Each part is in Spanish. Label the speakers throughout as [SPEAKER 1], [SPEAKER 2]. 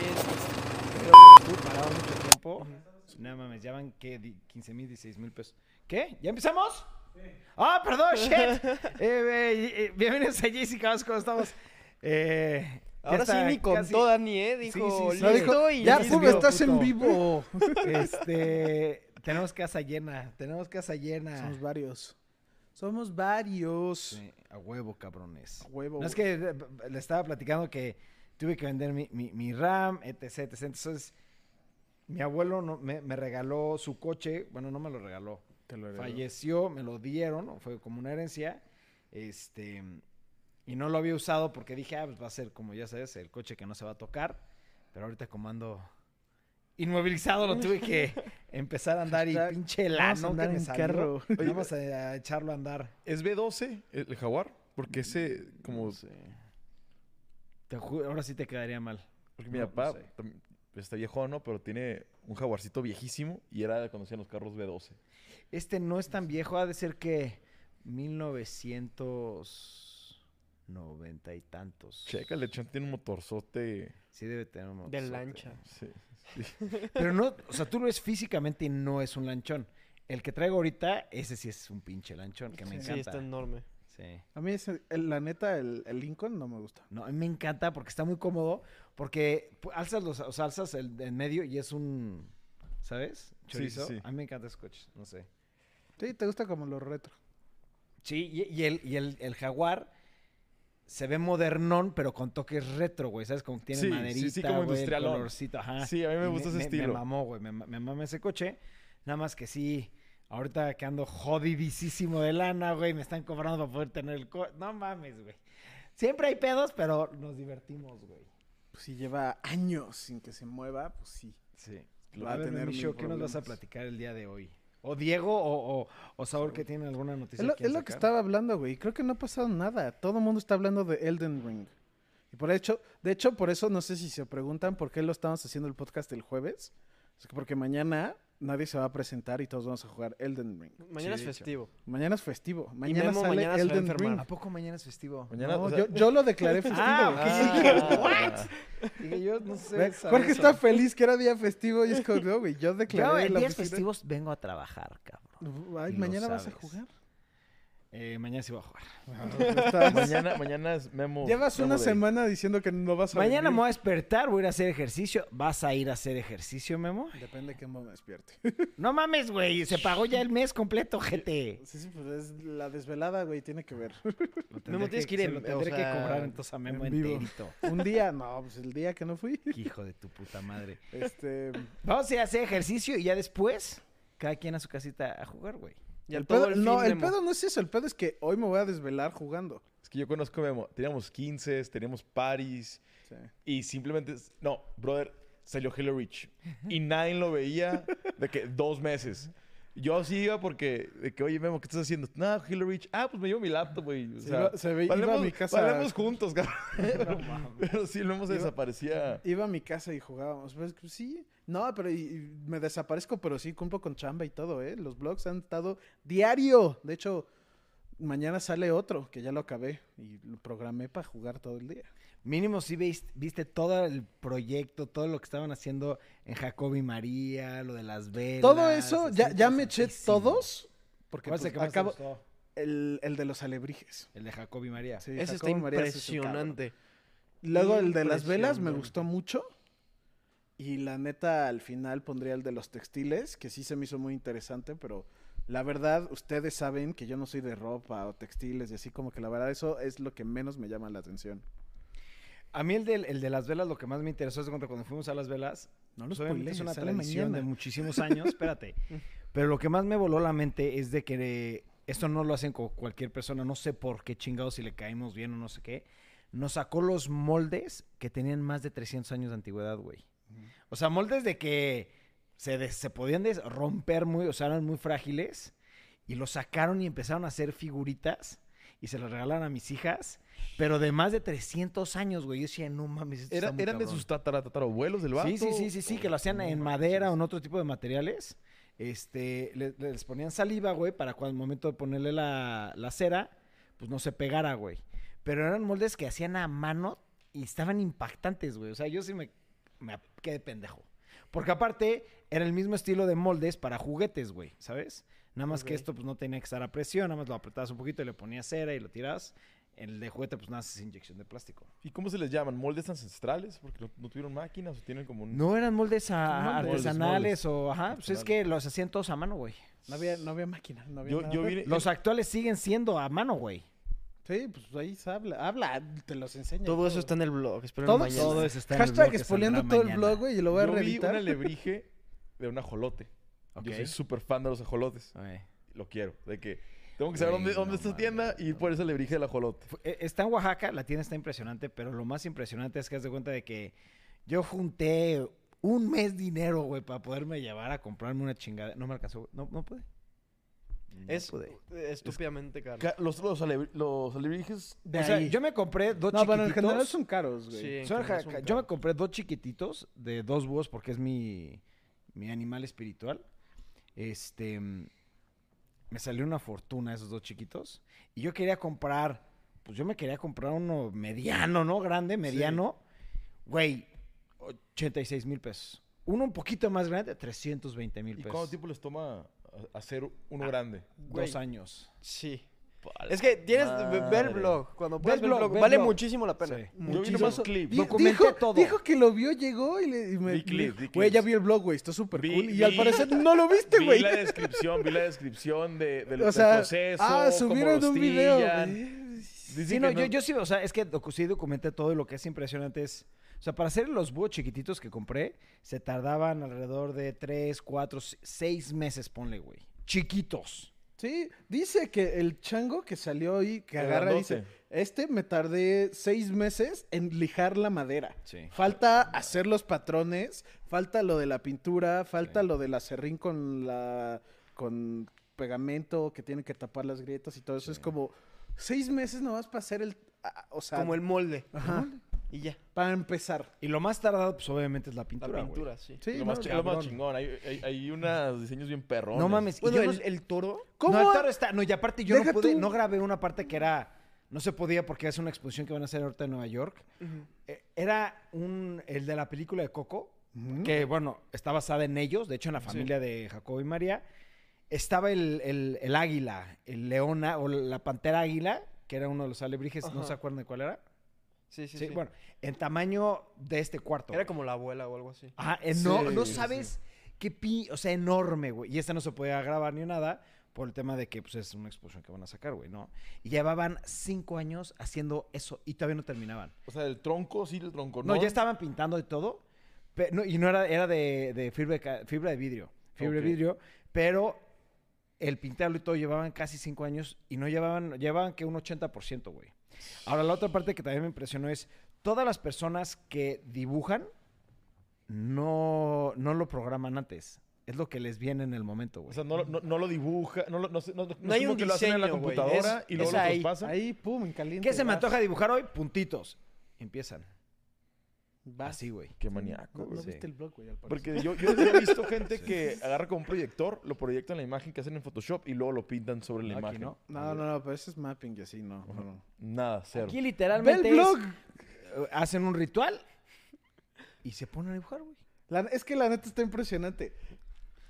[SPEAKER 1] este, uh,
[SPEAKER 2] Wow. No mames, ya van, ¿qué? Di- 15 mil, 16 mil pesos. ¿Qué? ¿Ya empezamos? Ah, perdón, shit. Eh, eh, eh, bienvenidos a Jesse Cabas, ¿cómo estamos? Eh, ya
[SPEAKER 1] Ahora sí
[SPEAKER 2] está
[SPEAKER 1] ni con
[SPEAKER 2] casi-
[SPEAKER 1] toda ni, ¿eh? Dijo,
[SPEAKER 2] Sí, sí, sí.
[SPEAKER 3] No, dijo,
[SPEAKER 1] listo y
[SPEAKER 3] ya,
[SPEAKER 1] listo.
[SPEAKER 3] pum, estás en
[SPEAKER 2] puto.
[SPEAKER 3] vivo.
[SPEAKER 2] Este, tenemos casa llena, tenemos casa llena.
[SPEAKER 3] Somos varios. Ah. Somos varios.
[SPEAKER 2] Sí, a huevo, cabrones.
[SPEAKER 3] A huevo.
[SPEAKER 2] No es
[SPEAKER 3] güey.
[SPEAKER 2] que eh, b- le estaba platicando que tuve que vender mi, mi- mi RAM, etc, etc. Entonces, mi abuelo no- me, me regaló su coche. Bueno, no me lo regaló. Falleció, me lo dieron, ¿no? fue como una herencia. Este, y no lo había usado porque dije, ah, pues va a ser como ya sabes, el coche que no se va a tocar. Pero ahorita como ando inmovilizado, lo tuve que empezar a andar y
[SPEAKER 3] Hashtag,
[SPEAKER 2] pinche
[SPEAKER 3] vamos a
[SPEAKER 2] lano que
[SPEAKER 3] andar
[SPEAKER 2] me
[SPEAKER 3] en
[SPEAKER 2] salió.
[SPEAKER 3] carro.
[SPEAKER 2] Vamos a, a echarlo a andar.
[SPEAKER 4] ¿Es B12 el el jaguar? Porque ese, como.
[SPEAKER 2] Te ju- ahora sí te quedaría mal.
[SPEAKER 4] Porque mi
[SPEAKER 2] No, no
[SPEAKER 4] papá
[SPEAKER 2] sé.
[SPEAKER 4] tam- está viejo, ¿no? Pero tiene un jaguarcito viejísimo y era cuando hacían los carros B12.
[SPEAKER 2] Este no es tan viejo, ha de ser que 1990 y tantos.
[SPEAKER 4] Checa, el lechón tiene un motorzote.
[SPEAKER 2] Sí debe tener un
[SPEAKER 1] De
[SPEAKER 2] motorzote.
[SPEAKER 1] lancha.
[SPEAKER 4] Sí.
[SPEAKER 2] Pero no, o sea, tú lo ves físicamente y no es un lanchón. El que traigo ahorita, ese sí es un pinche lanchón, que me
[SPEAKER 1] Sí,
[SPEAKER 2] encanta.
[SPEAKER 1] está enorme.
[SPEAKER 2] Sí.
[SPEAKER 3] A mí, ese- el- la neta, el, el Lincoln no me gusta.
[SPEAKER 2] No, a mí me encanta porque está muy cómodo, porque pu- alzas los, o sea, alzas el en medio y es un, ¿sabes?
[SPEAKER 4] Sí, sí,
[SPEAKER 2] Chorizo.
[SPEAKER 4] sí.
[SPEAKER 2] A mí me encantan esos coches, no sé.
[SPEAKER 3] Sí, te gusta como los retro.
[SPEAKER 2] Sí, y, y el, y el, el jaguar se ve modernón, pero con toques retro, güey. ¿Sabes? Como que tiene
[SPEAKER 4] Sí, sí, sí,
[SPEAKER 2] maderita,
[SPEAKER 4] como
[SPEAKER 2] güey, el
[SPEAKER 4] industrialón.
[SPEAKER 2] colorcito, ajá.
[SPEAKER 4] Sí, a mí me
[SPEAKER 2] Y
[SPEAKER 4] gusta
[SPEAKER 2] me,
[SPEAKER 4] ese
[SPEAKER 2] Me
[SPEAKER 4] estilo.
[SPEAKER 2] mamó, güey. Me, ma- me mama ese coche. Nada más que sí, ahorita que ando jodidísimo de lana, güey. Me están cobrando para poder tener el coche. No mames, güey. Siempre hay pedos, pero nos divertimos, güey.
[SPEAKER 3] Pues si lleva años sin que se mueva, pues sí.
[SPEAKER 2] Sí.
[SPEAKER 3] Va
[SPEAKER 2] a
[SPEAKER 3] a
[SPEAKER 2] ver,
[SPEAKER 3] tener
[SPEAKER 2] Micho,
[SPEAKER 3] mil
[SPEAKER 2] ¿qué nos vas a
[SPEAKER 3] problemas.
[SPEAKER 2] platicar el día de hoy? O Diego o, o, o Saúl, que tienen alguna noticia.
[SPEAKER 3] Es lo,
[SPEAKER 2] que quieran
[SPEAKER 3] es lo que
[SPEAKER 2] sacar.
[SPEAKER 3] estaba hablando, güey. Creo que no ha pasado nada. Todo el mundo está hablando de Elden Ring. Y por hecho, de hecho, por eso no sé si se preguntan por qué lo estamos haciendo el podcast el jueves. Es que porque mañana nadie se va a presentar y todos vamos a jugar Elden Ring.
[SPEAKER 1] Mañana
[SPEAKER 2] Sí, de
[SPEAKER 1] es
[SPEAKER 2] hecho.
[SPEAKER 1] festivo.
[SPEAKER 3] Mañana es festivo. Mañana
[SPEAKER 1] Memo
[SPEAKER 3] sale
[SPEAKER 1] mañana se va a
[SPEAKER 3] Elden
[SPEAKER 1] enfermar.
[SPEAKER 3] Ring.
[SPEAKER 2] ¿A poco mañana es festivo?
[SPEAKER 4] Mañana.
[SPEAKER 3] No,
[SPEAKER 4] o sea,
[SPEAKER 3] yo, yo lo declaré festivo.
[SPEAKER 2] Ah,
[SPEAKER 3] güey.
[SPEAKER 4] ah,
[SPEAKER 2] Dije, yo no sé.
[SPEAKER 3] Ve,
[SPEAKER 2] saber
[SPEAKER 3] Jorge
[SPEAKER 2] eso.
[SPEAKER 3] está feliz que era día festivo y es como, no, güey, yo
[SPEAKER 2] Yo
[SPEAKER 3] declaré
[SPEAKER 2] en
[SPEAKER 3] la
[SPEAKER 2] días
[SPEAKER 3] oficina.
[SPEAKER 2] festivos vengo a trabajar, cabrón.
[SPEAKER 3] Ay,
[SPEAKER 2] Lo
[SPEAKER 3] mañana vas a
[SPEAKER 2] sabes.
[SPEAKER 3] jugar.
[SPEAKER 2] Eh, mañana sí voy a jugar.
[SPEAKER 3] Estás-
[SPEAKER 4] mañana, mañana es Memo.
[SPEAKER 3] Llevas
[SPEAKER 4] Memo
[SPEAKER 3] una
[SPEAKER 4] Day.
[SPEAKER 3] semana diciendo que no vas a
[SPEAKER 2] Mañana me
[SPEAKER 3] venir.
[SPEAKER 2] voy a despertar, voy a ir a hacer ejercicio. ¿Vas a ir a hacer ejercicio, Memo?
[SPEAKER 3] Depende de qué modo me despierte.
[SPEAKER 2] No mames, güey. Se pagó ya el mes completo, gente.
[SPEAKER 3] Sí, sí, pues es la desvelada, güey, tiene que ver.
[SPEAKER 1] Memo, tienes que ir en-
[SPEAKER 2] Lo
[SPEAKER 1] o
[SPEAKER 2] tendré que
[SPEAKER 1] sea,
[SPEAKER 2] cobrar entonces a Memo
[SPEAKER 3] en vivo.
[SPEAKER 2] enterito.
[SPEAKER 3] Un día, no, pues el día que no fui.
[SPEAKER 2] Hijo de tu puta madre.
[SPEAKER 3] Este.
[SPEAKER 2] Vamos a ir a hacer ejercicio y ya después, cada quien a su casita a jugar, güey.
[SPEAKER 1] Y al
[SPEAKER 3] el
[SPEAKER 1] todo
[SPEAKER 3] pedo-
[SPEAKER 1] el
[SPEAKER 3] no,
[SPEAKER 1] fin,
[SPEAKER 3] el
[SPEAKER 1] Memo.
[SPEAKER 3] pedo no es eso, el pedo es que hoy me voy a desvelar jugando.
[SPEAKER 4] Es que yo conozco a Memo. Teníamos 15, teníamos Paris
[SPEAKER 3] Sí.
[SPEAKER 4] y simplemente. es- No, brother, salió Hello Reach. Y nadie lo veía de que dos meses. Yo sí iba porque, de que, oye, Memo, ¿qué estás haciendo? No, Hello Reach. Ah, pues me llevo mi laptop, güey. O
[SPEAKER 3] Se
[SPEAKER 4] sea,
[SPEAKER 3] iba- se ve- iba a mi casa-
[SPEAKER 4] valemos juntos, cabrón. Pero, pero sí, lo hemos
[SPEAKER 3] Iba-
[SPEAKER 4] desaparecía.
[SPEAKER 3] Iba a mi casa y jugábamos. Pues que sí. No, pero y- y me desaparezco, pero sí cumplo con chamba y todo, ¿eh? Los blogs han estado diario. De hecho, mañana sale otro, que ya lo acabé y lo programé para jugar todo el día.
[SPEAKER 2] Mínimo sí veis- viste, todo el proyecto, todo lo que estaban haciendo en Jacob y María, lo de las velas.
[SPEAKER 3] todo eso, ya,
[SPEAKER 2] así,
[SPEAKER 3] ya me eché
[SPEAKER 2] interesantísimo.
[SPEAKER 3] todos. Porque
[SPEAKER 2] ¿Cuál es el
[SPEAKER 3] pues,
[SPEAKER 2] que más te
[SPEAKER 3] acabo-
[SPEAKER 2] gustó?
[SPEAKER 3] el, el de los alebrijes.
[SPEAKER 2] El de Jacob y María.
[SPEAKER 3] Sí,
[SPEAKER 1] Ese está
[SPEAKER 3] Jacobo María es ese cabrón.
[SPEAKER 1] impresionante.
[SPEAKER 3] Luego el de las velas me
[SPEAKER 1] Impresionante.
[SPEAKER 3] gustó mucho. Y la neta, al final pondría el de los textiles, que sí se me hizo muy interesante, pero la verdad, ustedes saben que yo no soy de ropa o textiles y así como que la verdad eso es lo que menos me llama la atención.
[SPEAKER 2] A mí el de, el de las velas, lo que más me interesó es cuando, cuando fuimos a las velas.
[SPEAKER 3] No
[SPEAKER 2] pues
[SPEAKER 3] los
[SPEAKER 2] obviamente es una
[SPEAKER 3] sale
[SPEAKER 2] tradición
[SPEAKER 3] mañana.
[SPEAKER 2] de muchísimos años, espérate. Pero lo que más me voló la mente es de que esto no lo hacen con cualquier persona, no sé por qué chingados si le caímos bien o no sé qué. Nos sacó los moldes que tenían más de 300 años de antigüedad, güey. O sea, moldes de que se, des- se podían des- romper muy, o sea, eran muy frágiles. Y los sacaron y empezaron a hacer figuritas. Y se las regalaron a mis hijas. Pero de más de 300 años, güey. Yo decía, no mames, esto está
[SPEAKER 4] Era-
[SPEAKER 2] muy
[SPEAKER 4] eran de
[SPEAKER 2] cabrón".
[SPEAKER 4] sus tataratatarabuelos del vato.
[SPEAKER 2] Sí, sí, sí, sí, sí, que lo hacían
[SPEAKER 4] No
[SPEAKER 2] en
[SPEAKER 4] manches.
[SPEAKER 2] madera o en otro tipo de materiales. Este, le- les ponían saliva, güey, para cuando al momento de ponerle la, la cera, pues no se pegara, güey. Pero eran moldes que hacían a mano y estaban impactantes, güey. O sea, yo sí me, me quedé pendejo. Porque aparte, era el mismo estilo de moldes para juguetes, güey, ¿sabes? Nada más que
[SPEAKER 1] Ok.
[SPEAKER 2] esto pues no tenía que estar a presión, nada más lo apretabas un poquito y le ponías cera y lo tirabas. El de juguete pues nada más es inyección de plástico.
[SPEAKER 4] ¿Y cómo se les llaman? ¿Moldes ancestrales? Porque no, no tuvieron máquinas o tienen como un...
[SPEAKER 2] No eran moldes, a-
[SPEAKER 3] Moldes,
[SPEAKER 2] artesanales o ajá, pues es
[SPEAKER 4] Artesanales.
[SPEAKER 2] que los hacían todos a mano, güey.
[SPEAKER 3] No había, no había máquina, no había
[SPEAKER 4] Yo,
[SPEAKER 3] nada.
[SPEAKER 4] yo vine... eh,
[SPEAKER 2] Los actuales siguen siendo a mano, güey.
[SPEAKER 3] Sí, pues ahí se habla, habla, te los enseña.
[SPEAKER 1] Todo eso está en el blog. Espero
[SPEAKER 3] Todo-
[SPEAKER 1] mañana.
[SPEAKER 3] todo
[SPEAKER 2] eso está en el blog
[SPEAKER 3] Hashtag
[SPEAKER 2] que saldrá
[SPEAKER 3] expoliando todo el
[SPEAKER 2] mañana.
[SPEAKER 3] blog, güey, y lo voy a
[SPEAKER 4] yo vi un
[SPEAKER 3] reeditar.
[SPEAKER 4] alebrije de un ajolote. Yo soy
[SPEAKER 2] Ok. Ah.
[SPEAKER 4] súper fan de los ajolotes. Lo quiero. De que tengo que saber
[SPEAKER 2] Güey,
[SPEAKER 4] dónde, dónde
[SPEAKER 2] no
[SPEAKER 4] está esa
[SPEAKER 2] mames,
[SPEAKER 4] tienda y ir por ese alebrije del ajolote.
[SPEAKER 2] Fu- e- Está en Oaxaca, la tienda está impresionante, pero lo más impresionante es que has de cuenta de que yo junté un mes dinero, güey, para poderme llevar a comprarme una chingada. No me alcanzó, güey. no, no pude. No
[SPEAKER 1] Es
[SPEAKER 2] pude.
[SPEAKER 1] estúpidamente caro.
[SPEAKER 4] Ca- Los, los, alebri- los alebrijes...
[SPEAKER 3] De
[SPEAKER 2] o sea,
[SPEAKER 3] ahí.
[SPEAKER 2] yo me compré dos
[SPEAKER 3] no,
[SPEAKER 2] chiquititos.
[SPEAKER 3] bueno, en general son caros, güey.
[SPEAKER 1] Sí, en
[SPEAKER 2] Son
[SPEAKER 1] general
[SPEAKER 2] ja-
[SPEAKER 1] son
[SPEAKER 2] ja- yo
[SPEAKER 1] caros.
[SPEAKER 2] me compré dos chiquititos de dos búhos porque es mi, mi animal espiritual. Este. mm, Me salió una fortuna esos dos chiquitos. Y yo quería comprar. Pues yo me quería comprar uno mediano, ¿no? Grande, mediano. Güey, 86 mil pesos. Uno un poquito más grande, 320 mil
[SPEAKER 4] ¿Y
[SPEAKER 2] pesos. Ah,
[SPEAKER 4] cuánto tiempo les toma a- hacer uno grande?
[SPEAKER 2] Dos
[SPEAKER 1] Güey.
[SPEAKER 2] años.
[SPEAKER 1] Sí. Es que tienes. ve- Ve el
[SPEAKER 4] madre.
[SPEAKER 1] blog. Cuando
[SPEAKER 2] Ve
[SPEAKER 1] puedas
[SPEAKER 2] el
[SPEAKER 1] ver el
[SPEAKER 2] blog,
[SPEAKER 1] blog.
[SPEAKER 2] ve el
[SPEAKER 1] Vale
[SPEAKER 2] blog.
[SPEAKER 1] muchísimo la pena.
[SPEAKER 2] Sí.
[SPEAKER 4] Yo vi
[SPEAKER 3] Muchísimo.
[SPEAKER 4] nomás clips.
[SPEAKER 3] Di-
[SPEAKER 2] Documenté
[SPEAKER 3] dijo,
[SPEAKER 2] todo.
[SPEAKER 3] dijo que lo vio, llegó y, le, y me
[SPEAKER 4] Di clips,
[SPEAKER 3] dijo,
[SPEAKER 4] di
[SPEAKER 3] güey, ya
[SPEAKER 4] clips.
[SPEAKER 3] vi el blog, güey, está súper
[SPEAKER 4] Vi-
[SPEAKER 3] cool. Y
[SPEAKER 4] vi-
[SPEAKER 3] al parecer no lo viste, este
[SPEAKER 4] Vi
[SPEAKER 3] güey.
[SPEAKER 4] la descripción, vi la descripción de, del,
[SPEAKER 3] O
[SPEAKER 4] del
[SPEAKER 3] sea,
[SPEAKER 4] proceso.
[SPEAKER 3] ah,
[SPEAKER 4] cómo
[SPEAKER 3] subieron
[SPEAKER 4] los
[SPEAKER 3] un video.
[SPEAKER 4] trillan.
[SPEAKER 3] güey.
[SPEAKER 4] Dicen
[SPEAKER 2] Sí,
[SPEAKER 4] que
[SPEAKER 2] no, Yo, yo sí, o sea, es que docu- sí documenté todo y lo que es impresionante es. O sea, para hacer los búhos chiquititos que compré, se tardaban alrededor de 3, 4, 6 meses, ponle, güey. Chiquitos.
[SPEAKER 3] Sí, dice que el chango que salió ahí, que agarra, dice,
[SPEAKER 4] grandote.
[SPEAKER 3] este me tardé seis meses en lijar la madera.
[SPEAKER 2] Sí.
[SPEAKER 3] Falta hacer los patrones, falta lo de la pintura, falta lo del acerrín con la con pegamento que tiene que tapar las grietas y todo eso. Es como seis meses nomás para hacer el, ah, o sea,
[SPEAKER 1] Como el molde.
[SPEAKER 3] ajá,
[SPEAKER 1] Y ya.
[SPEAKER 3] para empezar.
[SPEAKER 2] Y lo más tardado, pues obviamente es la
[SPEAKER 1] La
[SPEAKER 2] pintura. güey.
[SPEAKER 1] pintura, sí.
[SPEAKER 3] Sí,
[SPEAKER 4] lo, más,
[SPEAKER 3] no,
[SPEAKER 4] chi- lo más
[SPEAKER 2] cabrón.
[SPEAKER 4] chingón. Hay, hay, hay unos diseños bien perrones.
[SPEAKER 2] No mames. y
[SPEAKER 1] Bueno,
[SPEAKER 2] yo no-
[SPEAKER 1] el, el toro.
[SPEAKER 3] ¿Cómo?
[SPEAKER 2] No, el toro está. No, y aparte yo
[SPEAKER 3] Deja
[SPEAKER 2] no pude,
[SPEAKER 3] tú.
[SPEAKER 2] no grabé una parte que era. No se podía porque es una exposición que van a hacer ahorita en Nueva York. Eh, Era un. El de la película de Coco.
[SPEAKER 3] Ujú.
[SPEAKER 2] Que bueno, está basada en ellos, de hecho en la familia de Jacobo y María. Estaba el, el- el águila, el leona o la pantera águila, que era uno de los alebrijes, no
[SPEAKER 1] Ajá.
[SPEAKER 2] se acuerdan de cuál era.
[SPEAKER 1] Sí, sí,
[SPEAKER 2] Sí,
[SPEAKER 1] sí.
[SPEAKER 2] bueno, en tamaño de este cuarto.
[SPEAKER 1] Era
[SPEAKER 2] güey.
[SPEAKER 1] como la abuela o algo así.
[SPEAKER 2] Ajá, eh, no,
[SPEAKER 3] Sí,
[SPEAKER 2] no
[SPEAKER 3] sí,
[SPEAKER 2] sabes qué pi, o sea, enorme, güey. Y esta no se podía grabar ni nada por el tema de que pues, es una exposición que van a sacar, güey, ¿no? Y llevaban cinco años haciendo eso y todavía no terminaban.
[SPEAKER 4] O sea, el tronco, sí, el tronco.
[SPEAKER 2] No, ya estaban pintando y todo. pe- no, y no era, era de, de fibra, de ca- fibra de vidrio. Fibra
[SPEAKER 4] Ok.
[SPEAKER 2] de vidrio. Pero el pintarlo y todo llevaban casi cinco años y no llevaban, llevaban que un 80%, güey. Ahora, la otra parte que también me impresionó es todas las personas que dibujan no, no lo programan antes. Es lo que les viene en el momento, güey.
[SPEAKER 4] O sea, no, lo- no, no lo dibuja. No, lo- no, sé- no, no
[SPEAKER 1] No
[SPEAKER 4] es
[SPEAKER 1] hay
[SPEAKER 4] como
[SPEAKER 1] un
[SPEAKER 4] que lo hacen en la
[SPEAKER 1] diseño, güey,
[SPEAKER 4] computadora
[SPEAKER 1] es-
[SPEAKER 4] y luego
[SPEAKER 1] es
[SPEAKER 4] lo
[SPEAKER 1] ahí,
[SPEAKER 4] traspasan.
[SPEAKER 3] Ahí pum, en caliente.
[SPEAKER 2] ¿Qué se me
[SPEAKER 3] vas.
[SPEAKER 2] antoja dibujar hoy? Puntitos. Empiezan.
[SPEAKER 3] Vas.
[SPEAKER 2] Así, güey.
[SPEAKER 4] Ah, Qué maníaco,
[SPEAKER 3] No,
[SPEAKER 4] güey.
[SPEAKER 3] no
[SPEAKER 2] Sí.
[SPEAKER 3] viste el blog, güey, al parecer.
[SPEAKER 4] Porque yo, yo- yo he visto gente que agarra con un proyector, lo proyectan en la imagen que hacen en Photoshop y luego lo pintan sobre la
[SPEAKER 2] Aquí
[SPEAKER 4] imagen.
[SPEAKER 2] no.
[SPEAKER 3] No, no, no, pero ese es mapping y así, no. no, no.
[SPEAKER 4] Nada, cero.
[SPEAKER 2] Aquí
[SPEAKER 3] Ve
[SPEAKER 2] literalmente
[SPEAKER 3] el
[SPEAKER 2] es-
[SPEAKER 3] blog.
[SPEAKER 2] eh, hacen un ritual y se ponen a dibujar, güey.
[SPEAKER 3] La- es que la neta está impresionante.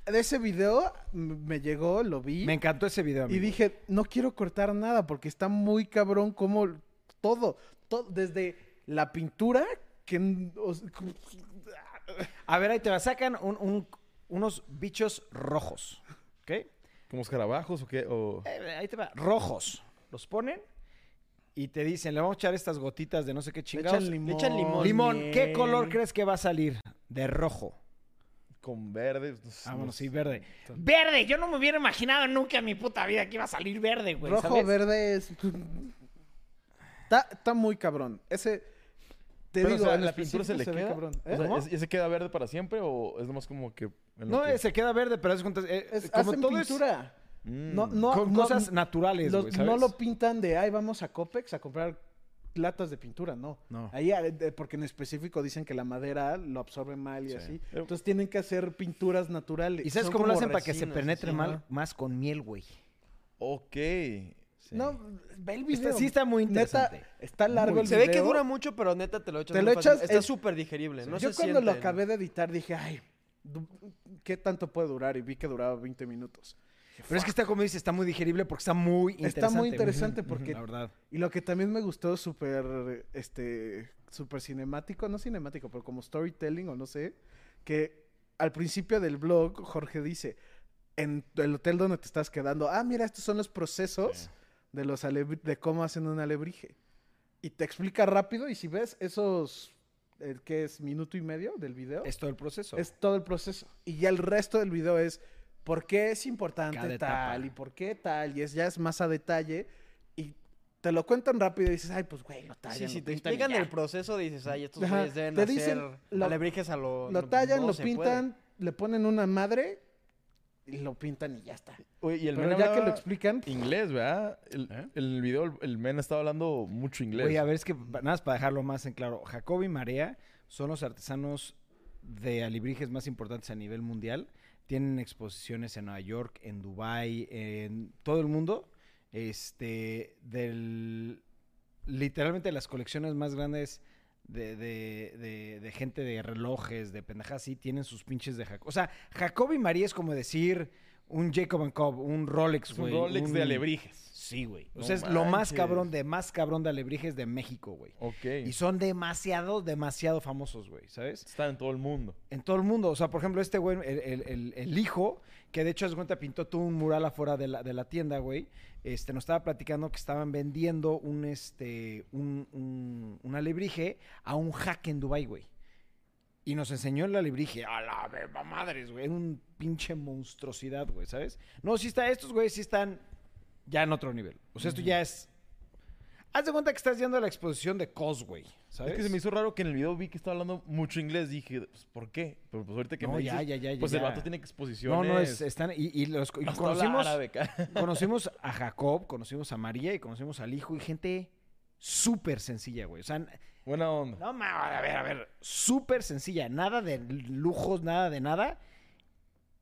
[SPEAKER 3] De ese video m- me llegó, lo vi
[SPEAKER 2] Me encantó ese video.
[SPEAKER 3] y
[SPEAKER 2] amigo.
[SPEAKER 3] dije, no quiero cortar nada porque está muy cabrón como todo, todo desde la pintura que n- o s-
[SPEAKER 2] A ver, ahí te va. Sacan un- un- unos bichos rojos. ¿Ok? Eh,
[SPEAKER 4] ¿Como escarabajos o qué? O...
[SPEAKER 2] ahí te va. Rojos. Los ponen y te dicen, le vamos a echar estas gotitas de no sé qué
[SPEAKER 3] le
[SPEAKER 2] chingados.
[SPEAKER 3] echan limón.
[SPEAKER 1] le echan limón.
[SPEAKER 2] Limón, ¿qué
[SPEAKER 1] Bien.
[SPEAKER 2] color crees que va a salir? De rojo.
[SPEAKER 4] Con verdes. no sé,
[SPEAKER 2] Ah,
[SPEAKER 4] no
[SPEAKER 2] bueno, sí,
[SPEAKER 4] sé.
[SPEAKER 2] verde. Verde, yo no me hubiera imaginado nunca en mi puta vida que iba a salir verde, güey.
[SPEAKER 3] Rojo,
[SPEAKER 2] ¿sabes?
[SPEAKER 3] verde es... está, está muy cabrón. Ese te
[SPEAKER 4] Pero,
[SPEAKER 3] digo,
[SPEAKER 4] o sea,
[SPEAKER 3] en
[SPEAKER 4] la pintura se le
[SPEAKER 3] específico
[SPEAKER 4] queda.
[SPEAKER 3] ve cabrón.
[SPEAKER 4] O sea,
[SPEAKER 3] ¿Eh?
[SPEAKER 2] ¿Cómo?
[SPEAKER 4] ¿es- ¿Y se queda verde para siempre o es nomás como que. en lo
[SPEAKER 2] No,
[SPEAKER 4] que-
[SPEAKER 2] eh, se queda verde, pero haz de cuenta, eh,
[SPEAKER 3] Es-
[SPEAKER 2] como
[SPEAKER 3] hacen
[SPEAKER 2] todo es-
[SPEAKER 3] pintura.
[SPEAKER 4] Mm.
[SPEAKER 3] No, no,
[SPEAKER 2] con
[SPEAKER 3] no-
[SPEAKER 2] cosas naturales,
[SPEAKER 3] Los-
[SPEAKER 2] güey,
[SPEAKER 3] no
[SPEAKER 2] ¿sabes?
[SPEAKER 3] lo pintan de, ay, vamos a Copex a comprar latas de pintura, no.
[SPEAKER 2] No.
[SPEAKER 3] Ahí, ah, de- porque en específico dicen que la madera lo absorbe mal y así.
[SPEAKER 4] Pero-
[SPEAKER 3] Entonces tienen que hacer pinturas naturales.
[SPEAKER 2] ¿Y sabes
[SPEAKER 1] Son
[SPEAKER 2] cómo lo
[SPEAKER 1] como
[SPEAKER 2] hacen para que se
[SPEAKER 1] resinas,
[SPEAKER 2] penetre
[SPEAKER 1] así,
[SPEAKER 2] mal-
[SPEAKER 3] ajá.
[SPEAKER 2] más con miel, güey?
[SPEAKER 4] Ok. Sí.
[SPEAKER 3] No, ve el
[SPEAKER 2] Está-
[SPEAKER 3] video.
[SPEAKER 2] sí está muy interesante.
[SPEAKER 3] Neta, está largo
[SPEAKER 2] Muy-
[SPEAKER 3] el
[SPEAKER 1] Se
[SPEAKER 3] video.
[SPEAKER 1] ve que dura mucho, pero neta te lo echas.
[SPEAKER 3] Te
[SPEAKER 1] muy
[SPEAKER 3] lo
[SPEAKER 1] fácil.
[SPEAKER 3] echas,
[SPEAKER 1] Está
[SPEAKER 3] es-
[SPEAKER 1] súper digerible. No
[SPEAKER 3] Yo
[SPEAKER 1] se
[SPEAKER 3] cuando lo
[SPEAKER 1] siente.
[SPEAKER 3] acabé de editar dije, ay, du- ¿qué tanto puede durar? Y vi que duraba 20 minutos.
[SPEAKER 2] Pero es que está, como dices, está muy digerible porque está muy interesante.
[SPEAKER 3] Está muy
[SPEAKER 2] ujú,
[SPEAKER 3] interesante
[SPEAKER 2] ujú,
[SPEAKER 3] porque-
[SPEAKER 2] La verdad.
[SPEAKER 3] Y lo que también me gustó, súper, este, súper cinemático, no cinemático, pero como storytelling o no sé, que al principio del blog Jorge dice, en el hotel donde te estás quedando, ah, mira, estos son los procesos
[SPEAKER 4] Sí.
[SPEAKER 3] de, los alebri- de cómo hacen un alebrije. Y te explica rápido y si ves esos, el que es minuto y medio del video,
[SPEAKER 2] Es todo el proceso.
[SPEAKER 3] es todo el proceso. Y ya el resto del video es por qué es importante
[SPEAKER 2] Cada etapa.
[SPEAKER 3] tal y por qué tal. Y es, ya es más a detalle. Y te lo cuentan rápido y dices, ay, pues güey, lo
[SPEAKER 1] Sí,
[SPEAKER 3] tallan.
[SPEAKER 1] si
[SPEAKER 3] lo
[SPEAKER 1] te
[SPEAKER 3] pintan y
[SPEAKER 1] explican
[SPEAKER 3] ya".
[SPEAKER 1] el proceso, dices, ay, estos
[SPEAKER 3] Ajá,
[SPEAKER 1] güeyes deben
[SPEAKER 3] te
[SPEAKER 1] hacer
[SPEAKER 3] dicen, lo-
[SPEAKER 1] alebrijes a lo...
[SPEAKER 3] Lo
[SPEAKER 1] no-
[SPEAKER 3] tallan,
[SPEAKER 1] no
[SPEAKER 3] lo
[SPEAKER 1] se puede.
[SPEAKER 3] pintan, le ponen una madre y lo pintan y ya está.
[SPEAKER 4] Oye, y el
[SPEAKER 3] Pero
[SPEAKER 4] men
[SPEAKER 3] ya que lo
[SPEAKER 4] hablaba
[SPEAKER 3] explican,
[SPEAKER 4] inglés, ¿verdad? El,
[SPEAKER 2] ¿Eh?
[SPEAKER 4] el video, el, el men estaba hablando mucho inglés.
[SPEAKER 2] Oye, a ver, es que pa- nada más para dejarlo más en claro. Jacob y Marea son los artesanos de alibrijes más importantes a nivel mundial. Tienen exposiciones en Nueva York, en Dubai, en todo el mundo. Este, del literalmente las colecciones más grandes de, de- de- de gente de relojes, de pendejadas, sí, tienen sus pinches de Jacob. O sea, Jacob y María es como decir un Jacob and Cobb, un Rolex,
[SPEAKER 4] es un
[SPEAKER 2] güey.
[SPEAKER 4] Rolex de
[SPEAKER 2] un-
[SPEAKER 4] alebrijes.
[SPEAKER 2] Sí, güey.
[SPEAKER 4] No
[SPEAKER 2] o sea, es lo más
[SPEAKER 4] manches.
[SPEAKER 2] cabrón de más cabrón de alebrijes de México, güey.
[SPEAKER 4] Ok.
[SPEAKER 2] Y son demasiado, demasiado famosos, güey, ¿sabes?
[SPEAKER 4] Están en todo el mundo.
[SPEAKER 2] En todo el mundo. O sea, por ejemplo, este güey, el, el- el- el hijo, que de hecho, haz de cuenta, pintó tú un mural afuera de la, de la tienda, güey. Este, nos estaba platicando que estaban vendiendo un, este, un, un, un alebrije a un hack en Dubai, güey. Y nos enseñó el alebrije. A la beba madres, güey. Era un pinche monstruosidad, güey, ¿sabes? No, sí está, estos güeyes sí están ya en otro nivel. O sea, esto ya es... Haz de cuenta que estás yendo a la exposición de Cosway, ¿sabes?
[SPEAKER 4] Es que se me hizo raro que en el video vi que estaba hablando mucho inglés. Dije, pues, ¿por qué? Pero pues ahorita que
[SPEAKER 2] No,
[SPEAKER 4] me
[SPEAKER 2] ya,
[SPEAKER 4] dices,
[SPEAKER 2] ya, ya, ya,
[SPEAKER 4] Pues el
[SPEAKER 2] ya.
[SPEAKER 4] vato tiene exposiciones.
[SPEAKER 2] No, no, es- están... Y, y los y
[SPEAKER 4] Hasta
[SPEAKER 2] conocimos...
[SPEAKER 4] habla árabe, cara.
[SPEAKER 2] conocimos a Jacob, conocimos a María y conocimos al hijo y gente súper sencilla, güey. O sea, n-
[SPEAKER 4] Buena onda.
[SPEAKER 2] no mames, a ver, a ver, súper sencilla, nada de lujos, nada de nada.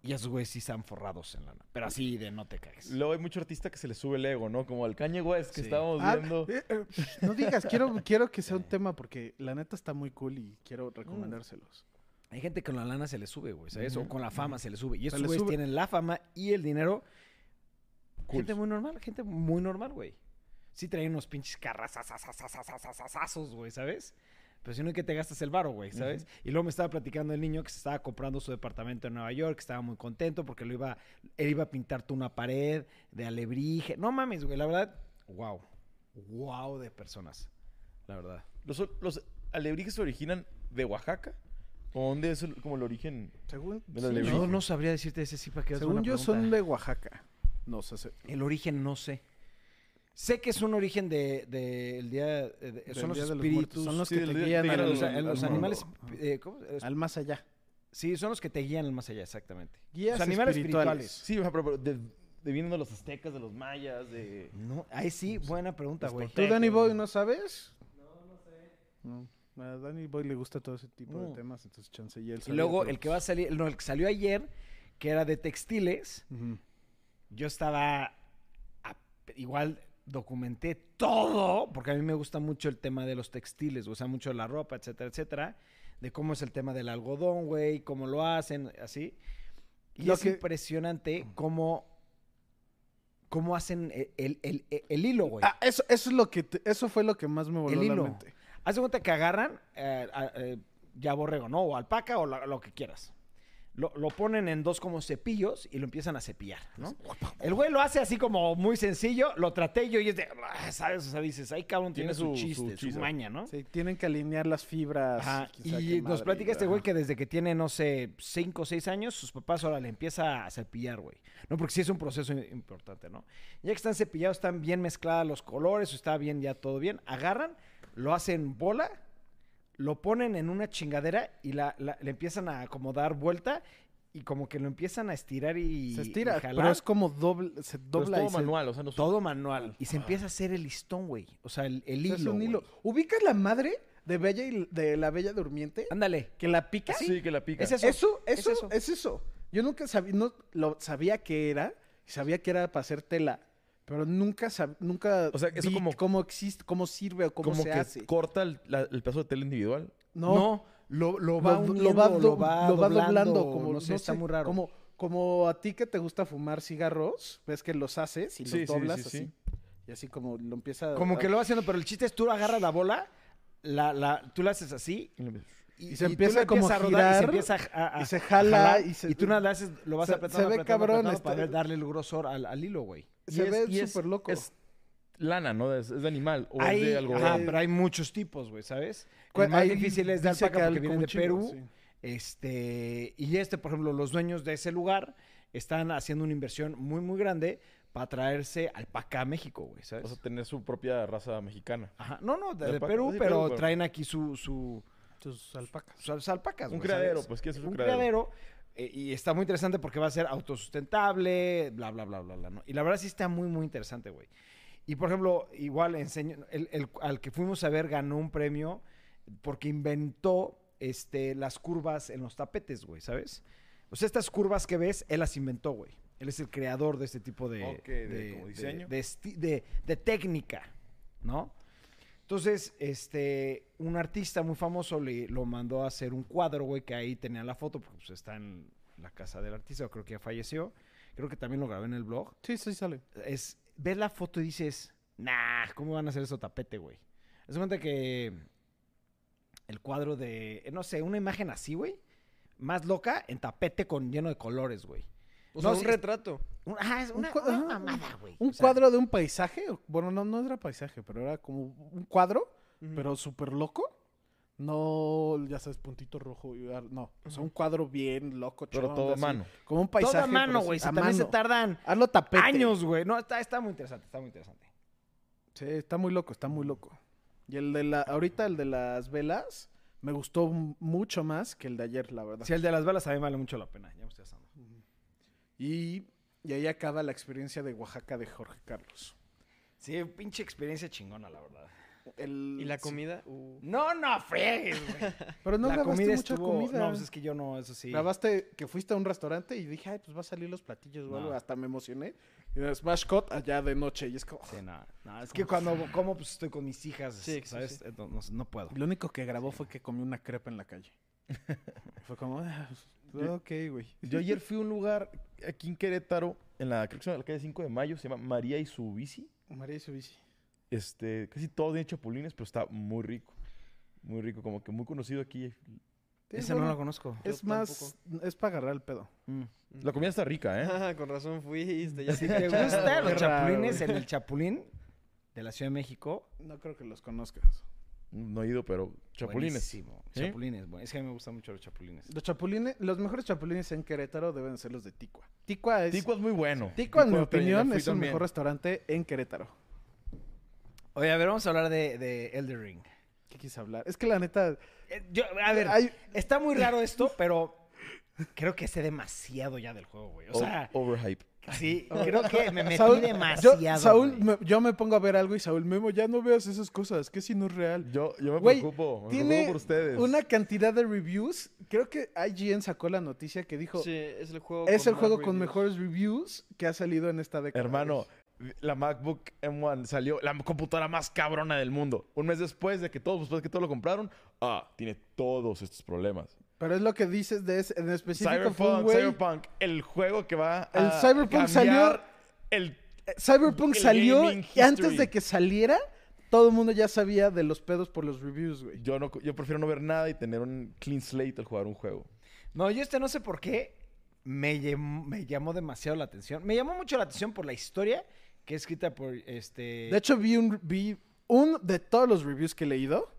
[SPEAKER 2] Y esos güeyes sí están forrados en lana, pero así de no te caes.
[SPEAKER 4] Luego hay mucho artista que se le sube el ego, ¿no? Como al Kanye West que
[SPEAKER 2] Sí.
[SPEAKER 4] estábamos
[SPEAKER 3] Ah,
[SPEAKER 4] viendo.
[SPEAKER 3] eh, eh, shh, no digas, quiero, quiero que sea un tema porque la neta está muy cool y quiero recomendárselos.
[SPEAKER 2] Hay gente que con la lana se le sube, güey, ¿sabes? O con la fama se le sube. Y esos
[SPEAKER 3] le
[SPEAKER 2] güeyes
[SPEAKER 3] sube.
[SPEAKER 2] tienen la fama y el dinero.
[SPEAKER 4] Cool.
[SPEAKER 2] Gente muy normal, gente muy normal, güey. Sí traen unos pinches carrazazazazazazazazazos, güey, ¿sabes? Pero si no, que te gastas el varo, güey, ¿sabes? Y luego me estaba platicando el niño que se estaba comprando su departamento en Nueva York, que estaba muy contento porque lo iba, él iba a pintar tú una pared de alebrije. No mames, güey, la verdad, wow. Wow de personas, la verdad.
[SPEAKER 4] Los, los alebrijes se originan de Oaxaca. ¿O dónde es el, como el origen?
[SPEAKER 3] Según,
[SPEAKER 4] De la
[SPEAKER 3] sí,
[SPEAKER 4] alebrije.
[SPEAKER 2] No,
[SPEAKER 3] ¿no?
[SPEAKER 2] no sabría decirte ese sí para que hagas
[SPEAKER 3] Según
[SPEAKER 2] buena
[SPEAKER 3] yo son
[SPEAKER 2] pregunta.
[SPEAKER 3] de Oaxaca. No sé. se-
[SPEAKER 2] El origen no sé. Sé que es un origen de, de- el día, eh, de-
[SPEAKER 3] del
[SPEAKER 2] son los
[SPEAKER 3] Día de
[SPEAKER 2] espíritus.
[SPEAKER 3] Muertos. son los
[SPEAKER 4] sí,
[SPEAKER 3] que
[SPEAKER 4] del
[SPEAKER 3] te
[SPEAKER 4] día-
[SPEAKER 3] guían
[SPEAKER 4] te
[SPEAKER 2] Pero
[SPEAKER 4] guían
[SPEAKER 3] al-
[SPEAKER 2] los,
[SPEAKER 4] al-
[SPEAKER 2] los
[SPEAKER 4] al
[SPEAKER 2] animales,
[SPEAKER 3] mundo.
[SPEAKER 2] eh, ¿cómo? Eh,
[SPEAKER 3] al más allá.
[SPEAKER 2] Sí, son los que te guían al más allá, exactamente.
[SPEAKER 3] Guías
[SPEAKER 2] Los animales
[SPEAKER 3] espirituales.
[SPEAKER 4] Sí, o sea, pero, pero de, de vienen de los aztecas, de los mayas, de...
[SPEAKER 2] No, ahí sí, buena pregunta, güey.
[SPEAKER 3] Pues, ¿Tú,
[SPEAKER 4] Teco,
[SPEAKER 3] Danny Boy,
[SPEAKER 4] güey.
[SPEAKER 3] no sabes? No, no sé. A Danny Boy le gusta todo ese tipo
[SPEAKER 2] No.
[SPEAKER 3] de temas, entonces chance. Y,
[SPEAKER 2] Mm.
[SPEAKER 3] él
[SPEAKER 2] Y
[SPEAKER 3] sabía,
[SPEAKER 2] luego
[SPEAKER 3] pero
[SPEAKER 2] el que va a
[SPEAKER 3] pues-
[SPEAKER 2] salir, no, el que salió ayer, que era de textiles,
[SPEAKER 3] Ujú.
[SPEAKER 2] yo estaba a- igual documenté todo, porque a mí me gusta mucho el tema de los textiles, o sea, mucho la ropa, etcétera, etcétera, de cómo es el tema del algodón, güey, cómo lo hacen, así. Y
[SPEAKER 3] Lo
[SPEAKER 2] es
[SPEAKER 3] que-
[SPEAKER 2] impresionante cómo, cómo hacen el, el- el- el- el hilo, güey.
[SPEAKER 3] Ah, eso, eso, es lo que te- eso fue lo que más me voló
[SPEAKER 2] El
[SPEAKER 3] la
[SPEAKER 2] hilo.
[SPEAKER 3] mente.
[SPEAKER 2] Haz de cuenta que agarran eh, a- eh, ya borrego, ¿no? O alpaca o la- lo que quieras. Lo, lo ponen en dos como cepillos y lo empiezan a cepillar, ¿no? El güey lo hace así como muy sencillo, lo traté yo y es de, ah, ¿sabes? O sea, dices, ay cabrón, tiene,
[SPEAKER 4] Tiene
[SPEAKER 2] su,
[SPEAKER 4] su- su
[SPEAKER 2] chiste, su,
[SPEAKER 4] chiste.
[SPEAKER 2] maña, ¿no?
[SPEAKER 3] Sí, tienen que alinear las fibras.
[SPEAKER 2] Ajá,
[SPEAKER 3] quién sabe
[SPEAKER 2] Y
[SPEAKER 3] qué
[SPEAKER 2] nos
[SPEAKER 3] madre,
[SPEAKER 2] platica este güey
[SPEAKER 3] ajá.
[SPEAKER 2] que desde que tiene, no sé, 5 o 6 años, sus papás ahora le empieza a cepillar, güey. No, porque sí es un proceso im- importante, ¿no? Ya que están cepillados, están bien mezclados los colores, está bien, ya todo bien. Agarran, lo hacen bola, lo ponen en una chingadera y la, la- le empiezan a como dar vuelta y como que lo empiezan a estirar y, y
[SPEAKER 3] Se estira,
[SPEAKER 2] jalar.
[SPEAKER 3] pero es como doble, se
[SPEAKER 4] Pero es
[SPEAKER 3] dobla
[SPEAKER 4] todo
[SPEAKER 3] y se-
[SPEAKER 4] manual, o sea, no...
[SPEAKER 2] todo manual. Y se empieza a hacer el listón, güey. O sea, el, el
[SPEAKER 3] o sea,
[SPEAKER 2] hilo.
[SPEAKER 3] es un hilo.
[SPEAKER 2] güey.
[SPEAKER 3] ¿Ubicas la madre de Bella y de la Bella Durmiente?
[SPEAKER 2] Ándale.
[SPEAKER 3] Que la pica.
[SPEAKER 4] Sí, que la pica.
[SPEAKER 2] Ese es-
[SPEAKER 3] Eso,
[SPEAKER 2] Es
[SPEAKER 3] eso,
[SPEAKER 2] eso.
[SPEAKER 3] es eso. Yo nunca sabía, no, lo sabía que era, y sabía que era para hacer tela, pero nunca sab- nunca
[SPEAKER 4] O sea, eso
[SPEAKER 3] vi
[SPEAKER 4] como-
[SPEAKER 3] cómo existe, cómo sirve o cómo
[SPEAKER 4] como
[SPEAKER 3] se
[SPEAKER 4] que
[SPEAKER 3] hace.
[SPEAKER 4] corta el, la- el pedazo de tela individual.
[SPEAKER 2] No.
[SPEAKER 3] No, lo, lo va
[SPEAKER 2] Lo- lo
[SPEAKER 3] hundiendo,
[SPEAKER 2] va
[SPEAKER 3] lo,
[SPEAKER 2] do-
[SPEAKER 3] va,
[SPEAKER 2] lo va
[SPEAKER 3] doblando,
[SPEAKER 2] doblando,
[SPEAKER 3] como
[SPEAKER 2] no sé, está muy raro.
[SPEAKER 3] Como, como a ti que te gusta fumar cigarros, ves que los haces y los
[SPEAKER 4] Sí, sí,
[SPEAKER 3] doblas
[SPEAKER 4] sí, sí.
[SPEAKER 3] así. Y así como lo empieza a-
[SPEAKER 2] Como
[SPEAKER 3] a-
[SPEAKER 2] que lo va haciendo, pero el chiste es tú agarras la bola, la, la, tú la haces así
[SPEAKER 3] Y se
[SPEAKER 2] tú
[SPEAKER 3] empieza
[SPEAKER 2] la
[SPEAKER 3] como
[SPEAKER 2] empiezas
[SPEAKER 3] a
[SPEAKER 2] rodar
[SPEAKER 3] girar,
[SPEAKER 2] y se empieza a, a-
[SPEAKER 3] y se
[SPEAKER 2] a
[SPEAKER 3] jala,
[SPEAKER 2] jalar,
[SPEAKER 3] y se-
[SPEAKER 2] tú nada le haces, lo vas
[SPEAKER 3] se-
[SPEAKER 2] apretando,
[SPEAKER 3] se ve
[SPEAKER 2] apretando,
[SPEAKER 3] cabrón,
[SPEAKER 2] apretando
[SPEAKER 3] está-
[SPEAKER 2] para ver- darle el grosor al, al hilo, güey.
[SPEAKER 3] Se
[SPEAKER 4] Y
[SPEAKER 3] ve
[SPEAKER 4] y
[SPEAKER 3] súper loco.
[SPEAKER 4] Es lana, ¿no? Es, es de animal o
[SPEAKER 2] Hay,
[SPEAKER 4] es de algo.
[SPEAKER 2] ajá, pero hay muchos tipos, güey, ¿sabes?
[SPEAKER 3] Cu-
[SPEAKER 2] El más
[SPEAKER 3] ahí
[SPEAKER 2] difícil es de
[SPEAKER 3] dice
[SPEAKER 2] alpaca
[SPEAKER 3] hay
[SPEAKER 2] porque vienen
[SPEAKER 3] como
[SPEAKER 2] de
[SPEAKER 3] un
[SPEAKER 2] Perú.
[SPEAKER 3] chingo, sí.
[SPEAKER 2] Este, y este, por ejemplo, los dueños de ese lugar están haciendo una inversión muy, muy grande para traerse alpaca a México, güey, ¿sabes?
[SPEAKER 4] Vas a tener su propia raza mexicana.
[SPEAKER 2] Ajá. No, no, de,
[SPEAKER 4] de
[SPEAKER 2] de
[SPEAKER 4] alpaca,
[SPEAKER 2] Perú,
[SPEAKER 4] sí,
[SPEAKER 2] pero
[SPEAKER 4] Perú, pero-
[SPEAKER 2] traen aquí su, su,
[SPEAKER 3] Tus alpacas.
[SPEAKER 2] sus alpacas,
[SPEAKER 4] Un
[SPEAKER 2] güey,
[SPEAKER 4] criadero,
[SPEAKER 2] ¿sabes?
[SPEAKER 4] pues, ¿qué es un
[SPEAKER 2] un
[SPEAKER 4] criadero?
[SPEAKER 2] criadero. eh, y está muy interesante porque va a ser autosustentable, bla, bla, bla, bla, bla. ¿no? Y la verdad sí está muy, muy interesante, güey. Y por ejemplo, igual enseñó, el, el- al que fuimos a ver ganó un premio porque inventó este, las curvas en los tapetes, güey, ¿sabes? O sea, estas curvas que ves, él las inventó, güey. Él es el creador de este tipo de...
[SPEAKER 4] Ok, de- como diseño.
[SPEAKER 2] de esti- de- de técnica, ¿no? Entonces, este, un artista muy famoso le, lo mandó a hacer un cuadro, güey, que ahí tenía la foto, porque pues, está en la casa del artista, creo que ya falleció. Creo que también lo grabé en el blog.
[SPEAKER 3] Sí, sí, sale.
[SPEAKER 2] Es, ves la foto y dices, nah, ¿cómo van a hacer eso tapete, güey? Haz de cuenta que el cuadro de, eh, no sé, una imagen así, güey, más loca, en tapete con lleno de colores, güey.
[SPEAKER 1] O
[SPEAKER 2] No,
[SPEAKER 1] sea, un
[SPEAKER 2] sí, es-
[SPEAKER 1] retrato.
[SPEAKER 2] Un- ajá, es
[SPEAKER 3] Un
[SPEAKER 2] una,
[SPEAKER 3] cua-
[SPEAKER 2] una
[SPEAKER 3] ajá, un-
[SPEAKER 2] mamada, güey.
[SPEAKER 3] ¿Un
[SPEAKER 2] O sea,
[SPEAKER 3] cuadro de un paisaje? o- Bueno, no, no era paisaje, pero era como un cuadro,
[SPEAKER 1] Ujú.
[SPEAKER 3] pero súper loco. No, ya sabes, puntito rojo. y ar- No, o sea, un cuadro bien loco.
[SPEAKER 4] Pero
[SPEAKER 3] chongo,
[SPEAKER 4] todo a
[SPEAKER 3] así,
[SPEAKER 4] mano.
[SPEAKER 3] Como un
[SPEAKER 2] Todo
[SPEAKER 3] paisaje.
[SPEAKER 2] a mano,
[SPEAKER 3] pero
[SPEAKER 2] güey.
[SPEAKER 3] sí,
[SPEAKER 2] si
[SPEAKER 3] a
[SPEAKER 2] también se
[SPEAKER 3] mano.
[SPEAKER 2] tardan
[SPEAKER 3] Hazlo tapete.
[SPEAKER 2] años, güey. No, está, está muy interesante, está muy interesante.
[SPEAKER 3] Sí, está muy loco, está muy loco. Y el de la, ahorita el de las velas, me gustó m- mucho más que el de ayer, la verdad.
[SPEAKER 2] Si el de las balas también vale mucho la pena. Ya me estoy asando.
[SPEAKER 3] Y, y ahí acaba la experiencia de Oaxaca de Jorge Carlos.
[SPEAKER 2] Sí, pinche experiencia chingona, la verdad.
[SPEAKER 3] El-
[SPEAKER 1] Y la
[SPEAKER 3] sí.
[SPEAKER 1] comida. uh.
[SPEAKER 2] No, no friegues, güey.
[SPEAKER 3] Pero no
[SPEAKER 2] la
[SPEAKER 3] grabaste
[SPEAKER 2] comida
[SPEAKER 3] mucha
[SPEAKER 2] estuvo...
[SPEAKER 3] comida.
[SPEAKER 2] No, pues es que yo no, eso sí.
[SPEAKER 3] Grabaste que fuiste a un restaurante y dije, ay, pues va a salir los platillos o
[SPEAKER 2] No.
[SPEAKER 3] algo. Hasta me emocioné. Y de Smash Cut allá de noche. Y es como.
[SPEAKER 2] Sí, no, no, es que cuando como, pues estoy con mis hijas,
[SPEAKER 1] Sí, sí,
[SPEAKER 2] ¿sabes?
[SPEAKER 1] sí.
[SPEAKER 2] Entonces, no puedo.
[SPEAKER 3] "Ah". Lo único que grabó fue que comí una crepa en la calle. fue como, ah,
[SPEAKER 4] Yo-
[SPEAKER 3] ok, güey.
[SPEAKER 4] Yo ayer fui a un lugar aquí en Querétaro, en la, creo que se llama la calle 5 de Mayo, se llama María y su bici.
[SPEAKER 3] María y su bici.
[SPEAKER 4] Este, casi todos tienen chapulines, pero está muy rico. Muy rico, como que muy conocido aquí.
[SPEAKER 3] Sí,
[SPEAKER 2] Esa no
[SPEAKER 3] bueno,
[SPEAKER 2] la conozco.
[SPEAKER 3] Es
[SPEAKER 1] Yo
[SPEAKER 3] más, es para agarrar el pedo.
[SPEAKER 4] La comida está rica, ¿eh?
[SPEAKER 1] Ah, con razón fuiste. Ya
[SPEAKER 2] Si
[SPEAKER 1] te
[SPEAKER 2] Mm. te gustan los
[SPEAKER 3] Qué raro,
[SPEAKER 2] chapulines
[SPEAKER 3] güey.
[SPEAKER 2] en el chapulín de la Ciudad de México,
[SPEAKER 3] No creo que los conozcas.
[SPEAKER 4] No he ido, pero chapulines.
[SPEAKER 2] buenísimo.
[SPEAKER 4] ¿Sí?
[SPEAKER 2] Chapulines, bueno, es que a mí me gustan mucho los chapulines.
[SPEAKER 3] Los chapulines, los mejores chapulines en Querétaro deben ser los de Ticua. Ticua es.
[SPEAKER 4] Tico es muy bueno.
[SPEAKER 3] Ticua, en mi
[SPEAKER 4] Ticua, pero yo
[SPEAKER 3] opinión,
[SPEAKER 4] fui
[SPEAKER 3] es el
[SPEAKER 4] también.
[SPEAKER 3] mejor restaurante en Querétaro.
[SPEAKER 2] Oye, a ver, vamos a hablar de, de Elder Ring.
[SPEAKER 3] ¿Qué quise hablar? Es que la neta.
[SPEAKER 2] Eh, Yo, a ver,
[SPEAKER 3] hay-
[SPEAKER 2] está muy raro esto, pero creo que sé demasiado ya del juego, güey. O
[SPEAKER 4] O-
[SPEAKER 2] sea,
[SPEAKER 4] overhype.
[SPEAKER 2] sí, creo que me metí
[SPEAKER 3] Saúl-
[SPEAKER 2] demasiado.
[SPEAKER 3] Yo, Saúl,
[SPEAKER 2] güey.
[SPEAKER 3] me- yo me pongo a ver algo y Saúl, Memo, ya no veas esas cosas, que si no es real.
[SPEAKER 4] Yo, yo me
[SPEAKER 3] Güey,
[SPEAKER 4] preocupo. Me
[SPEAKER 3] tiene
[SPEAKER 4] preocupo por ustedes.
[SPEAKER 3] Una cantidad de reviews, creo que IGN sacó la noticia que dijo,
[SPEAKER 1] Sí, es el juego.
[SPEAKER 3] es el
[SPEAKER 1] más
[SPEAKER 3] juego con
[SPEAKER 1] reviews.
[SPEAKER 3] mejores reviews que ha salido en esta década.
[SPEAKER 4] Hermano, la MacBook M1 salió, la computadora más cabrona del mundo. Un mes después de que todos, después de que todos lo compraron, ah, tiene todos estos problemas.
[SPEAKER 3] Pero es lo que dices de ese, en específico fue un
[SPEAKER 4] Cyberpunk,
[SPEAKER 3] güey-
[SPEAKER 4] Cyberpunk, el juego que va a
[SPEAKER 3] El Cyberpunk
[SPEAKER 4] cambiar
[SPEAKER 3] salió-
[SPEAKER 4] el
[SPEAKER 3] Eh, Cyberpunk
[SPEAKER 4] el
[SPEAKER 3] salió
[SPEAKER 4] gaming
[SPEAKER 3] y antes
[SPEAKER 4] history.
[SPEAKER 3] de que saliera, todo el mundo ya sabía de los pedos por los reviews, güey.
[SPEAKER 4] yo no yo prefiero no ver nada y tener un clean slate al jugar un juego.
[SPEAKER 2] No, yo este no sé por qué me llamó, me llamó demasiado la atención. Me llamó mucho la atención por la historia que es escrita por este.
[SPEAKER 3] De hecho, vi un, vi un de todos los reviews que he leído,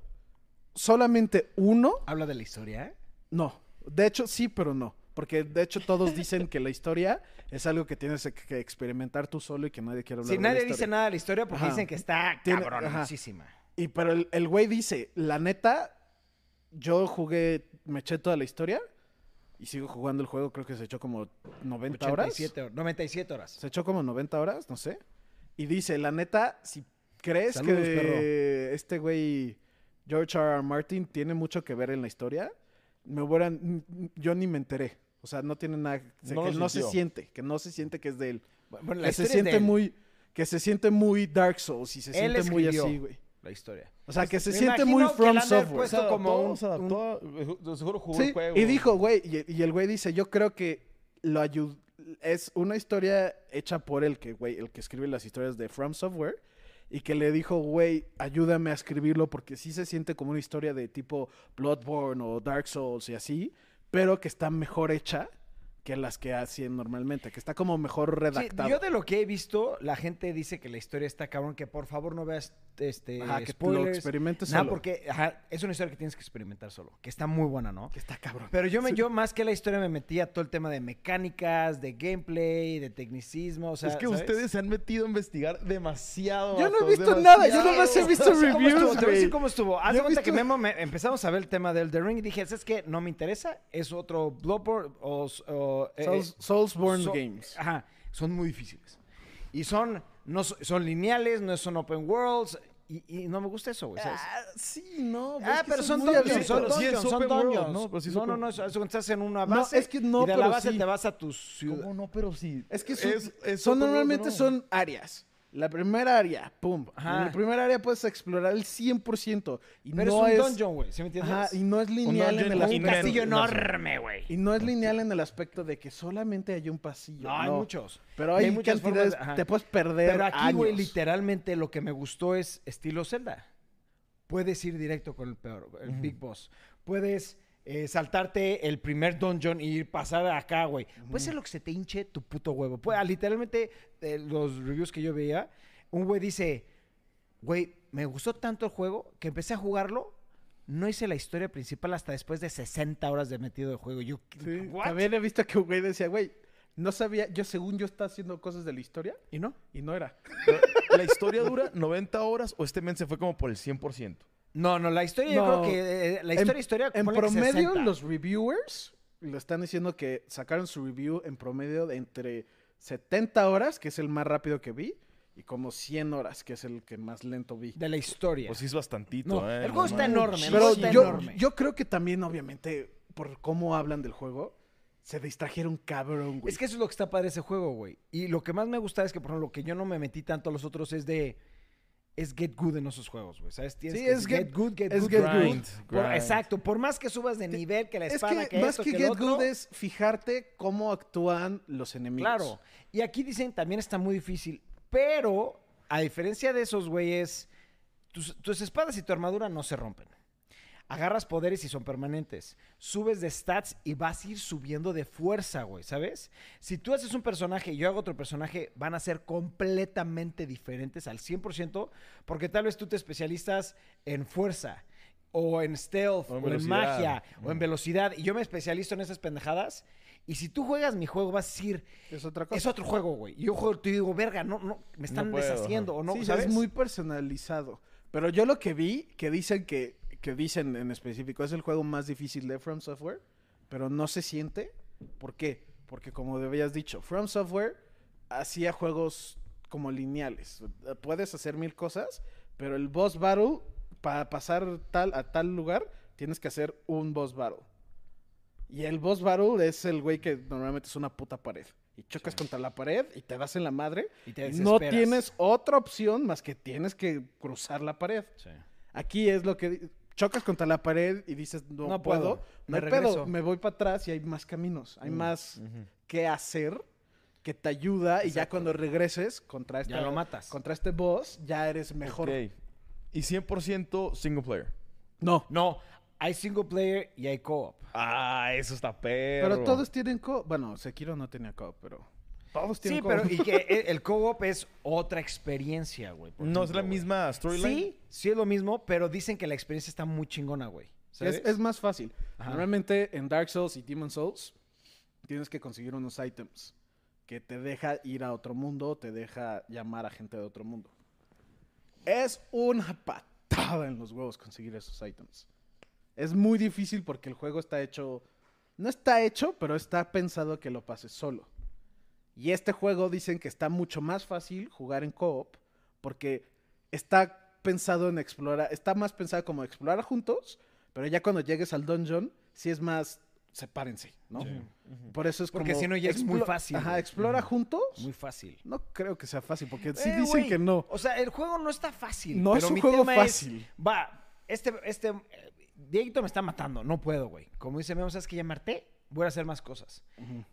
[SPEAKER 3] solamente uno
[SPEAKER 2] habla de la historia.
[SPEAKER 3] No. De hecho, sí, pero no. Porque de hecho todos dicen que la historia es algo que tienes que- que experimentar tú solo y que nadie quiere hablar
[SPEAKER 2] Sí,
[SPEAKER 3] de la
[SPEAKER 2] nadie
[SPEAKER 3] historia.
[SPEAKER 2] dice nada de la historia porque
[SPEAKER 3] Ajá.
[SPEAKER 2] dicen que está
[SPEAKER 3] Tiene-
[SPEAKER 2] cabronísima.
[SPEAKER 3] Y pero el, el güey dice, la neta, yo jugué, me eché toda la historia y sigo jugando el juego, creo que se echó como 90 horas.
[SPEAKER 2] 87 horas. 97 horas.
[SPEAKER 3] Se echó como 90 horas, no sé. Y dice, la neta, si crees
[SPEAKER 2] Saludos,
[SPEAKER 3] que
[SPEAKER 2] perro.
[SPEAKER 3] este güey George R. R. Martin tiene mucho que ver en la historia, me hubieran, yo ni me enteré. O sea, no tiene nada, se-
[SPEAKER 4] No lo
[SPEAKER 3] que no se
[SPEAKER 4] sintió.
[SPEAKER 3] siente, que no se siente que es de él.
[SPEAKER 2] Bueno,
[SPEAKER 3] que
[SPEAKER 2] historia
[SPEAKER 3] se
[SPEAKER 2] es de
[SPEAKER 3] siente
[SPEAKER 2] él.
[SPEAKER 3] muy, que se siente muy Dark Souls y se
[SPEAKER 2] Él
[SPEAKER 3] siente muy
[SPEAKER 2] escribió.
[SPEAKER 3] así, güey.
[SPEAKER 2] la historia.
[SPEAKER 3] O sea, que se
[SPEAKER 2] Me
[SPEAKER 3] siente
[SPEAKER 2] imagino
[SPEAKER 3] muy
[SPEAKER 2] que
[SPEAKER 3] From
[SPEAKER 2] la pues, han de haber
[SPEAKER 3] Software.
[SPEAKER 2] puesto como un-
[SPEAKER 4] se
[SPEAKER 2] un-
[SPEAKER 4] adaptó, de seguro jugó
[SPEAKER 3] Sí,
[SPEAKER 4] el juego.
[SPEAKER 3] y dijo, güey, y, y el güey dice, yo creo que lo ayu- es una historia hecha por el que, güey, el que escribe las historias de From Software, y que le dijo, güey, ayúdame a escribirlo porque sí se siente como una historia de tipo Bloodborne o Dark Souls y así, pero que está mejor hecha que las que hacen normalmente, que está como mejor
[SPEAKER 2] Sí,
[SPEAKER 3] redactado.
[SPEAKER 2] yo de lo que he visto, la gente dice que la historia está cabrón, que por favor no veas este
[SPEAKER 3] Ajá, que lo
[SPEAKER 2] spoilers.
[SPEAKER 3] experimentes
[SPEAKER 2] Nah,
[SPEAKER 3] solo.
[SPEAKER 2] porque ajá, es una historia que tienes que experimentar solo, que está muy buena, ¿no?
[SPEAKER 3] Que está cabrón.
[SPEAKER 2] Pero yo, me, yo más que la historia me metí a todo el tema de mecánicas, de gameplay, de tecnicismo, o sea,
[SPEAKER 4] es que
[SPEAKER 2] ¿sabes?
[SPEAKER 4] ustedes se han metido a investigar demasiado.
[SPEAKER 3] Yo no he
[SPEAKER 4] vatos,
[SPEAKER 3] visto nada, yo
[SPEAKER 4] demasiado.
[SPEAKER 3] nomás he visto
[SPEAKER 2] ¿Cómo estuvo?
[SPEAKER 3] reviews,
[SPEAKER 2] Te voy a decir
[SPEAKER 3] güey.
[SPEAKER 2] cómo estuvo. Haz
[SPEAKER 3] Yo
[SPEAKER 2] de
[SPEAKER 3] he
[SPEAKER 2] cuenta que
[SPEAKER 3] visto-
[SPEAKER 2] Memo me- empezamos a ver el tema del The Ring y dije, es que no me interesa, es otro Bloodborne o... o, eh,
[SPEAKER 3] Souls- Soulsborne
[SPEAKER 2] so-
[SPEAKER 3] Games.
[SPEAKER 2] Ajá, son muy difíciles. Y son, no, so- son lineales, no son open worlds, y, y no me gusta eso, güey, ¿sabes?
[SPEAKER 3] Ah, sí, no. güey,
[SPEAKER 2] Ah,
[SPEAKER 3] es que
[SPEAKER 2] pero
[SPEAKER 3] es
[SPEAKER 2] son
[SPEAKER 3] muy
[SPEAKER 2] dungeons,
[SPEAKER 3] abierto.
[SPEAKER 2] son
[SPEAKER 4] pero sí es
[SPEAKER 2] dungeons, son
[SPEAKER 4] open world,
[SPEAKER 2] dungeons.
[SPEAKER 4] ¿no? Pero sí es
[SPEAKER 2] No, no,
[SPEAKER 4] open-
[SPEAKER 2] no, es- es cuando estás en una
[SPEAKER 3] No,
[SPEAKER 2] base
[SPEAKER 3] es que no,
[SPEAKER 2] y de la
[SPEAKER 3] pero
[SPEAKER 2] base
[SPEAKER 3] sí.
[SPEAKER 2] te vas a tu ciudad.
[SPEAKER 4] ¿Cómo no? Pero sí.
[SPEAKER 3] Es que son,
[SPEAKER 4] es
[SPEAKER 3] son
[SPEAKER 4] otro rollo,
[SPEAKER 3] normalmente
[SPEAKER 4] ¿no?
[SPEAKER 3] son áreas. La primera área, pum.
[SPEAKER 2] Ajá.
[SPEAKER 3] En la primera área puedes explorar el 100%. Y
[SPEAKER 2] Pero
[SPEAKER 3] no
[SPEAKER 2] es un
[SPEAKER 3] es,
[SPEAKER 2] dungeon, güey, ¿sí me entiendes?
[SPEAKER 3] Ajá, y no es lineal en
[SPEAKER 4] dungeon
[SPEAKER 3] el
[SPEAKER 4] con
[SPEAKER 2] un
[SPEAKER 4] inmenso,
[SPEAKER 2] castillo
[SPEAKER 3] aspecto.
[SPEAKER 4] inmenso.
[SPEAKER 2] enorme, güey.
[SPEAKER 3] Y no es lineal en el aspecto de que solamente hay un pasillo.
[SPEAKER 2] No, hay muchos.
[SPEAKER 3] Pero
[SPEAKER 2] Y
[SPEAKER 3] hay,
[SPEAKER 2] hay muchas
[SPEAKER 3] cantidades,
[SPEAKER 2] formas de- ajá.
[SPEAKER 3] te puedes perder.
[SPEAKER 2] Pero aquí, güey,
[SPEAKER 3] años.
[SPEAKER 2] literalmente lo que me gustó es estilo Zelda. Puedes ir directo con el peor, el Big Boss. Puedes eh, saltarte el primer dungeon y ir pasar acá, güey. Puede ser lo que se te hinche tu puto huevo. Pues, ah, literalmente, eh, los reviews que yo veía, un güey dice, güey, me gustó tanto el juego que empecé a jugarlo. No hice la historia principal hasta después de 60 horas de metido de juego. Yo,
[SPEAKER 3] Sí,
[SPEAKER 2] ¿what?
[SPEAKER 3] También he visto que un güey decía, güey, no sabía, yo según yo estaba haciendo cosas de la historia
[SPEAKER 2] ¿Y no?
[SPEAKER 3] y no era.
[SPEAKER 4] ¿La historia dura 90 horas o este men se fue como por el 100%?
[SPEAKER 2] No, no, la historia yo
[SPEAKER 3] No.
[SPEAKER 2] creo que... eh, la historia,
[SPEAKER 3] en,
[SPEAKER 2] historia...
[SPEAKER 3] en
[SPEAKER 2] ponle que
[SPEAKER 3] promedio,
[SPEAKER 2] 60.
[SPEAKER 3] los reviewers lo están diciendo que sacaron su review en promedio de entre 70 horas, que es el más rápido que vi, y como 100 horas, que es el que más lento vi.
[SPEAKER 2] De la historia.
[SPEAKER 4] Pues sí es bastantito,
[SPEAKER 2] No,
[SPEAKER 4] ¿eh?
[SPEAKER 2] el juego está
[SPEAKER 4] mames.
[SPEAKER 2] enorme, el
[SPEAKER 3] Pero
[SPEAKER 2] juego está
[SPEAKER 3] yo,
[SPEAKER 2] enorme.
[SPEAKER 3] yo creo que también, obviamente, por cómo hablan del juego, se distrajeron cabrón, güey.
[SPEAKER 2] Es que eso es lo que está padre de ese juego, güey. Y lo que más me gusta es que, por ejemplo, lo que yo no me metí tanto a los otros es de. Es get good en esos juegos, güey. ¿Sabes? Tienes
[SPEAKER 3] Sí,
[SPEAKER 2] que
[SPEAKER 3] es get-
[SPEAKER 2] good, get
[SPEAKER 3] es
[SPEAKER 2] good.
[SPEAKER 3] get
[SPEAKER 2] grind.
[SPEAKER 4] good.
[SPEAKER 2] Por-
[SPEAKER 4] Grind.
[SPEAKER 2] exacto. Por más que subas de nivel, que la
[SPEAKER 3] Es
[SPEAKER 2] espada, que,
[SPEAKER 3] que más
[SPEAKER 2] esto,
[SPEAKER 3] que,
[SPEAKER 2] que
[SPEAKER 3] Get
[SPEAKER 2] lo otro,
[SPEAKER 3] Good es fijarte cómo actúan los enemigos.
[SPEAKER 2] Claro. Y aquí dicen también está muy difícil. Pero, a diferencia de esos güeyes, tus, tus espadas y tu armadura no se rompen. Agarras poderes y son permanentes. Subes de stats y vas a ir subiendo de fuerza, güey, ¿sabes? Si tú haces un personaje y yo hago otro personaje, van a ser completamente diferentes al 100%, porque tal vez tú te especializas en fuerza, o en stealth,
[SPEAKER 4] O
[SPEAKER 2] o
[SPEAKER 4] en
[SPEAKER 2] en,
[SPEAKER 4] velocidad.
[SPEAKER 2] magia, o en
[SPEAKER 4] Mm.
[SPEAKER 2] velocidad, y yo me especializo en esas pendejadas, y si tú juegas mi juego, vas a decir,
[SPEAKER 3] Es otra cosa.
[SPEAKER 2] es otro juego, güey. Y Yo juego y digo, verga, no, no, me están
[SPEAKER 4] puedo,
[SPEAKER 2] deshaciendo o no,
[SPEAKER 3] Sí,
[SPEAKER 2] ¿sabes?
[SPEAKER 3] es muy personalizado. Pero yo lo que vi, que dicen que, que dicen en específico, es el juego más difícil de From Software, pero no se siente. ¿Por qué? Porque como habías dicho, From Software hacía juegos como lineales. Puedes hacer mil cosas, pero el boss battle, para pasar tal a tal lugar, tienes que hacer un boss battle. Y el boss battle es el güey que normalmente es una puta pared. Y chocas contra la pared y te das en la madre
[SPEAKER 2] Y te
[SPEAKER 3] no
[SPEAKER 2] desesperas.
[SPEAKER 3] tienes otra opción más que tienes que cruzar la pared.
[SPEAKER 2] Sí.
[SPEAKER 3] Aquí es lo que di- chocas contra la pared y dices, no,
[SPEAKER 2] No puedo,
[SPEAKER 3] puedo,
[SPEAKER 2] me
[SPEAKER 3] no hay
[SPEAKER 2] regreso". Mm,
[SPEAKER 3] pedo, me voy para atrás y hay más caminos, hay más
[SPEAKER 4] Ujú.
[SPEAKER 3] que hacer que te ayuda y ya cuando regreses contra este,
[SPEAKER 2] Ya lo matas.
[SPEAKER 3] contra este boss ya eres mejor.
[SPEAKER 4] Ok. Y 100% single player.
[SPEAKER 3] No,
[SPEAKER 2] No, hay single player y hay co-op.
[SPEAKER 4] Ah, eso está perro.
[SPEAKER 3] pero todos tienen co, bueno, Sekiro no tenía co, pero todos tienen
[SPEAKER 2] Sí,
[SPEAKER 3] co.
[SPEAKER 2] pero y que e- el co-op es otra experiencia, güey. por
[SPEAKER 4] No es
[SPEAKER 2] ejemplo,
[SPEAKER 4] la
[SPEAKER 2] güey.
[SPEAKER 4] misma storyline.
[SPEAKER 2] Sí, sí es lo mismo, pero dicen que la experiencia está muy chingona, güey. ¿Sabes?
[SPEAKER 3] Es, es más fácil.
[SPEAKER 2] Ajá.
[SPEAKER 3] Normalmente en Dark Souls y Demon Souls tienes que conseguir unos ítems que te deja ir a otro mundo, te deja llamar a gente de otro mundo. Es una patada en los huevos conseguir esos ítems. Es muy difícil porque el juego está hecho... No está hecho, pero está pensado que lo pases solo. Y este juego dicen que está mucho más fácil jugar en co-op porque está pensado en explorar, está más pensado como explorar juntos, pero ya cuando llegues al dungeon, sí es más sepárense, ¿no?
[SPEAKER 4] Sí.
[SPEAKER 3] Por eso es
[SPEAKER 2] Porque
[SPEAKER 3] como...
[SPEAKER 2] si no ya es muy
[SPEAKER 3] explo-
[SPEAKER 2] fácil,
[SPEAKER 3] Ajá,
[SPEAKER 2] güey.
[SPEAKER 3] ¿explora juntos?
[SPEAKER 2] Muy fácil.
[SPEAKER 3] No creo que sea fácil, porque sí
[SPEAKER 2] Eh,
[SPEAKER 3] dicen
[SPEAKER 2] güey,
[SPEAKER 3] que no.
[SPEAKER 2] O sea, el juego no está fácil.
[SPEAKER 3] No
[SPEAKER 2] pero
[SPEAKER 3] es un
[SPEAKER 2] mi
[SPEAKER 3] juego
[SPEAKER 2] tema
[SPEAKER 3] fácil.
[SPEAKER 2] va, este, este, eh, Dieguito me está matando, no puedo, güey. Como dice Memo, ¿sabes que ya me harté? Voy a hacer más cosas.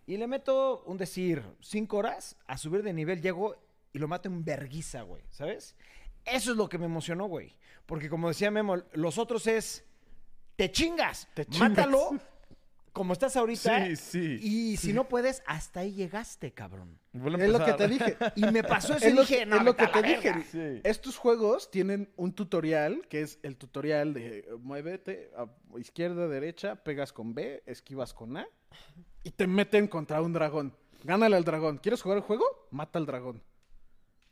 [SPEAKER 2] Y le meto, un decir, cinco horas, a subir de nivel llego y lo mato en verguiza, güey, ¿sabes? Eso es lo que me emocionó, güey. Porque como decía Memo, los otros es, te chingas,
[SPEAKER 3] Te chingas.
[SPEAKER 2] mátalo como estás ahorita.
[SPEAKER 4] Sí, sí.
[SPEAKER 2] Y si no puedes, hasta ahí llegaste, cabrón.
[SPEAKER 4] Vuelve a
[SPEAKER 3] Es lo que te
[SPEAKER 4] empezar.
[SPEAKER 3] dije.
[SPEAKER 2] Y me pasó eso
[SPEAKER 3] Es
[SPEAKER 2] y
[SPEAKER 3] lo
[SPEAKER 2] dije,
[SPEAKER 3] que-
[SPEAKER 2] no,
[SPEAKER 3] es lo
[SPEAKER 2] vete
[SPEAKER 3] que
[SPEAKER 2] a la
[SPEAKER 3] te dije.
[SPEAKER 2] verga".
[SPEAKER 4] Sí.
[SPEAKER 3] Estos juegos tienen un tutorial, que es el tutorial de eh, muévete a izquierda, derecha, pegas con B, esquivas con A, y te meten contra un dragón. Gánale al dragón. ¿Quieres jugar el juego? Mata al dragón.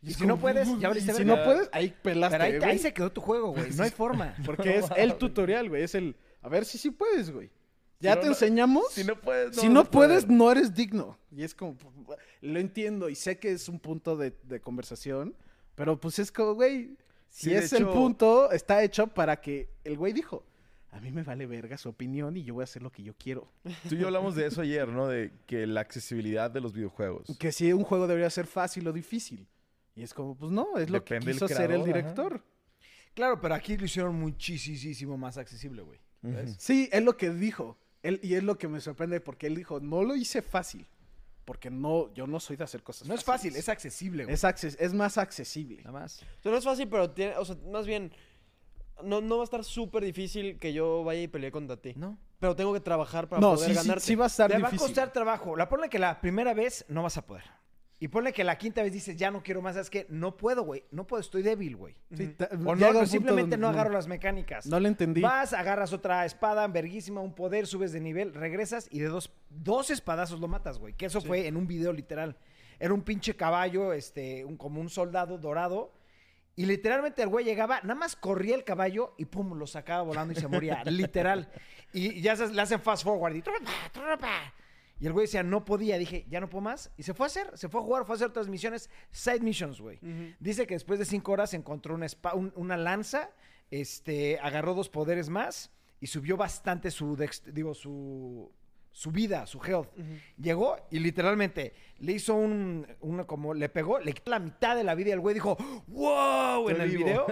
[SPEAKER 2] Y
[SPEAKER 3] es
[SPEAKER 2] si no
[SPEAKER 3] como,
[SPEAKER 2] puedes, ya
[SPEAKER 3] "Uy,
[SPEAKER 2] valiste
[SPEAKER 3] Si
[SPEAKER 2] verga".
[SPEAKER 3] no puedes, ahí pelaste.
[SPEAKER 2] Pero ahí,
[SPEAKER 3] güey.
[SPEAKER 2] ahí se quedó tu juego, güey. No hay forma.
[SPEAKER 3] Porque es el tutorial, güey. Es el, a ver si sí puedes, güey. Ya
[SPEAKER 4] no,
[SPEAKER 3] te
[SPEAKER 4] no-
[SPEAKER 3] enseñamos.
[SPEAKER 4] pues, Si no puedes,
[SPEAKER 3] si
[SPEAKER 4] vas
[SPEAKER 3] no
[SPEAKER 4] a poder.
[SPEAKER 3] puedes, no eres digno. Y es como, lo entiendo y sé que es un punto de, de conversación, pero pues es como, güey, si
[SPEAKER 4] Sí, de
[SPEAKER 3] es el
[SPEAKER 4] hecho-
[SPEAKER 3] punto, está hecho para que el güey dijo, a mí me vale verga su opinión y yo voy a hacer lo que yo quiero.
[SPEAKER 4] Tú y yo hablamos de eso ayer, ¿no? De que la accesibilidad de los videojuegos.
[SPEAKER 3] Que si un juego debería ser fácil o difícil. Y es como, pues no, es lo
[SPEAKER 4] Depende
[SPEAKER 3] que
[SPEAKER 4] del
[SPEAKER 3] quiso hacer el
[SPEAKER 4] creador, ajá.
[SPEAKER 3] director.
[SPEAKER 2] Claro, pero aquí lo hicieron muchísimo más accesible, güey.
[SPEAKER 4] ¿Ves?
[SPEAKER 3] Sí, es lo que dijo. Él, y es lo que me sorprende porque él dijo, no lo hice fácil. Porque no, yo no soy de hacer cosas
[SPEAKER 2] No es fácil,
[SPEAKER 3] fáciles.
[SPEAKER 2] es accesible, güey.
[SPEAKER 3] es, acces- es más accesible.
[SPEAKER 2] Nada más.
[SPEAKER 1] O sea, no es fácil, pero tiene, o sea, más bien, no, no va a estar súper difícil que yo vaya y pelee contra ti.
[SPEAKER 2] No.
[SPEAKER 1] Pero tengo que trabajar para
[SPEAKER 3] no,
[SPEAKER 1] poder
[SPEAKER 3] sí, sí,
[SPEAKER 1] ganarte.
[SPEAKER 3] sí va a estar
[SPEAKER 2] Te va a
[SPEAKER 3] difícil.
[SPEAKER 2] costar trabajo. La ponle que la primera vez no vas a poder. Y ponle que la quinta vez dices, ya no quiero más. Es que no puedo, güey. No puedo, estoy débil, güey.
[SPEAKER 3] Sí, ta-
[SPEAKER 2] O
[SPEAKER 3] llega
[SPEAKER 2] no, pues,
[SPEAKER 3] un punto
[SPEAKER 2] simplemente
[SPEAKER 3] donde
[SPEAKER 2] no agarro las mecánicas.
[SPEAKER 3] No lo entendí.
[SPEAKER 2] Vas, agarras otra espada, verguísima, un poder, subes de nivel, regresas y de dos, dos espadazos lo matas, güey. Que eso fue en un video literal. Era un pinche caballo, este, un, como un soldado dorado. Y literalmente el güey llegaba, nada más corría el caballo y pum, lo sacaba volando y se moría, literal. Y ya se, le hacen fast forward y tropa, tropa. Y el güey decía, no podía. Dije, ya no puedo más. Y se fue a hacer, se fue a jugar, fue a hacer transmisiones, side missions, güey.
[SPEAKER 1] Ujú.
[SPEAKER 2] Dice que después de cinco horas encontró una, espa- un- una lanza, este, agarró dos poderes más y subió bastante su, dex- digo, su, su vida, su health. Llegó y literalmente le hizo un, una como, le pegó, le quitó la mitad de la vida y el güey dijo, wow, en
[SPEAKER 4] Estoy
[SPEAKER 2] el
[SPEAKER 4] vivo.
[SPEAKER 2] video.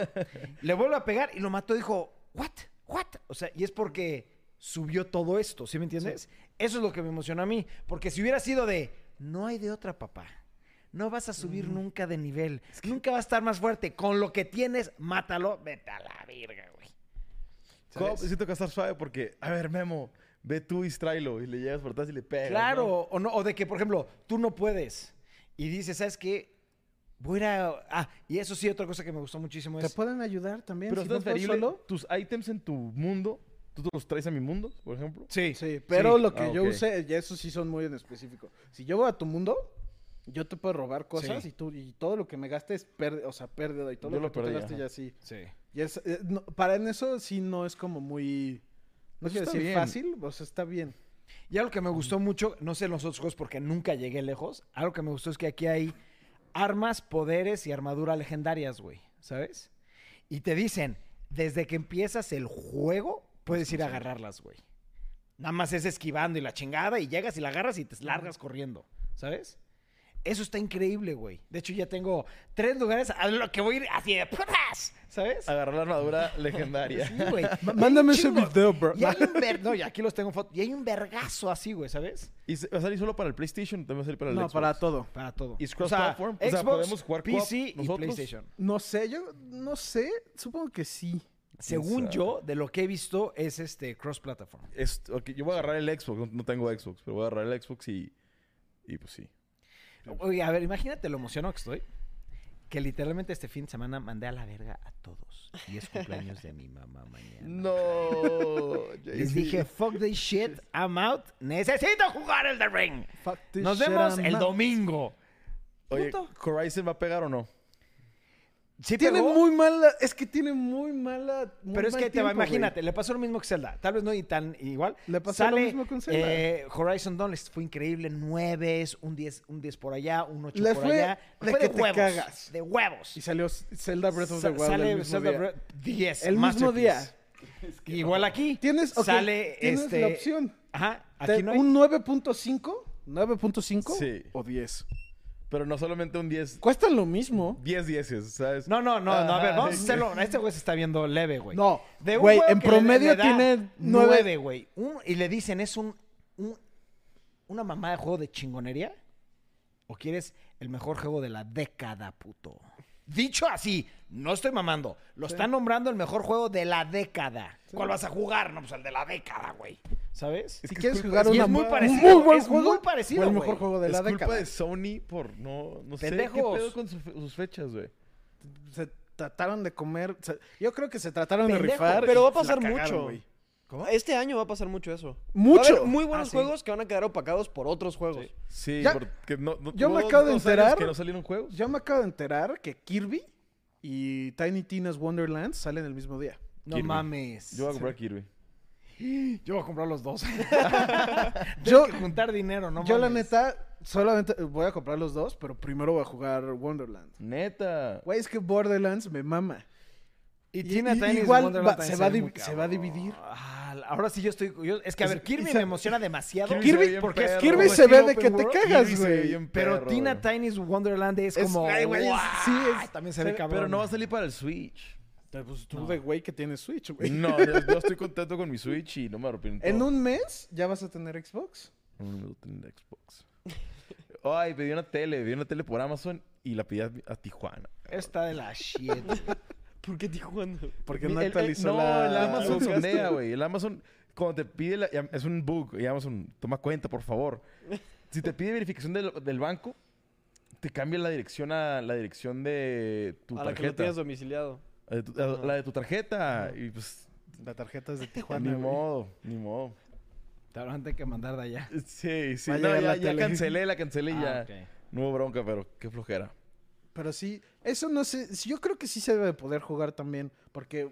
[SPEAKER 2] le vuelve a pegar y lo mató. Dijo, what, what. O sea, y es porque subió todo esto, ¿sí me entiendes? Eso es lo que me emocionó a mí. Porque si hubiera sido de, no hay de otra, papá. No vas a subir
[SPEAKER 4] Mm.
[SPEAKER 2] nunca de nivel. Nunca va a estar más fuerte. Con lo que tienes, mátalo. Vete a la verga, güey.
[SPEAKER 4] Co- Siento que va a estar suave porque, a ver, Memo, ve tú y tráelo. Y le llegas por atrás y le pegas.
[SPEAKER 2] Claro,
[SPEAKER 4] ¿no?
[SPEAKER 2] o, no, o de que, por ejemplo, tú no puedes. Y dices, ¿sabes qué? Voy a ir a... Ah, y eso sí, otra cosa que me gustó muchísimo
[SPEAKER 3] Te
[SPEAKER 2] es...
[SPEAKER 3] pueden ayudar también.
[SPEAKER 4] Pero
[SPEAKER 3] si
[SPEAKER 4] es
[SPEAKER 3] no puedes
[SPEAKER 4] transferible.
[SPEAKER 3] solo.
[SPEAKER 4] Tus ítems en tu mundo, tú te los traes a mi mundo, por ejemplo.
[SPEAKER 2] Sí,
[SPEAKER 3] Sí, pero lo que
[SPEAKER 4] Ah,
[SPEAKER 3] yo
[SPEAKER 4] ok.
[SPEAKER 3] usé, ya eso sí son muy en específico. Si yo voy a tu mundo, yo te puedo robar cosas
[SPEAKER 2] Sí.
[SPEAKER 3] y tú y todo lo que me gastes, pérdida, o sea, pérdida y todo
[SPEAKER 4] Yo
[SPEAKER 3] lo
[SPEAKER 4] lo
[SPEAKER 3] que tú te
[SPEAKER 4] perdí,
[SPEAKER 3] gastes
[SPEAKER 4] ajá.
[SPEAKER 3] ya sí.
[SPEAKER 2] Sí.
[SPEAKER 3] Y es- eh, no, para en eso sí no es como muy... No
[SPEAKER 2] Pues
[SPEAKER 4] Eso
[SPEAKER 3] quiero
[SPEAKER 4] está
[SPEAKER 3] decir
[SPEAKER 4] bien.
[SPEAKER 3] fácil, o sea, está bien.
[SPEAKER 2] Y algo que me gustó mucho, no sé en los otros juegos porque nunca llegué lejos, algo que me gustó es que aquí hay armas, poderes y armadura legendarias, güey, ¿sabes? Y te dicen, desde que empiezas el juego, puedes ir a agarrarlas, güey. Nada más es esquivando y la chingada y llegas y la agarras y te largas corriendo, ¿sabes? Eso está increíble, güey. De hecho, ya tengo tres lugares a lo que voy a ir así de putas, ¿sabes?
[SPEAKER 4] Agarrar la armadura legendaria.
[SPEAKER 2] Sí, güey.
[SPEAKER 3] Ma- mándame
[SPEAKER 2] Y hay un
[SPEAKER 3] ese
[SPEAKER 2] chingo-
[SPEAKER 3] video, bro.
[SPEAKER 2] Y hay un ver- no, y aquí los tengo en foto. Y hay un vergazo así, güey, ¿sabes?
[SPEAKER 4] ¿Y se- va a salir solo para el PlayStation? ¿También va a salir para el
[SPEAKER 3] no,
[SPEAKER 4] Xbox?
[SPEAKER 3] para todo.
[SPEAKER 2] Para todo.
[SPEAKER 4] ¿Y es cross-platform? O sea,
[SPEAKER 2] Xbox,
[SPEAKER 4] ¿podemos jugar co-op
[SPEAKER 2] PC y
[SPEAKER 4] nosotros?
[SPEAKER 2] PlayStation.
[SPEAKER 3] No sé, yo no sé, supongo que sí.
[SPEAKER 2] Según
[SPEAKER 4] sabe?
[SPEAKER 2] yo, de lo que he visto, es este cross-platform.
[SPEAKER 4] Es- ok, yo voy a agarrar el Xbox. No, no tengo Xbox, pero voy a agarrar el Xbox y... Y pues sí.
[SPEAKER 2] Oye, a ver, imagínate lo emocionado que estoy. Que literalmente este fin de semana mandé a la verga a todos. Y es cumpleaños de mi mamá mañana.
[SPEAKER 4] No.
[SPEAKER 2] Les dije, fuck this shit, I'm out. Necesito jugar el The Ring.
[SPEAKER 3] Fuck this
[SPEAKER 2] Nos
[SPEAKER 3] shit,
[SPEAKER 2] vemos
[SPEAKER 3] I'm
[SPEAKER 2] el
[SPEAKER 3] out.
[SPEAKER 2] domingo.
[SPEAKER 4] Oye,
[SPEAKER 2] Punto.
[SPEAKER 4] ¿Horizon va a pegar o no?
[SPEAKER 2] Sí,
[SPEAKER 3] Tiene
[SPEAKER 2] pegó,
[SPEAKER 3] muy mala, es que tiene muy mala. muy
[SPEAKER 2] Pero es
[SPEAKER 3] mal
[SPEAKER 2] que te va,
[SPEAKER 3] tiempo, güey.
[SPEAKER 2] imagínate, le pasó lo mismo que Zelda. Tal vez no y tan igual.
[SPEAKER 3] Le pasó lo
[SPEAKER 2] Sale,
[SPEAKER 3] mismo con Zelda.
[SPEAKER 2] eh, Horizon Dawn les fue increíble. Nueves, un 10, un 10 por allá, un 8
[SPEAKER 3] Le
[SPEAKER 2] por
[SPEAKER 3] fue
[SPEAKER 2] allá.
[SPEAKER 3] de
[SPEAKER 2] Fue
[SPEAKER 3] que te cagas.
[SPEAKER 2] De huevos.
[SPEAKER 3] Y salió Zelda Breath of the
[SPEAKER 2] Sa-
[SPEAKER 3] Wild.
[SPEAKER 2] sale
[SPEAKER 3] el mismo
[SPEAKER 2] Zelda
[SPEAKER 3] día.
[SPEAKER 2] Breath- 10.
[SPEAKER 3] El mismo día.
[SPEAKER 2] masterpiece. Igual aquí.
[SPEAKER 3] Tienes, ok,
[SPEAKER 2] sale
[SPEAKER 3] tienes
[SPEAKER 2] este,
[SPEAKER 3] la opción.
[SPEAKER 2] Ajá. Aquí no hay-
[SPEAKER 3] ¿Un 9.5? ¿9.5?
[SPEAKER 4] Sí.
[SPEAKER 3] ¿O 10?
[SPEAKER 4] Pero no solamente un 10,
[SPEAKER 3] Cuestan lo mismo.
[SPEAKER 4] 10 dieces, ¿sabes?
[SPEAKER 2] No, no, no, no, a ver,
[SPEAKER 4] Ajá,
[SPEAKER 2] vamos a
[SPEAKER 4] sí.
[SPEAKER 2] hacerlo. Este güey se está viendo leve, güey.
[SPEAKER 3] Ah, No,
[SPEAKER 2] De un
[SPEAKER 3] güey,
[SPEAKER 2] juego
[SPEAKER 3] en
[SPEAKER 2] que le-
[SPEAKER 3] promedio
[SPEAKER 2] le da
[SPEAKER 3] tiene nueve-
[SPEAKER 2] nueve, güey. Un- Y le dicen, es un, un- una mamá de juego de chingonería. ¿O quieres el mejor juego de la década, puto? Dicho así, no estoy mamando. Lo están nombrando el mejor juego de la década. ¿Cuál vas a jugar? No, pues el de la década, güey. ¿Sabes?
[SPEAKER 4] Es
[SPEAKER 3] Si
[SPEAKER 4] que
[SPEAKER 3] quieres
[SPEAKER 4] es muy
[SPEAKER 3] jugar
[SPEAKER 2] parecido. Y
[SPEAKER 3] una
[SPEAKER 2] es muy
[SPEAKER 3] bu-
[SPEAKER 2] parecido,
[SPEAKER 3] un muy buen
[SPEAKER 2] es
[SPEAKER 3] juego,
[SPEAKER 2] muy parecido,
[SPEAKER 3] fue el
[SPEAKER 2] güey.
[SPEAKER 3] mejor juego de
[SPEAKER 4] es
[SPEAKER 3] la
[SPEAKER 4] culpa
[SPEAKER 3] década.
[SPEAKER 4] de Sony por no, no sé qué
[SPEAKER 2] Pendejos.
[SPEAKER 4] pedo con su fe- sus fechas, güey.
[SPEAKER 3] Se trataron de comer. se- yo creo que se trataron de
[SPEAKER 2] Pendejo,
[SPEAKER 3] rifar.
[SPEAKER 1] Pero
[SPEAKER 3] y
[SPEAKER 1] va a
[SPEAKER 3] la
[SPEAKER 1] pasar
[SPEAKER 3] cagaron,
[SPEAKER 1] mucho.
[SPEAKER 3] güey.
[SPEAKER 1] Este año va a pasar mucho eso.
[SPEAKER 3] Mucho.
[SPEAKER 1] Va a haber muy buenos
[SPEAKER 3] Ah, sí.
[SPEAKER 1] juegos que van a quedar opacados por otros juegos.
[SPEAKER 4] Sí,
[SPEAKER 3] Ya-
[SPEAKER 4] porque no, no-
[SPEAKER 3] yo
[SPEAKER 4] hubo
[SPEAKER 3] me
[SPEAKER 4] dos-
[SPEAKER 3] acabo de
[SPEAKER 4] dos años
[SPEAKER 3] enterar.
[SPEAKER 4] que no salieron juegos.
[SPEAKER 3] Yo me acabo de enterar que Kirby y Tiny Tina's Wonderlands salen el mismo día.
[SPEAKER 2] No
[SPEAKER 4] Kirby.
[SPEAKER 2] mames.
[SPEAKER 4] Yo voy a comprar Kirby.
[SPEAKER 2] Yo voy a comprar los dos.
[SPEAKER 3] Yo,
[SPEAKER 2] Juntar dinero, ¿no?
[SPEAKER 3] yo la
[SPEAKER 2] mames.
[SPEAKER 3] neta, solamente voy a comprar los dos, pero primero voy a jugar Wonderland.
[SPEAKER 4] Neta.
[SPEAKER 3] Güey, es que Borderlands me mama.
[SPEAKER 2] Y
[SPEAKER 3] Y-
[SPEAKER 2] Tina
[SPEAKER 3] y-
[SPEAKER 2] Tiny's
[SPEAKER 3] igual
[SPEAKER 2] Wonderland
[SPEAKER 3] va-
[SPEAKER 2] también
[SPEAKER 3] se va a
[SPEAKER 2] ve
[SPEAKER 3] div-
[SPEAKER 2] muy
[SPEAKER 3] se va a
[SPEAKER 2] cabrón.
[SPEAKER 3] dividir.
[SPEAKER 2] Ah, ahora sí yo estoy. yo- es que, a
[SPEAKER 3] Es-
[SPEAKER 2] ver, Kirby
[SPEAKER 3] y sa-
[SPEAKER 2] me emociona demasiado.
[SPEAKER 3] Kirby-
[SPEAKER 4] se ve bien
[SPEAKER 2] porque es
[SPEAKER 4] perro,
[SPEAKER 3] Kirby
[SPEAKER 4] güey.
[SPEAKER 3] se ve
[SPEAKER 4] Estilo
[SPEAKER 3] de
[SPEAKER 4] open
[SPEAKER 3] que te
[SPEAKER 4] world,
[SPEAKER 3] cagas,
[SPEAKER 4] Kirby se
[SPEAKER 3] güey.
[SPEAKER 4] ve bien
[SPEAKER 2] pero
[SPEAKER 4] perro,
[SPEAKER 2] Tina
[SPEAKER 4] güey.
[SPEAKER 2] Tiny's Wonderland es,
[SPEAKER 3] Es-
[SPEAKER 2] como.
[SPEAKER 3] ay, güey, es-
[SPEAKER 2] ¡guau!
[SPEAKER 3] sí, es-
[SPEAKER 2] también se ve cabrón.
[SPEAKER 4] Pero no va a salir para el Switch.
[SPEAKER 3] Pues tú de güey que tienes Switch, güey.
[SPEAKER 4] No, yo, yo estoy contento con mi Switch y no me arrepiento.
[SPEAKER 3] En un mes ya vas a tener Xbox.
[SPEAKER 4] No, no lo tengo en Xbox. Ay, pedí una tele, pedí una tele por Amazon y la pedí a, a Tijuana.
[SPEAKER 2] Está de la shit.
[SPEAKER 1] ¿Por qué Tijuana?
[SPEAKER 3] Porque
[SPEAKER 4] Mi-
[SPEAKER 3] no
[SPEAKER 4] el- el-
[SPEAKER 3] actualizó
[SPEAKER 4] no,
[SPEAKER 3] la...
[SPEAKER 4] el Amazon
[SPEAKER 3] la-
[SPEAKER 4] sondea, güey. El Amazon, cuando te pide, la- es un bug, y Amazon, toma cuenta, por favor. Si te pide verificación del, del banco, te cambia la dirección a la dirección de tu
[SPEAKER 1] A la que lo
[SPEAKER 4] tarjeta.
[SPEAKER 1] tienes domiciliado.
[SPEAKER 4] A de tu- a la de tu tarjeta. Y pues,
[SPEAKER 3] La tarjeta es de
[SPEAKER 4] ni
[SPEAKER 1] Pues,
[SPEAKER 3] Tijuana, güey.
[SPEAKER 4] modo, ni modo.
[SPEAKER 2] Te habrán de que mandar de allá.
[SPEAKER 4] Sí, sí.
[SPEAKER 3] Va a
[SPEAKER 4] No,
[SPEAKER 3] llegar
[SPEAKER 4] ya,
[SPEAKER 3] la
[SPEAKER 4] ya
[SPEAKER 3] tele.
[SPEAKER 4] cancelé, la cancelé y ya.
[SPEAKER 2] Ah, ok.
[SPEAKER 4] No hubo bronca, pero qué flojera.
[SPEAKER 3] Pero sí, eso no sé. sí, Yo creo que sí se debe de poder jugar también. Porque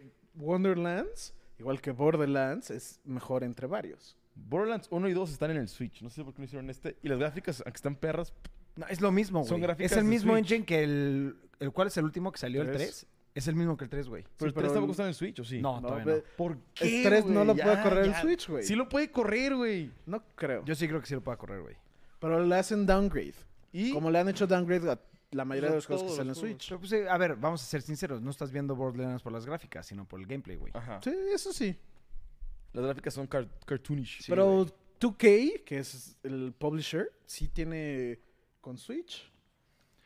[SPEAKER 3] Wonderlands, igual que Borderlands, es mejor entre varios.
[SPEAKER 4] Borderlands 1 y 2 están en el Switch. No sé por qué no hicieron este. Y las gráficas, aunque están perras,
[SPEAKER 2] No, es lo mismo,
[SPEAKER 4] Son
[SPEAKER 2] güey.
[SPEAKER 4] gráficas
[SPEAKER 2] Es el
[SPEAKER 4] de
[SPEAKER 2] mismo
[SPEAKER 4] Switch.
[SPEAKER 2] engine que el. el ¿Cuál es el último que salió? ¿El
[SPEAKER 3] Tres.
[SPEAKER 2] 3? Es el mismo que el 3, güey.
[SPEAKER 4] pero el 3
[SPEAKER 3] pero el-
[SPEAKER 4] tampoco está en el Switch, ¿o sí?
[SPEAKER 2] No, todavía
[SPEAKER 3] ve-
[SPEAKER 2] no.
[SPEAKER 4] ¿Por
[SPEAKER 3] El 3 no
[SPEAKER 4] güey?
[SPEAKER 3] lo
[SPEAKER 4] Ya,
[SPEAKER 3] puede correr el
[SPEAKER 4] ya.
[SPEAKER 3] Switch, güey.
[SPEAKER 4] Sí lo puede correr, güey.
[SPEAKER 3] No creo.
[SPEAKER 2] Yo sí creo que sí lo puedo correr, güey.
[SPEAKER 3] Pero le hacen downgrade.
[SPEAKER 4] Y
[SPEAKER 3] Como le han hecho downgrade a la mayoría de
[SPEAKER 1] Pues a
[SPEAKER 3] los juegos que
[SPEAKER 1] todos
[SPEAKER 3] salen en
[SPEAKER 1] los juegos.
[SPEAKER 3] Switch.
[SPEAKER 2] Pero, pues, eh, a ver, vamos a ser sinceros. No estás viendo Borderlands por las gráficas, sino por el gameplay, güey.
[SPEAKER 4] Ajá.
[SPEAKER 3] Sí, eso sí.
[SPEAKER 4] las gráficas son car- cartoonish.
[SPEAKER 3] Pero 2K, que es el publisher, sí tiene con Switch.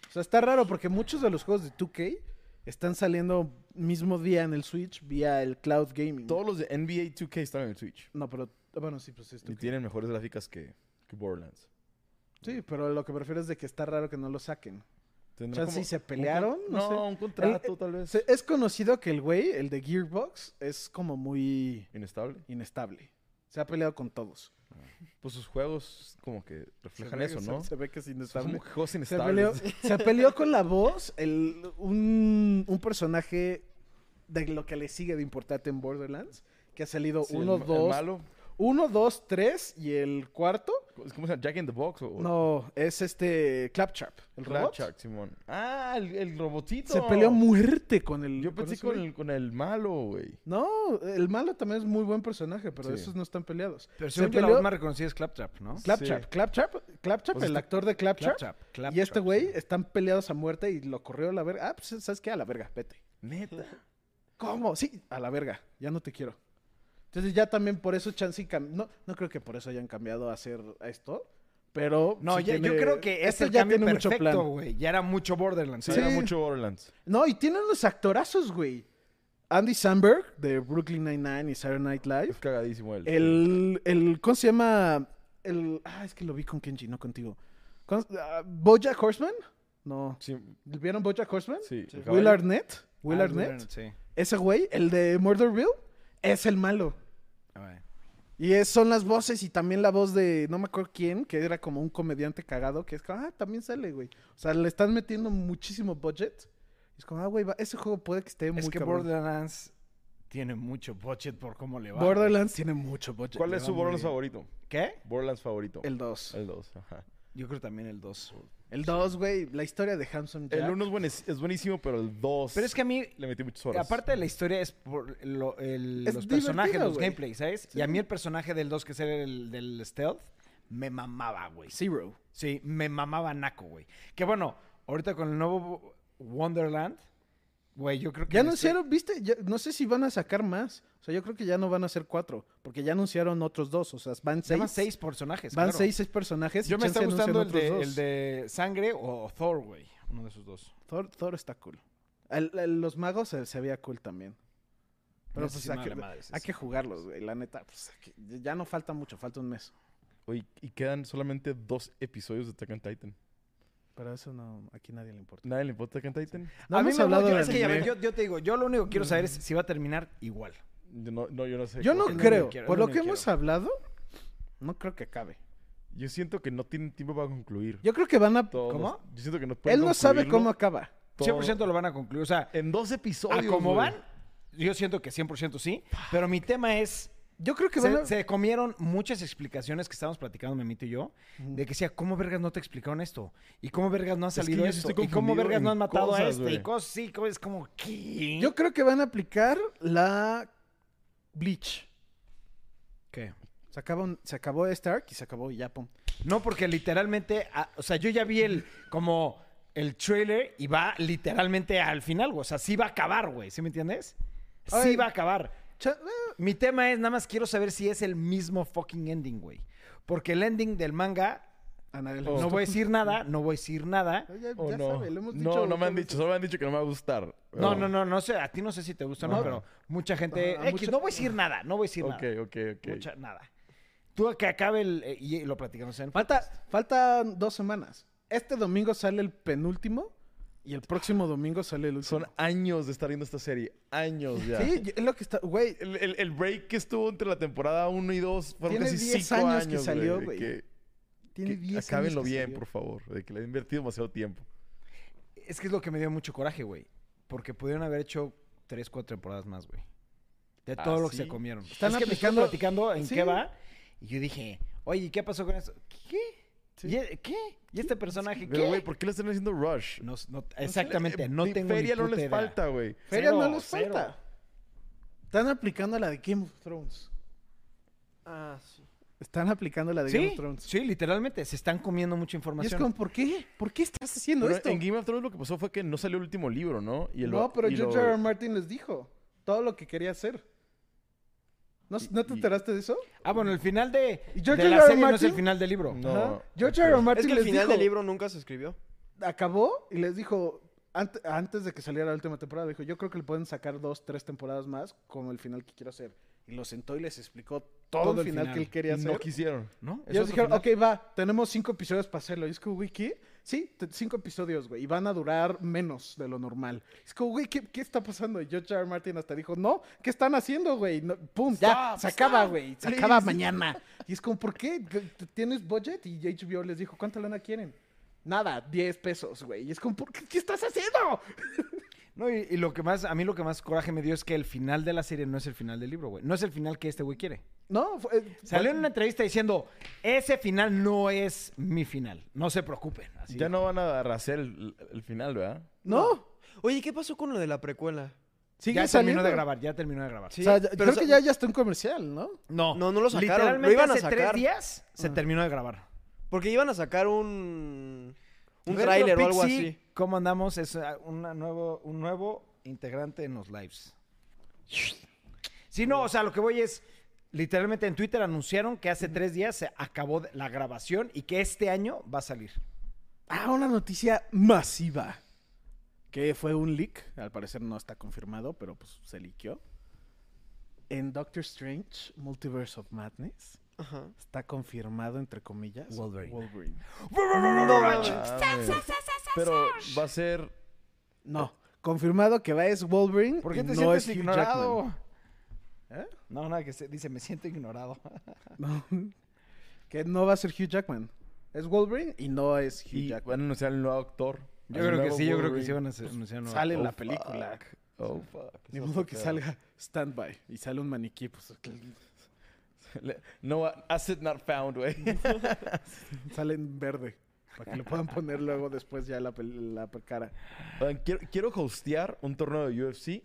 [SPEAKER 3] O sea, está raro porque muchos de los juegos de 2K están saliendo mismo día en el Switch vía el cloud gaming.
[SPEAKER 4] Todos los de NBA 2K están en el Switch.
[SPEAKER 3] No, pero bueno, sí, pues es
[SPEAKER 4] Y
[SPEAKER 3] 2K.
[SPEAKER 4] tienen mejores gráficas que, que Borderlands.
[SPEAKER 3] Sí, pero lo que me refiero es de que está raro que no lo saquen.
[SPEAKER 4] Tendrá
[SPEAKER 3] Chance
[SPEAKER 4] como
[SPEAKER 3] y se
[SPEAKER 4] un con-
[SPEAKER 3] pelearon, no
[SPEAKER 4] No,
[SPEAKER 3] sé. Eh,
[SPEAKER 4] un contrato tal vez.
[SPEAKER 3] Se- es conocido que el güey, el de Gearbox, es como muy
[SPEAKER 4] Inestable.
[SPEAKER 3] inestable. Se ha peleado con todos.
[SPEAKER 4] Pues sus juegos como que
[SPEAKER 3] Se
[SPEAKER 4] reflejan
[SPEAKER 3] ve-
[SPEAKER 4] eso,
[SPEAKER 3] se-
[SPEAKER 4] ¿no?
[SPEAKER 3] se ve que es
[SPEAKER 4] Son
[SPEAKER 3] inestable.
[SPEAKER 4] como juegos
[SPEAKER 3] Se peleó,
[SPEAKER 4] inestables.
[SPEAKER 3] se peleó con la voz el, un, un personaje de lo que le sigue de importante en Borderlands, que ha salido
[SPEAKER 4] Sí, el
[SPEAKER 3] uno,
[SPEAKER 4] ma- el
[SPEAKER 3] dos,
[SPEAKER 4] malo.
[SPEAKER 3] uno, dos, tres y el cuarto.
[SPEAKER 4] ¿Cómo se llama? Jack in the Box o o-
[SPEAKER 3] No, es este Claptrap, el
[SPEAKER 4] Clap
[SPEAKER 3] robot.
[SPEAKER 4] Shark, Simón. Ah, el, el robotito.
[SPEAKER 3] Se peleó muerte con el...
[SPEAKER 4] Yo pensé
[SPEAKER 3] ese
[SPEAKER 4] con
[SPEAKER 3] güey.
[SPEAKER 4] el, con el malo, güey.
[SPEAKER 3] No, el malo también es muy buen personaje, pero
[SPEAKER 4] Sí.
[SPEAKER 3] esos no están peleados.
[SPEAKER 2] Pero
[SPEAKER 3] se
[SPEAKER 2] según yo, la
[SPEAKER 3] peleó-
[SPEAKER 2] voz más reconocida es Claptrap, ¿no? este
[SPEAKER 3] Claptrap,
[SPEAKER 4] Sí. Pues este
[SPEAKER 3] Claptrap, Claptrap,
[SPEAKER 4] O sea,
[SPEAKER 3] el
[SPEAKER 4] está-
[SPEAKER 3] actor de Claptrap,
[SPEAKER 2] Claptrap,
[SPEAKER 3] y este
[SPEAKER 2] sí.
[SPEAKER 3] güey están peleados a muerte y lo corrió a la verga. Ah, pues, ¿sabes qué? A la verga, vete.
[SPEAKER 4] Neta.
[SPEAKER 3] ¿Cómo? Sí, a la verga, ya no te quiero. Entonces ya también por eso Chance y cam- no, no creo que por eso hayan cambiado a hacer a esto, pero...
[SPEAKER 2] No,
[SPEAKER 3] sí
[SPEAKER 2] ya- yo
[SPEAKER 3] tiene- este
[SPEAKER 2] creo que es
[SPEAKER 3] esto
[SPEAKER 2] el cambio perfecto, güey. Ya era mucho Borderlands.
[SPEAKER 4] Sí,
[SPEAKER 2] ¿sabes?
[SPEAKER 4] era
[SPEAKER 3] Sí.
[SPEAKER 4] mucho Borderlands.
[SPEAKER 3] No, y tienen los actorazos, güey. Andy Samberg de Brooklyn Nine-Nine y Saturday Night Live.
[SPEAKER 4] Es cagadísimo él.
[SPEAKER 3] El, el, ¿cómo se llama? El, ah, es que lo vi con Kenji, no contigo. ¿Cómo- ah, ¿Bojack Horseman? No.
[SPEAKER 4] Sí,
[SPEAKER 3] ¿Vieron Bojack Horseman?
[SPEAKER 4] sí. el
[SPEAKER 3] Will
[SPEAKER 4] caballo.
[SPEAKER 3] Arnett. Will
[SPEAKER 2] Ah,
[SPEAKER 3] Arnett.
[SPEAKER 2] sí.
[SPEAKER 3] Ese güey, el de Murderville, es el malo.
[SPEAKER 2] A ver.
[SPEAKER 3] Y es- son las voces y también la voz de no me acuerdo quién, que era como un comediante cagado, que es como, ah, también sale, güey. O sea, le están metiendo muchísimo budget. Y es como, ah, güey, va- ese juego puede que esté muy
[SPEAKER 2] Es que
[SPEAKER 3] cabrón".
[SPEAKER 2] Borderlands tiene mucho budget por cómo le va. güey.
[SPEAKER 3] Borderlands tiene mucho budget.
[SPEAKER 4] ¿Cuál
[SPEAKER 3] le
[SPEAKER 4] es
[SPEAKER 3] va
[SPEAKER 4] su
[SPEAKER 3] muy
[SPEAKER 4] Borderlands
[SPEAKER 3] bien.
[SPEAKER 4] favorito?
[SPEAKER 2] ¿Qué?
[SPEAKER 4] Borderlands favorito.
[SPEAKER 3] El 2.
[SPEAKER 4] El 2, ajá.
[SPEAKER 2] Yo creo también el 2.
[SPEAKER 3] El 2, güey, la historia de Handsome Jack.
[SPEAKER 4] El 1 es, buenis- es buenísimo, pero el 2.
[SPEAKER 2] Pero es que a mí,
[SPEAKER 4] Le metí muchas horas.
[SPEAKER 2] aparte de la historia, es por lo- el-
[SPEAKER 3] Es
[SPEAKER 2] los personajes,
[SPEAKER 3] divertido,
[SPEAKER 2] los
[SPEAKER 3] güey.
[SPEAKER 2] gameplays, ¿sabes? Y a mí el personaje del 2, que es el del stealth, me mamaba, güey.
[SPEAKER 3] Zero.
[SPEAKER 2] Sí, me mamaba Naco, güey. Que bueno, ahorita con el nuevo Wonderland, güey, yo creo que.
[SPEAKER 3] Ya
[SPEAKER 2] le estoy-
[SPEAKER 3] anunciaron, viste, Ya- no sé si van a sacar más. O sea, yo creo que ya no van a ser cuatro, porque ya anunciaron otros dos. O sea, van seis.
[SPEAKER 2] Llevan seis personajes.
[SPEAKER 3] van
[SPEAKER 2] claro.
[SPEAKER 3] seis, seis personajes. y
[SPEAKER 2] Yo me
[SPEAKER 3] chance
[SPEAKER 2] está gustando el
[SPEAKER 3] anuncian
[SPEAKER 2] de,
[SPEAKER 3] otros
[SPEAKER 2] el
[SPEAKER 3] dos.
[SPEAKER 2] de Sangre o Thor, güey. Uno de esos dos.
[SPEAKER 3] Thor, Thor está cool. El- el- los magos se, se veía cool también. Pero
[SPEAKER 2] No sé
[SPEAKER 3] pues
[SPEAKER 2] si
[SPEAKER 3] hay
[SPEAKER 2] me
[SPEAKER 3] que,
[SPEAKER 2] vale madres
[SPEAKER 3] hay
[SPEAKER 2] eso.
[SPEAKER 3] que jugarlos, güey. La neta, pues, hay que- ya no falta mucho, falta un mes.
[SPEAKER 4] Oye, y quedan solamente dos episodios de Attack on Titan.
[SPEAKER 3] Pero eso no, aquí nadie le importa.
[SPEAKER 4] ¿Nadie le importa Attack on Titan?
[SPEAKER 3] No
[SPEAKER 2] a mí
[SPEAKER 3] hemos
[SPEAKER 2] me
[SPEAKER 3] hablado
[SPEAKER 2] yo,
[SPEAKER 3] de
[SPEAKER 2] es que, ya
[SPEAKER 3] anime. Mm.
[SPEAKER 2] ves, yo, yo te digo, yo lo único que quiero saber es si va a terminar igual.
[SPEAKER 4] Yo no, no, yo no sé.
[SPEAKER 3] Yo
[SPEAKER 4] cómo
[SPEAKER 3] no
[SPEAKER 2] Es lo
[SPEAKER 4] que-
[SPEAKER 2] que
[SPEAKER 3] creo.
[SPEAKER 2] quiero, es
[SPEAKER 3] Por
[SPEAKER 2] lo
[SPEAKER 3] lo que
[SPEAKER 2] que
[SPEAKER 3] hemos hablado, no creo que acabe.
[SPEAKER 4] Yo siento que no tienen tiempo para concluir.
[SPEAKER 3] Yo creo que van a.
[SPEAKER 4] Todos
[SPEAKER 2] ¿Cómo?
[SPEAKER 4] los- Yo siento que no pueden
[SPEAKER 3] Él no sabe
[SPEAKER 4] concluirlo
[SPEAKER 3] cómo acaba.
[SPEAKER 4] todo-
[SPEAKER 2] 100% lo van a concluir. O sea,
[SPEAKER 4] En dos episodios.
[SPEAKER 2] a cómo
[SPEAKER 4] güey.
[SPEAKER 2] van, yo siento que 100% sí. Pero mi tema es.
[SPEAKER 3] Yo creo que van
[SPEAKER 2] Se,
[SPEAKER 3] a.
[SPEAKER 2] se comieron muchas explicaciones que estábamos platicando, Memito y yo, de que decía, ¿cómo vergas no te explicaron esto? ¿Y cómo vergas no ha
[SPEAKER 4] Es que
[SPEAKER 2] salido
[SPEAKER 4] yo sí
[SPEAKER 2] esto?
[SPEAKER 4] estoy
[SPEAKER 2] ¿Y cómo
[SPEAKER 4] confundido
[SPEAKER 2] vergas no
[SPEAKER 4] en
[SPEAKER 2] han matado a
[SPEAKER 4] cosas,
[SPEAKER 2] este?
[SPEAKER 4] güey.
[SPEAKER 2] Y cosas así, como- es como, ¿qué?
[SPEAKER 3] Yo creo que van a aplicar la Bleach.
[SPEAKER 2] ¿Qué?
[SPEAKER 3] Se acabó, un- se acabó Stark y se acabó y ya, pum.
[SPEAKER 2] No, porque literalmente, a- o sea, yo ya vi el, como, el trailer y va literalmente al final, güey. O sea, sí va a acabar, güey, ¿sí me entiendes? Sí
[SPEAKER 3] Ay.
[SPEAKER 2] va a acabar.
[SPEAKER 3] Cha- eh,
[SPEAKER 2] Mi tema es, nada más quiero saber si es el mismo fucking ending, güey. Porque el ending del manga,
[SPEAKER 3] a nadie le
[SPEAKER 2] no
[SPEAKER 3] gustó.
[SPEAKER 2] voy a decir nada, no voy a decir nada.
[SPEAKER 3] Ya, ya
[SPEAKER 4] ¿O Oh. no?
[SPEAKER 3] sabe, lo hemos dicho.
[SPEAKER 4] no, no me han
[SPEAKER 3] muchas
[SPEAKER 4] dicho. Solo me han dicho que no me va a gustar. Oh.
[SPEAKER 2] No, no, no, no sé, a ti no sé si te gusta o no,
[SPEAKER 4] No.
[SPEAKER 2] pero mucha gente...
[SPEAKER 3] Ah, a
[SPEAKER 2] X,
[SPEAKER 3] mucha-
[SPEAKER 2] No voy a decir nada, no voy a decir
[SPEAKER 4] Ok, ok, ok.
[SPEAKER 2] nada. Mucha- nada. Tú que acabe el... eh, y lo platicamos en...
[SPEAKER 3] veces. Falta, faltan dos semanas. Este domingo sale el penúltimo y el próximo domingo sale el último.
[SPEAKER 4] Son años de estar viendo esta serie. Años ya.
[SPEAKER 3] Sí, es lo que está. Güey,
[SPEAKER 4] El, el- el break que estuvo entre la temporada 1 y 2 fueron
[SPEAKER 3] Tiene
[SPEAKER 4] casi
[SPEAKER 3] 10
[SPEAKER 4] cinco
[SPEAKER 3] años que
[SPEAKER 4] de
[SPEAKER 3] salió, güey.
[SPEAKER 4] que-
[SPEAKER 3] tiene
[SPEAKER 4] que
[SPEAKER 3] 10
[SPEAKER 4] Acábenlo
[SPEAKER 3] años que
[SPEAKER 4] bien,
[SPEAKER 3] salió.
[SPEAKER 4] por favor. De que le han invertido demasiado tiempo.
[SPEAKER 2] Es que es lo que me dio mucho coraje, güey. Porque pudieron haber hecho tres, cuatro temporadas más, güey. De todo
[SPEAKER 4] ¿Ah,
[SPEAKER 2] lo que se
[SPEAKER 4] sí?
[SPEAKER 2] comieron.
[SPEAKER 3] Están
[SPEAKER 2] es que me están
[SPEAKER 3] aplicando-
[SPEAKER 2] platicando en
[SPEAKER 3] Sí.
[SPEAKER 2] qué va. Y yo dije, oye, ¿y ¿qué pasó con esto? ¿Qué?
[SPEAKER 3] Sí.
[SPEAKER 2] ¿Y, e- ¿Qué? ¿Y este personaje
[SPEAKER 4] Pero,
[SPEAKER 2] qué?
[SPEAKER 4] güey, ¿por qué le están haciendo Rush? Eh,
[SPEAKER 2] No s- no- exactamente, no
[SPEAKER 4] Ni
[SPEAKER 2] tengo ni
[SPEAKER 4] feria no
[SPEAKER 2] puta
[SPEAKER 4] les
[SPEAKER 2] idea.
[SPEAKER 4] falta, güey.
[SPEAKER 3] Feria no
[SPEAKER 2] Cero,
[SPEAKER 3] les
[SPEAKER 2] cero.
[SPEAKER 3] falta. Están aplicando la de Game of Thrones.
[SPEAKER 1] Ah, sí.
[SPEAKER 3] Están aplicando la de Game
[SPEAKER 2] Sí,
[SPEAKER 3] of Thrones.
[SPEAKER 2] sí, literalmente, se están comiendo mucha
[SPEAKER 3] Y es
[SPEAKER 2] información.
[SPEAKER 3] como, ¿por qué? ¿Por qué estás haciendo
[SPEAKER 4] Pero
[SPEAKER 3] esto?
[SPEAKER 4] En Game of Thrones lo que pasó fue que no salió el último libro, ¿no? Y el-
[SPEAKER 3] no, pero
[SPEAKER 4] y lo-
[SPEAKER 3] George R. R. Martin les dijo todo lo que quería hacer. ¿No,
[SPEAKER 4] Y-
[SPEAKER 3] ¿no te
[SPEAKER 4] y-
[SPEAKER 3] enteraste de eso?
[SPEAKER 2] Ah, bueno, el final de,
[SPEAKER 3] ¿Y George
[SPEAKER 2] de
[SPEAKER 3] R.
[SPEAKER 2] la
[SPEAKER 3] R.
[SPEAKER 2] serie no es el
[SPEAKER 3] Martin?
[SPEAKER 2] final del libro.
[SPEAKER 4] No.
[SPEAKER 3] Ajá. George R. R.
[SPEAKER 4] ok.
[SPEAKER 3] Martin
[SPEAKER 1] Es que el
[SPEAKER 3] les
[SPEAKER 1] final
[SPEAKER 3] dijo,
[SPEAKER 1] del libro nunca se escribió.
[SPEAKER 3] acabó y les dijo, ant- antes de que saliera la última temporada, dijo, yo creo que le pueden sacar dos, tres temporadas más como el final que quiero hacer. Y lo sentó y les explicó todo, el final, que él quería hacer.
[SPEAKER 4] No quisieron.
[SPEAKER 2] ¿No? ¿Es
[SPEAKER 3] Y ellos
[SPEAKER 2] otro
[SPEAKER 3] dijeron,
[SPEAKER 2] final?
[SPEAKER 3] ok, va, tenemos cinco episodios para hacerlo. Y es como, güey, ¿qué? Sí, te- cinco episodios, güey. Y van a durar menos de lo normal. Es como, güey, ¿qué, qué está pasando? Y George R. R. Martin hasta dijo, no, ¿qué están haciendo, güey? No, pum, ya,
[SPEAKER 2] pues
[SPEAKER 4] Stop,
[SPEAKER 3] se
[SPEAKER 4] stop,
[SPEAKER 3] acaba, güey. Se
[SPEAKER 4] please.
[SPEAKER 3] acaba mañana. Y es como, ¿por qué? ¿Qué- t- ¿Tienes budget? Y HBO les dijo, ¿cuánta lana quieren? Nada, 10 pesos, güey. Y es como, ¿por qué, ¿Qué estás haciendo?
[SPEAKER 2] No, y, y lo que más, a mí lo que más coraje me dio es que el final de la serie no es el final del libro, güey. No es el final que este güey quiere.
[SPEAKER 3] No, fue- eh,
[SPEAKER 2] Salió en una entrevista diciendo, ese final no es mi final. No se preocupen. Así dijo.
[SPEAKER 4] Ya no van a arrasar el, el final, ¿verdad?
[SPEAKER 3] No,
[SPEAKER 1] Oye, ¿qué pasó con lo de la precuela?
[SPEAKER 3] sigue
[SPEAKER 2] ya
[SPEAKER 3] saliendo.
[SPEAKER 2] terminó de grabar, ya terminó de grabar.
[SPEAKER 1] Sí,
[SPEAKER 3] o sea, ya-
[SPEAKER 1] pero
[SPEAKER 3] creo
[SPEAKER 1] sa-
[SPEAKER 3] que ya, ya está un comercial, ¿no?
[SPEAKER 2] No,
[SPEAKER 1] No, no lo sacaron, lo
[SPEAKER 2] Literalmente
[SPEAKER 1] iban a
[SPEAKER 2] hace tres
[SPEAKER 1] sacar.
[SPEAKER 2] días se
[SPEAKER 3] Ah.
[SPEAKER 2] terminó de grabar.
[SPEAKER 1] Porque iban a sacar un. Un
[SPEAKER 2] Retro
[SPEAKER 1] tráiler o algo
[SPEAKER 2] Pixie,
[SPEAKER 1] así.
[SPEAKER 2] ¿Cómo andamos? Es ah, una nuevo, un nuevo integrante en los lives. Sí, no, o sea, lo que voy es, literalmente en Twitter anunciaron que hace tres días se acabó de- la grabación y que este año va a salir.
[SPEAKER 3] Ah, una noticia masiva. Que fue un leak. Al parecer no está confirmado, pero pues se liqueó. En Doctor Strange, Multiverse of Madness,
[SPEAKER 1] Ajá.
[SPEAKER 3] está confirmado, entre comillas,
[SPEAKER 2] Wolverine.
[SPEAKER 1] No
[SPEAKER 4] Ah,
[SPEAKER 1] manches.
[SPEAKER 4] Mames. ah. Pero va a ser.
[SPEAKER 3] No, confirmado que va es Wolverine.
[SPEAKER 2] ¿Por qué
[SPEAKER 3] y
[SPEAKER 2] te
[SPEAKER 3] no
[SPEAKER 2] sientes
[SPEAKER 3] es Hugh
[SPEAKER 2] ignorado?
[SPEAKER 3] Jackman. ¿Eh?
[SPEAKER 2] No, nada que se dice, me siento ignorado.
[SPEAKER 3] No. que no va a ser Hugh Jackman. Es Wolverine y no es Hugh
[SPEAKER 4] Y
[SPEAKER 3] Jackman.
[SPEAKER 4] van a anunciar el nuevo actor.
[SPEAKER 2] Yo creo que sí, yo creo que sí van
[SPEAKER 4] van
[SPEAKER 2] a ser- anunciar nueva-
[SPEAKER 3] Sale en
[SPEAKER 4] Oh,
[SPEAKER 3] la película.
[SPEAKER 4] Oh, fuck.
[SPEAKER 3] Ni modo que salga Standby y sale un maniquí. Pues,
[SPEAKER 4] Le- No, uh, asset not found, güey.
[SPEAKER 3] sale en verde. Para que lo puedan poner luego después ya la, pel- la cara.
[SPEAKER 4] Oigan, quiero, quiero hostear un torneo de UFC.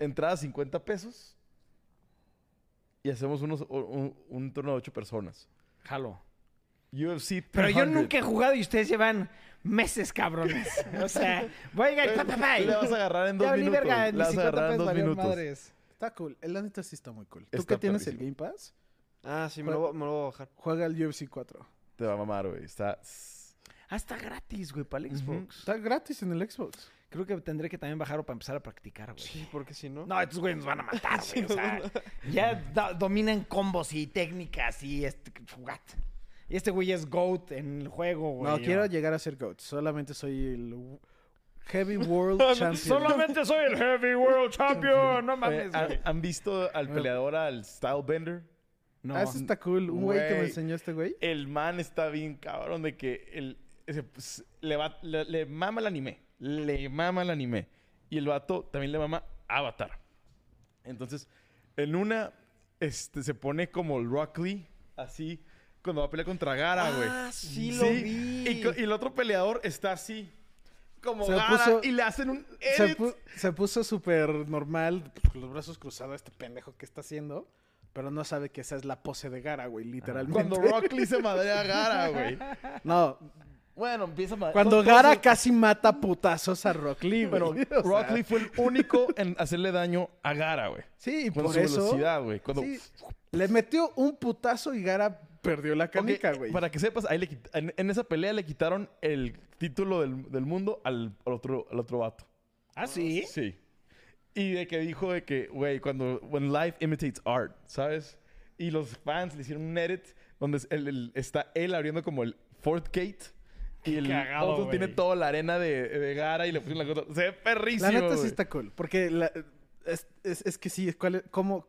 [SPEAKER 4] Entrada 50 pesos. Y hacemos unos, o- un, un torneo de 8 personas.
[SPEAKER 2] Jalo.
[SPEAKER 4] UFC.
[SPEAKER 2] Pero yo
[SPEAKER 4] 300.
[SPEAKER 2] nunca he jugado y ustedes llevan meses, cabrones. O sea, voy a llegar y pa, pa, pa, y-
[SPEAKER 4] Le vas a agarrar en
[SPEAKER 2] Ya
[SPEAKER 4] dos
[SPEAKER 2] valí
[SPEAKER 4] minutos.
[SPEAKER 2] verga,
[SPEAKER 4] Le
[SPEAKER 2] ni
[SPEAKER 4] vas a
[SPEAKER 2] 50
[SPEAKER 4] agarrar en
[SPEAKER 2] pesos
[SPEAKER 4] dos
[SPEAKER 2] valieron
[SPEAKER 4] minutos.
[SPEAKER 2] madres.
[SPEAKER 3] Está cool. El neta sí está muy cool. ¿Tú
[SPEAKER 4] Está
[SPEAKER 3] que tienes el
[SPEAKER 4] perrísimo.
[SPEAKER 3] Game Pass?
[SPEAKER 1] Ah, sí, me lo, voy- me lo voy a bajar.
[SPEAKER 3] Juega el UFC 4.
[SPEAKER 4] Te va a mamar, güey. Está.
[SPEAKER 2] Ah, está gratis, güey, para el Xbox.
[SPEAKER 3] Está gratis en el Xbox.
[SPEAKER 2] Creo que tendré que también bajarlo para empezar a practicar, güey.
[SPEAKER 1] Sí, porque si no.
[SPEAKER 2] No, estos güeyes nos van a matar, güey. o sea, ya do- dominan combos y técnicas y este, fugat. Y este güey es GOAT en el juego, güey.
[SPEAKER 3] no,
[SPEAKER 2] yo-
[SPEAKER 3] quiero llegar a ser GOAT. Solamente soy el w- Heavy World Champion.
[SPEAKER 2] Solamente soy el Heavy World Champion. No
[SPEAKER 4] Oye,
[SPEAKER 2] mames,
[SPEAKER 4] Eh, ¿han,
[SPEAKER 2] güey.
[SPEAKER 4] han visto al peleador, al Stylebender?
[SPEAKER 2] No.
[SPEAKER 3] Ah, eso está cool. Un güey que me
[SPEAKER 4] Güey.
[SPEAKER 3] enseñó este güey.
[SPEAKER 4] El man está bien cabrón de que el, ese, pues, le, va- le- le mama el anime. Le mama el anime. Y el vato también le mama Avatar. Entonces, en una este, se pone como el Rock Lee, así, cuando va a pelear contra Gara, güey.
[SPEAKER 1] Ah, sí lo vi.
[SPEAKER 4] Y, co- y el otro peleador está así, como
[SPEAKER 3] Se
[SPEAKER 4] Gara,
[SPEAKER 3] puso-
[SPEAKER 4] y le hacen un
[SPEAKER 3] Se,
[SPEAKER 4] edit.
[SPEAKER 3] pu- se puso súper normal, pues, con los brazos cruzados, este pendejo que está haciendo. Pero no sabe que esa es la pose de Gara, güey, literalmente.
[SPEAKER 4] Cuando Rock Lee se madrea a Gara, güey.
[SPEAKER 3] No,
[SPEAKER 4] Bueno, empieza a madrear.
[SPEAKER 3] cuando
[SPEAKER 4] to- todos
[SPEAKER 3] Gara
[SPEAKER 4] se-
[SPEAKER 3] casi mata a putazos a Rock Lee, güey.
[SPEAKER 4] Bueno,
[SPEAKER 3] O sea,
[SPEAKER 4] Rock Lee fue el único en hacerle daño a Gara, güey.
[SPEAKER 3] Sí, y
[SPEAKER 4] Cuando
[SPEAKER 3] por
[SPEAKER 4] su
[SPEAKER 3] eso...
[SPEAKER 4] velocidad, güey. Cuando...
[SPEAKER 3] sí, le metió un putazo y Gara perdió la
[SPEAKER 4] Ok,
[SPEAKER 3] canica, güey.
[SPEAKER 4] Para que sepas, ahí le quit- en, en esa pelea le quitaron el título del, del mundo al, al otro, al otro vato.
[SPEAKER 2] ¿Ah,
[SPEAKER 3] ¿Eh?
[SPEAKER 2] sí?
[SPEAKER 4] Sí. Y de que dijo de que, güey, cuando... When life imitates art, ¿sabes? Y los fans le hicieron un edit donde es el- el- está él abriendo como el fourth gate. Y el
[SPEAKER 2] cagado,
[SPEAKER 4] otro
[SPEAKER 2] güey.
[SPEAKER 4] tiene toda la arena de, de Gara y le pusieron la cosa. Se ve perrísimo,
[SPEAKER 3] La neta sí
[SPEAKER 4] güey.
[SPEAKER 3] está cool. Porque la- es, es- es que sí, es cuál, cómo,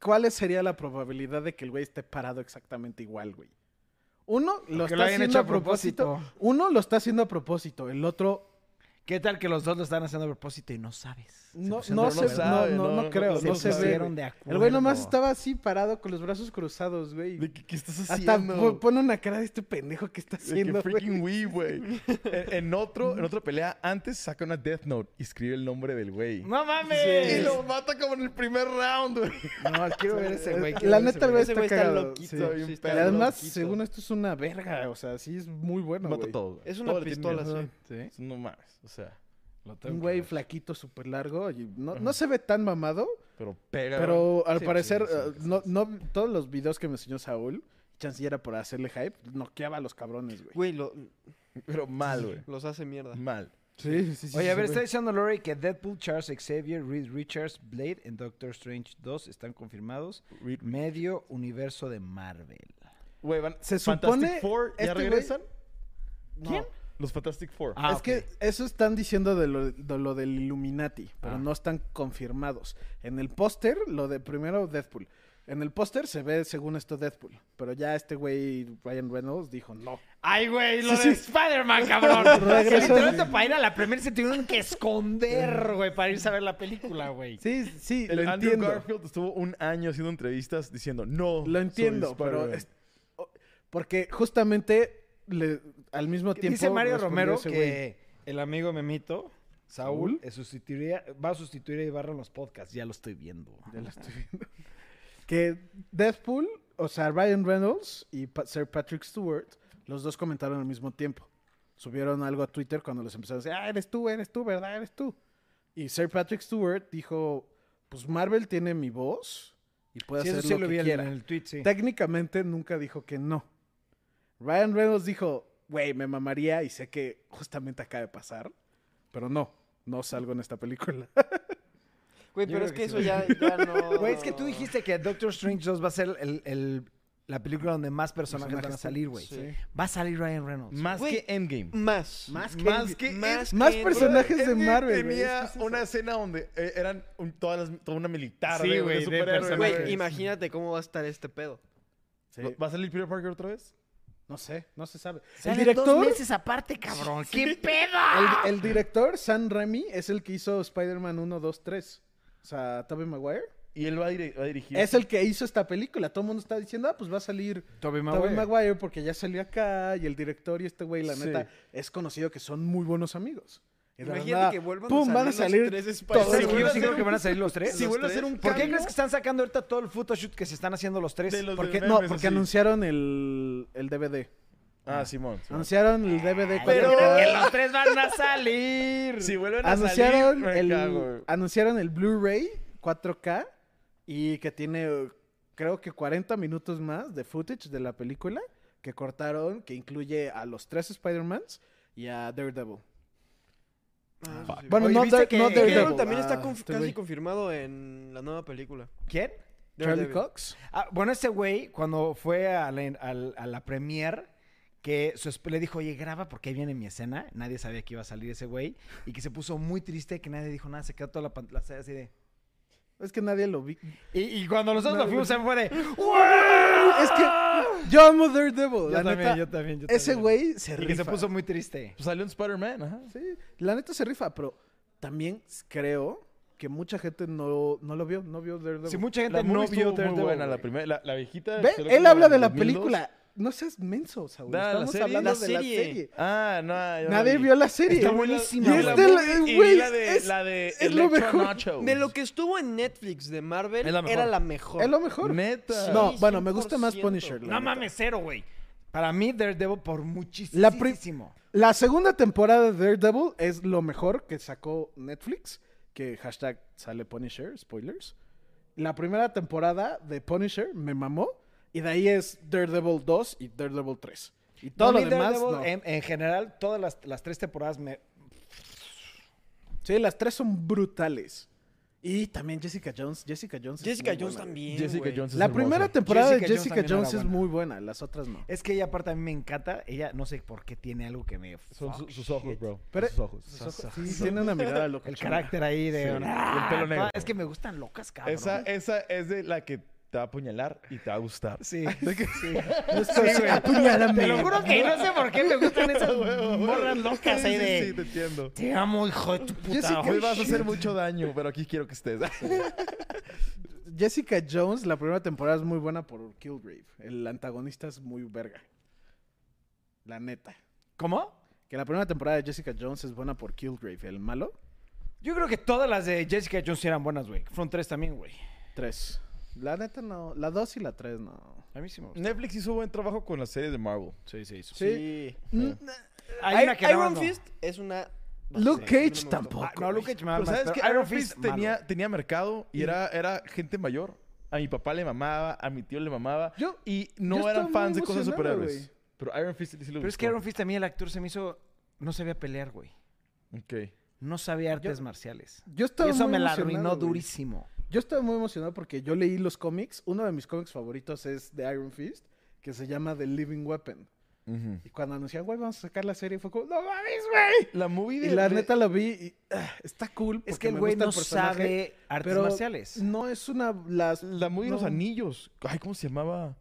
[SPEAKER 3] ¿cuál sería la probabilidad de que el güey esté parado exactamente igual, güey? Uno lo
[SPEAKER 2] que
[SPEAKER 3] está
[SPEAKER 2] lo hayan
[SPEAKER 3] haciendo
[SPEAKER 2] hecho
[SPEAKER 3] a propósito. Uno lo está haciendo a propósito. El otro
[SPEAKER 2] ¿Qué tal que los dos lo están haciendo a propósito y no sabes?
[SPEAKER 3] no,
[SPEAKER 2] pusieron
[SPEAKER 3] no,
[SPEAKER 4] de
[SPEAKER 3] se,
[SPEAKER 4] acuerdo.
[SPEAKER 3] no, no, no
[SPEAKER 4] No sabe, no-
[SPEAKER 3] creo.
[SPEAKER 4] no
[SPEAKER 3] No se ve.
[SPEAKER 2] pusieron
[SPEAKER 3] güey.
[SPEAKER 2] de
[SPEAKER 3] El güey nomás
[SPEAKER 2] acuerdo.
[SPEAKER 3] estaba así parado con los brazos cruzados, güey.
[SPEAKER 4] De que, ¿Qué estás
[SPEAKER 3] Hasta
[SPEAKER 4] haciendo?
[SPEAKER 3] po- pone una cara de este pendejo que está
[SPEAKER 4] De que
[SPEAKER 3] haciendo. güey.
[SPEAKER 4] freaking Wii, güey. en, en otro, en otra pelea, antes saca una Death Note y escribe el nombre del güey.
[SPEAKER 2] ¡No
[SPEAKER 4] Y
[SPEAKER 2] mames!
[SPEAKER 4] lo mata como en el primer round, güey.
[SPEAKER 2] No, quiero ver ese güey. quiero
[SPEAKER 3] La
[SPEAKER 2] ver ese
[SPEAKER 3] neta, el güey
[SPEAKER 1] Ese
[SPEAKER 3] está
[SPEAKER 1] güey está
[SPEAKER 3] cagado.
[SPEAKER 1] loquito.
[SPEAKER 3] sí.
[SPEAKER 4] Está bien
[SPEAKER 1] sí,
[SPEAKER 3] Y
[SPEAKER 1] está
[SPEAKER 3] además,
[SPEAKER 1] loquito.
[SPEAKER 3] según esto, es una verga. O sea, sí es muy bueno,
[SPEAKER 4] mata
[SPEAKER 3] güey.
[SPEAKER 4] todo. güey.
[SPEAKER 1] Es una
[SPEAKER 4] Todo le tiene
[SPEAKER 1] pistola,
[SPEAKER 4] miedo.
[SPEAKER 1] sí.
[SPEAKER 3] Sí.
[SPEAKER 4] Ajá. No mames, o sea,
[SPEAKER 3] Un güey flaquito, súper largo. y no, no se ve tan mamado,
[SPEAKER 4] pero pega. güey.
[SPEAKER 3] pero al
[SPEAKER 4] Sí, pues,
[SPEAKER 3] parecer,
[SPEAKER 4] sí, sí,
[SPEAKER 3] eh,
[SPEAKER 4] sí, sí.
[SPEAKER 3] no, no- todos los videos que me enseñó Saúl, chance ya era por hacerle hype, noqueaba a los cabrones, güey.
[SPEAKER 1] Güey, lo-
[SPEAKER 4] Pero mal, güey.
[SPEAKER 1] los hace mierda.
[SPEAKER 4] Mal.
[SPEAKER 3] Sí, sí,
[SPEAKER 2] Oye, a ver, está
[SPEAKER 3] güey.
[SPEAKER 2] diciendo Lori que Deadpool, Charles Xavier, Reed Richards, Blade en Doctor Strange 2 están confirmados.
[SPEAKER 4] Reed-
[SPEAKER 2] Medio universo de Marvel.
[SPEAKER 4] Güey, van.
[SPEAKER 3] Se supone
[SPEAKER 4] Fantastic Four, ¿ya
[SPEAKER 3] este güey-
[SPEAKER 4] regresan?
[SPEAKER 3] No,
[SPEAKER 2] ¿Quién?
[SPEAKER 4] Los Fantastic Four.
[SPEAKER 2] Ah,
[SPEAKER 3] es
[SPEAKER 2] ok.
[SPEAKER 3] que eso están diciendo de lo, de lo del Illuminati, pero
[SPEAKER 2] Ah.
[SPEAKER 3] no están confirmados. En el póster, lo de primero Deadpool. En el póster se ve, según esto, Deadpool. Pero ya este güey, Ryan Reynolds, dijo no.
[SPEAKER 2] ¡Ay, güey! Lo
[SPEAKER 3] Sí,
[SPEAKER 2] de Spider-Man, cabrón. Si
[SPEAKER 3] Regresó.
[SPEAKER 2] literalmente para ir a la primera se tuvieron que esconder, güey, para irse a ver la película, güey.
[SPEAKER 3] Sí, sí,
[SPEAKER 4] el
[SPEAKER 3] lo
[SPEAKER 4] Andrew
[SPEAKER 3] entiendo.
[SPEAKER 4] Garfield estuvo un año haciendo entrevistas diciendo, no.
[SPEAKER 3] Lo entiendo,
[SPEAKER 4] soy
[SPEAKER 3] pero
[SPEAKER 4] Spider-Man".
[SPEAKER 3] es- o- porque justamente le- al mismo tiempo
[SPEAKER 2] Dice Mario
[SPEAKER 3] respondió
[SPEAKER 2] Romero
[SPEAKER 3] ese
[SPEAKER 2] que
[SPEAKER 3] güey.
[SPEAKER 2] el amigo Memito, Saúl,
[SPEAKER 3] ¿Saúl?
[SPEAKER 2] eh, sustituiría- va a sustituir a Ibarra en los podcasts. Ya lo estoy viendo.
[SPEAKER 3] Ya lo estoy viendo. que Deadpool, o sea, Ryan Reynolds y Pa- Sir Patrick Stewart, los dos comentaron al mismo tiempo. Subieron algo a Twitter cuando les empezaron a decir, "Ah, eres tú, eres tú, ¿verdad? Eres tú." Y Sir Patrick Stewart dijo, "Pues Marvel tiene mi voz y puede
[SPEAKER 2] Sí,
[SPEAKER 3] hacer
[SPEAKER 2] eso sí
[SPEAKER 3] lo,
[SPEAKER 2] lo
[SPEAKER 3] que
[SPEAKER 2] vi en-
[SPEAKER 3] quiera."
[SPEAKER 2] en el tweet, sí.
[SPEAKER 3] Técnicamente nunca dijo que no. Ryan Reynolds dijo, güey, me mamaría y sé que justamente acaba de pasar, pero no, no salgo en esta película.
[SPEAKER 1] Güey,
[SPEAKER 2] Yo creo
[SPEAKER 1] pero es
[SPEAKER 2] que
[SPEAKER 1] que eso
[SPEAKER 2] sí.
[SPEAKER 1] ya, ya no.
[SPEAKER 2] Güey, es que tú dijiste que Doctor Strange 2 va a ser el- el- la película donde más personajes,
[SPEAKER 3] Personajes
[SPEAKER 2] van a salir, güey.
[SPEAKER 1] Sí.
[SPEAKER 2] Va a salir Ryan Reynolds.
[SPEAKER 4] Más
[SPEAKER 1] Güey.
[SPEAKER 4] que Endgame.
[SPEAKER 1] Más.
[SPEAKER 2] Más que-
[SPEAKER 1] más
[SPEAKER 3] más
[SPEAKER 1] que-
[SPEAKER 3] personajes de
[SPEAKER 4] Endgame
[SPEAKER 3] Marvel, güey,
[SPEAKER 4] Tenía
[SPEAKER 3] es que es
[SPEAKER 4] una escena donde eh, eran un- todas las- toda una militar
[SPEAKER 2] Sí,
[SPEAKER 4] de,
[SPEAKER 2] güey,
[SPEAKER 4] de
[SPEAKER 2] de
[SPEAKER 4] superhéroes.
[SPEAKER 2] personajes.
[SPEAKER 1] Güey, imagínate cómo va a estar este pedo.
[SPEAKER 4] ¿Lo- ¿Va a salir Peter Parker otra vez?
[SPEAKER 3] No sé, no se sabe. El
[SPEAKER 2] Salen dos
[SPEAKER 3] director,
[SPEAKER 2] meses aparte, cabrón. ¡Qué pedo!
[SPEAKER 3] el, el director, Sam Raimi, es el que hizo Spider-Man 1, 2, 3. O sea, Tobey Maguire.
[SPEAKER 4] Y él va a, dir- va a dirigir.
[SPEAKER 3] Es el que hizo esta película. Todo el mundo está diciendo, ah, pues va a salir
[SPEAKER 2] Tobey
[SPEAKER 3] Tobey
[SPEAKER 2] Maguire.
[SPEAKER 3] Maguire porque ya salió acá y el director y este güey, la
[SPEAKER 4] Sí.
[SPEAKER 3] neta, es conocido que son muy buenos amigos. Y de la
[SPEAKER 1] Imagínate
[SPEAKER 3] nada,
[SPEAKER 1] que vuelvan
[SPEAKER 3] ¡pum!
[SPEAKER 1] a
[SPEAKER 3] van a
[SPEAKER 1] salir
[SPEAKER 3] salir
[SPEAKER 1] los tres
[SPEAKER 3] todos.
[SPEAKER 2] ¿Sabes
[SPEAKER 4] Si
[SPEAKER 2] que yo
[SPEAKER 4] vuelve a
[SPEAKER 2] sí
[SPEAKER 4] ser
[SPEAKER 2] creo que
[SPEAKER 4] un-
[SPEAKER 2] van a salir los tres?
[SPEAKER 4] si
[SPEAKER 2] Los
[SPEAKER 4] vuelve a
[SPEAKER 2] tres.
[SPEAKER 4] ser un
[SPEAKER 2] ¿Por qué
[SPEAKER 4] cambio-
[SPEAKER 2] crees que están sacando ahorita todo el photoshoot que se están haciendo los tres?
[SPEAKER 4] De los
[SPEAKER 2] Porque-
[SPEAKER 4] del
[SPEAKER 3] No,
[SPEAKER 4] memes,
[SPEAKER 3] porque
[SPEAKER 4] así.
[SPEAKER 3] anunciaron el, el DVD.
[SPEAKER 4] Ah, Simón. Simón.
[SPEAKER 3] Anunciaron el DVD. con
[SPEAKER 2] Pero
[SPEAKER 3] el que-
[SPEAKER 2] que los tres van a salir.
[SPEAKER 4] Si vuelven a
[SPEAKER 3] anunciaron
[SPEAKER 4] salir, me
[SPEAKER 3] el,
[SPEAKER 4] cago, güey.
[SPEAKER 3] anunciaron el Blu-ray 4K y que tiene eh, creo que 40 minutos más de footage de la película que cortaron que incluye a los tres Spider-Mans y a Daredevil. Bueno,
[SPEAKER 1] Ah,
[SPEAKER 2] Oye,
[SPEAKER 3] no,
[SPEAKER 2] ¿viste
[SPEAKER 3] Dare-
[SPEAKER 2] que
[SPEAKER 3] no
[SPEAKER 2] Daredevil
[SPEAKER 3] Daredevil.
[SPEAKER 1] también está
[SPEAKER 3] ah,
[SPEAKER 1] conf-
[SPEAKER 3] este
[SPEAKER 1] casi
[SPEAKER 3] güey,
[SPEAKER 1] confirmado en la nueva película.
[SPEAKER 2] ¿Quién?
[SPEAKER 3] Charlie
[SPEAKER 1] Daredevil.
[SPEAKER 3] Cox.
[SPEAKER 2] Ah, bueno, ese güey, cuando fue a la, al- a la premier, que su esp- le dijo, oye, graba porque ahí viene mi escena. Nadie sabía que iba a salir ese güey. Y que se puso muy triste, que nadie dijo nada. Se quedó toda la pantalla así de...
[SPEAKER 3] Es que nadie lo vi.
[SPEAKER 2] Y, y cuando nosotros nos
[SPEAKER 3] Nadie-
[SPEAKER 2] fuimos, se fue de...
[SPEAKER 3] Es que yo amo Daredevil. La neta,
[SPEAKER 2] también, yo
[SPEAKER 3] ese güey se
[SPEAKER 2] Y que se
[SPEAKER 3] rifa.
[SPEAKER 2] puso muy triste.
[SPEAKER 4] Pues salió un Spider-Man, ajá.
[SPEAKER 3] Sí, la neta se rifa, pero también creo que mucha gente no, no lo vio, no vio Daredevil.
[SPEAKER 2] Si mucha gente
[SPEAKER 4] La
[SPEAKER 2] no vio
[SPEAKER 4] muy
[SPEAKER 2] Daredevil,
[SPEAKER 4] buena la
[SPEAKER 2] güey.
[SPEAKER 4] primera. La, la viejita.
[SPEAKER 3] Ve,
[SPEAKER 4] salió
[SPEAKER 3] él
[SPEAKER 4] como
[SPEAKER 3] habla
[SPEAKER 4] en
[SPEAKER 3] de la
[SPEAKER 4] 2002.
[SPEAKER 3] película. No seas menso, Saúl.
[SPEAKER 4] Da, la
[SPEAKER 3] Estamos
[SPEAKER 4] serie.
[SPEAKER 3] hablando
[SPEAKER 1] La
[SPEAKER 3] de
[SPEAKER 1] serie.
[SPEAKER 3] la serie.
[SPEAKER 4] Ah, no. yo no la
[SPEAKER 3] Nadie
[SPEAKER 4] vi.
[SPEAKER 3] vio la serie.
[SPEAKER 2] Está
[SPEAKER 4] Yo vi la-
[SPEAKER 2] buenísima,
[SPEAKER 4] yo
[SPEAKER 2] güey.
[SPEAKER 4] vi
[SPEAKER 2] Y
[SPEAKER 3] esta la-
[SPEAKER 4] movie y
[SPEAKER 3] güey,
[SPEAKER 4] vi la de,
[SPEAKER 3] es-
[SPEAKER 4] la de
[SPEAKER 3] es lo
[SPEAKER 4] Electro
[SPEAKER 3] mejor.
[SPEAKER 4] Nachos.
[SPEAKER 1] De lo que estuvo en Netflix de Marvel,
[SPEAKER 2] Es la mejor.
[SPEAKER 1] era la mejor.
[SPEAKER 3] Es lo mejor.
[SPEAKER 4] Neta.
[SPEAKER 3] No,
[SPEAKER 1] Sí,
[SPEAKER 3] bueno, me gusta más
[SPEAKER 1] 100%.
[SPEAKER 3] Punisher. la
[SPEAKER 2] No
[SPEAKER 3] neta.
[SPEAKER 2] mames, cero, güey. Para mí, Daredevil por muchísimo.
[SPEAKER 3] La pri- La segunda temporada de Daredevil es lo mejor que sacó Netflix. Que hashtag sale Punisher, spoilers. La primera temporada de Punisher me mamó. Y de ahí es Daredevil 2 y Daredevil 3. Y todo lo demás. no.
[SPEAKER 2] en, en general, todas las, las tres temporadas me...
[SPEAKER 3] Sí, las tres son brutales. Y también Jessica Jones. Jessica Jones. es
[SPEAKER 1] Jessica
[SPEAKER 3] muy
[SPEAKER 1] Jones
[SPEAKER 3] buena.
[SPEAKER 1] también.
[SPEAKER 4] Jessica
[SPEAKER 1] güey.
[SPEAKER 4] Jones es
[SPEAKER 3] La
[SPEAKER 4] hermosa.
[SPEAKER 3] primera temporada
[SPEAKER 2] Jessica
[SPEAKER 3] de
[SPEAKER 2] Jones
[SPEAKER 3] Jessica Jones,
[SPEAKER 2] también era
[SPEAKER 3] es
[SPEAKER 2] buena.
[SPEAKER 3] muy buena, las otras no.
[SPEAKER 2] Es que ella aparte a mí me encanta. Ella no sé por qué tiene algo que me...
[SPEAKER 4] Son
[SPEAKER 2] fuck
[SPEAKER 4] su- sus ojos,
[SPEAKER 2] shit.
[SPEAKER 4] bro.
[SPEAKER 3] Pero-
[SPEAKER 4] sus ojos.
[SPEAKER 3] Sus ojos- sí, tiene una mirada loca.
[SPEAKER 2] El
[SPEAKER 3] chona.
[SPEAKER 2] carácter ahí de...
[SPEAKER 4] Sí, el pelo negro.
[SPEAKER 2] Ah, Es que me gustan locas,
[SPEAKER 3] Ah,
[SPEAKER 2] cabrón.
[SPEAKER 4] Esa, eh, esa es de la que te va a apuñalar y te va a gustar.
[SPEAKER 2] Sí.
[SPEAKER 3] Es como si, apuñálame.
[SPEAKER 2] Te lo juro que no sé por qué me gustan esas morras locas ahí
[SPEAKER 4] Sí,
[SPEAKER 2] de...
[SPEAKER 4] Sí, sí, te entiendo.
[SPEAKER 2] Te amo, hijo de tu puta.
[SPEAKER 3] Jessica-
[SPEAKER 4] Hoy vas a hacer
[SPEAKER 3] shit.
[SPEAKER 4] mucho daño, pero aquí quiero que estés.
[SPEAKER 3] Jessica Jones, la primera temporada es muy buena por Kilgrave. El antagonista es muy verga. La neta.
[SPEAKER 2] ¿Cómo?
[SPEAKER 3] Que la primera temporada de Jessica Jones es buena por Kilgrave. El malo,
[SPEAKER 2] Yo creo que todas las de Jessica Jones eran buenas, güey. Front 3 también, güey.
[SPEAKER 3] tres. La neta no. La dos y la tres no.
[SPEAKER 2] A mí sí me gustan.
[SPEAKER 4] Netflix hizo buen trabajo con las series de Marvel.
[SPEAKER 2] Sí, sí, sí.
[SPEAKER 1] Sí.
[SPEAKER 3] Mm,
[SPEAKER 2] Hay una que nada
[SPEAKER 1] Iron
[SPEAKER 2] más no.
[SPEAKER 1] Fist es una.
[SPEAKER 3] Luke
[SPEAKER 1] Sí, no
[SPEAKER 3] Cage
[SPEAKER 1] me gustó.
[SPEAKER 3] tampoco.
[SPEAKER 2] Ah, no, Luke Cage me da
[SPEAKER 4] Pero
[SPEAKER 2] más,
[SPEAKER 4] sabes
[SPEAKER 2] pero
[SPEAKER 4] que Iron Fist tenía, tenía mercado y era, era gente mayor. A mi papá le mamaba, a mi tío le mamaba.
[SPEAKER 3] Yo-
[SPEAKER 4] y
[SPEAKER 3] yo
[SPEAKER 4] no eran
[SPEAKER 3] estaba
[SPEAKER 4] fans
[SPEAKER 3] muy
[SPEAKER 4] de cosas de
[SPEAKER 3] emocionado,
[SPEAKER 4] superhéroes. Pero Iron Fist sí lo
[SPEAKER 2] Pero es que Iron Fist a mí el actor se me hizo... No sabía pelear, güey.
[SPEAKER 4] Ok.
[SPEAKER 2] No sabía artes marciales.
[SPEAKER 3] Yo
[SPEAKER 2] Y
[SPEAKER 3] estaba
[SPEAKER 2] eso
[SPEAKER 3] muy
[SPEAKER 2] me la
[SPEAKER 3] emocionado,
[SPEAKER 2] arruinó
[SPEAKER 3] güey.
[SPEAKER 2] durísimo.
[SPEAKER 3] Yo estaba muy emocionado porque yo leí los cómics. Uno de mis cómics favoritos es de Iron Fist, que se llama The Living Weapon.
[SPEAKER 4] Ujú.
[SPEAKER 3] Y cuando anunciaron, güey, vamos a sacar la serie, fue como, no mames, güey.
[SPEAKER 4] La movie de.
[SPEAKER 3] Y la
[SPEAKER 4] de-
[SPEAKER 3] neta la vi y ah, está cool.
[SPEAKER 2] Es
[SPEAKER 3] porque
[SPEAKER 2] que el
[SPEAKER 3] me
[SPEAKER 2] güey
[SPEAKER 3] gusta
[SPEAKER 2] no
[SPEAKER 3] personaje,
[SPEAKER 2] sabe artes
[SPEAKER 3] pero
[SPEAKER 2] marciales.
[SPEAKER 3] No es una. Las,
[SPEAKER 4] La movie de los
[SPEAKER 3] no.
[SPEAKER 4] anillos. Ay, ¿cómo se llamaba?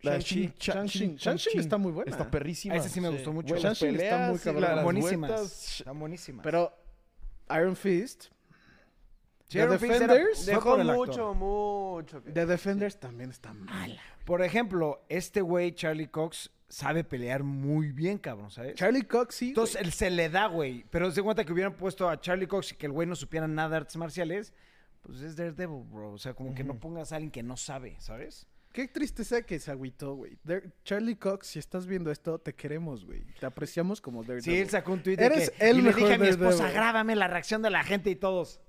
[SPEAKER 4] La de
[SPEAKER 3] Shang-Chi.
[SPEAKER 4] Shin- Sha-
[SPEAKER 3] Shang-Chi.
[SPEAKER 4] Shin-
[SPEAKER 3] Shang-Chi
[SPEAKER 4] Shang-Chi.
[SPEAKER 3] está muy buena.
[SPEAKER 4] Está perrísima.
[SPEAKER 2] A ese sí me gustó mucho.
[SPEAKER 4] Güey,
[SPEAKER 3] Shang-Chi
[SPEAKER 4] las
[SPEAKER 3] está muy
[SPEAKER 4] peleas y
[SPEAKER 3] cabrón.
[SPEAKER 4] las
[SPEAKER 2] Están buenísimas.
[SPEAKER 4] vueltas.
[SPEAKER 2] Están buenísimas.
[SPEAKER 3] Pero Iron Fist.
[SPEAKER 2] Sí,
[SPEAKER 3] The
[SPEAKER 2] Iron Fist era-
[SPEAKER 3] Defenders.
[SPEAKER 2] fue
[SPEAKER 1] Dejó
[SPEAKER 2] por el actor.
[SPEAKER 1] mucho, mucho. que-
[SPEAKER 3] The Defenders también está mala.
[SPEAKER 2] Por ejemplo, este güey, Charlie Cox, sabe pelear muy bien, cabrón, ¿sabes?
[SPEAKER 3] Charlie Cox sí.
[SPEAKER 2] Entonces,
[SPEAKER 3] güey.
[SPEAKER 2] él se le da, güey. Pero se cuenta que hubieran puesto a Charlie Cox y que el güey no supiera nada de artes marciales. Pues es Daredevil, bro. O sea, como que no pongas a alguien que no sabe, ¿sabes?
[SPEAKER 3] Qué tristeza que se agüitó, güey. There- Charlie Cox, si estás viendo esto, te queremos, güey. Te apreciamos como Daredevil.
[SPEAKER 2] Sí, él sacó un tweet de
[SPEAKER 3] Eres
[SPEAKER 2] que,
[SPEAKER 3] el
[SPEAKER 2] y le
[SPEAKER 3] mejor
[SPEAKER 2] dije a mi esposa,
[SPEAKER 3] Daredevil.
[SPEAKER 2] grábame la reacción de la gente y todos.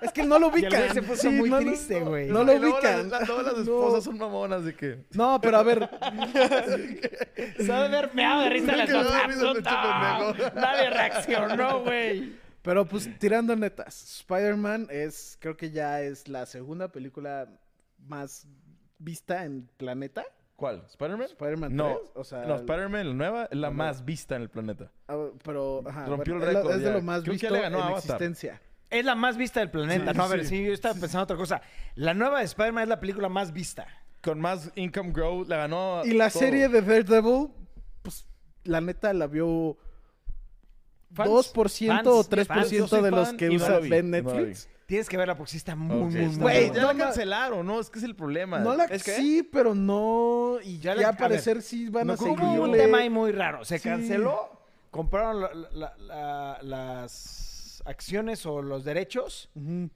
[SPEAKER 3] Es que no lo
[SPEAKER 2] Y el güey
[SPEAKER 3] ubican.
[SPEAKER 2] se puso muy triste, güey.
[SPEAKER 3] No, lo
[SPEAKER 4] Y luego
[SPEAKER 3] ubican.
[SPEAKER 4] las- las- Todas las
[SPEAKER 3] No.
[SPEAKER 4] esposas son mamonas de que.
[SPEAKER 3] No, pero a ver,
[SPEAKER 2] Sabe ver meado de risa la
[SPEAKER 4] Me cagó de
[SPEAKER 2] esposa.
[SPEAKER 4] risa el
[SPEAKER 2] "Puta,
[SPEAKER 4] pinche pendejo".
[SPEAKER 2] Nadie reaccionó, güey.
[SPEAKER 3] Pero pues tirando netas, Spider-Man es, creo que ya es la segunda película más vista en planeta.
[SPEAKER 4] ¿Cuál? ¿Spider-Man?
[SPEAKER 3] Spider-Man
[SPEAKER 4] No,
[SPEAKER 3] 3, o sea,
[SPEAKER 4] no Spider-Man, la nueva, es la
[SPEAKER 3] la
[SPEAKER 4] más vista en el planeta.
[SPEAKER 3] Ah, Pero ajá,
[SPEAKER 4] Rompió
[SPEAKER 3] bueno,
[SPEAKER 4] el
[SPEAKER 3] es la-
[SPEAKER 4] récord
[SPEAKER 3] Es de
[SPEAKER 4] ya.
[SPEAKER 3] lo más
[SPEAKER 4] Creo que
[SPEAKER 3] visto
[SPEAKER 4] ya le ganó
[SPEAKER 3] en
[SPEAKER 4] a Avatar.
[SPEAKER 3] existencia.
[SPEAKER 2] Es la más vista del planeta.
[SPEAKER 4] Sí,
[SPEAKER 2] no, a ver,
[SPEAKER 4] sí.
[SPEAKER 2] sí, yo estaba pensando otra cosa. La nueva de Spider-Man es la película más vista.
[SPEAKER 4] Con más income growth, la ganó.
[SPEAKER 3] Y la
[SPEAKER 4] Ah, todo.
[SPEAKER 3] serie de Daredevil, pues la neta la vio
[SPEAKER 4] Fans.
[SPEAKER 3] 2% o
[SPEAKER 2] Fans,
[SPEAKER 3] 3%
[SPEAKER 2] fans, yo
[SPEAKER 4] soy
[SPEAKER 3] de los
[SPEAKER 4] fan
[SPEAKER 3] que
[SPEAKER 4] y no la
[SPEAKER 3] usan
[SPEAKER 4] vi,
[SPEAKER 3] ven
[SPEAKER 4] no la vi.
[SPEAKER 3] Netflix.
[SPEAKER 2] Tienes que verla porque sí está muy,
[SPEAKER 4] Ok,
[SPEAKER 2] muy,
[SPEAKER 4] está
[SPEAKER 2] muy
[SPEAKER 4] Güey,
[SPEAKER 2] buena.
[SPEAKER 4] ya
[SPEAKER 3] No
[SPEAKER 4] la
[SPEAKER 3] ma-
[SPEAKER 4] cancelaron, ¿no? Es que es el problema.
[SPEAKER 3] No la,
[SPEAKER 1] ¿Es que?
[SPEAKER 3] sí, pero no. Y
[SPEAKER 2] Ya
[SPEAKER 3] ya,
[SPEAKER 2] la- a
[SPEAKER 3] al parecer sí van
[SPEAKER 2] No,
[SPEAKER 3] a
[SPEAKER 2] como
[SPEAKER 3] seguir.
[SPEAKER 2] un tema ahí muy raro. Se
[SPEAKER 3] Sí.
[SPEAKER 2] canceló, compraron la- la- la- las acciones o los derechos
[SPEAKER 3] Ujú.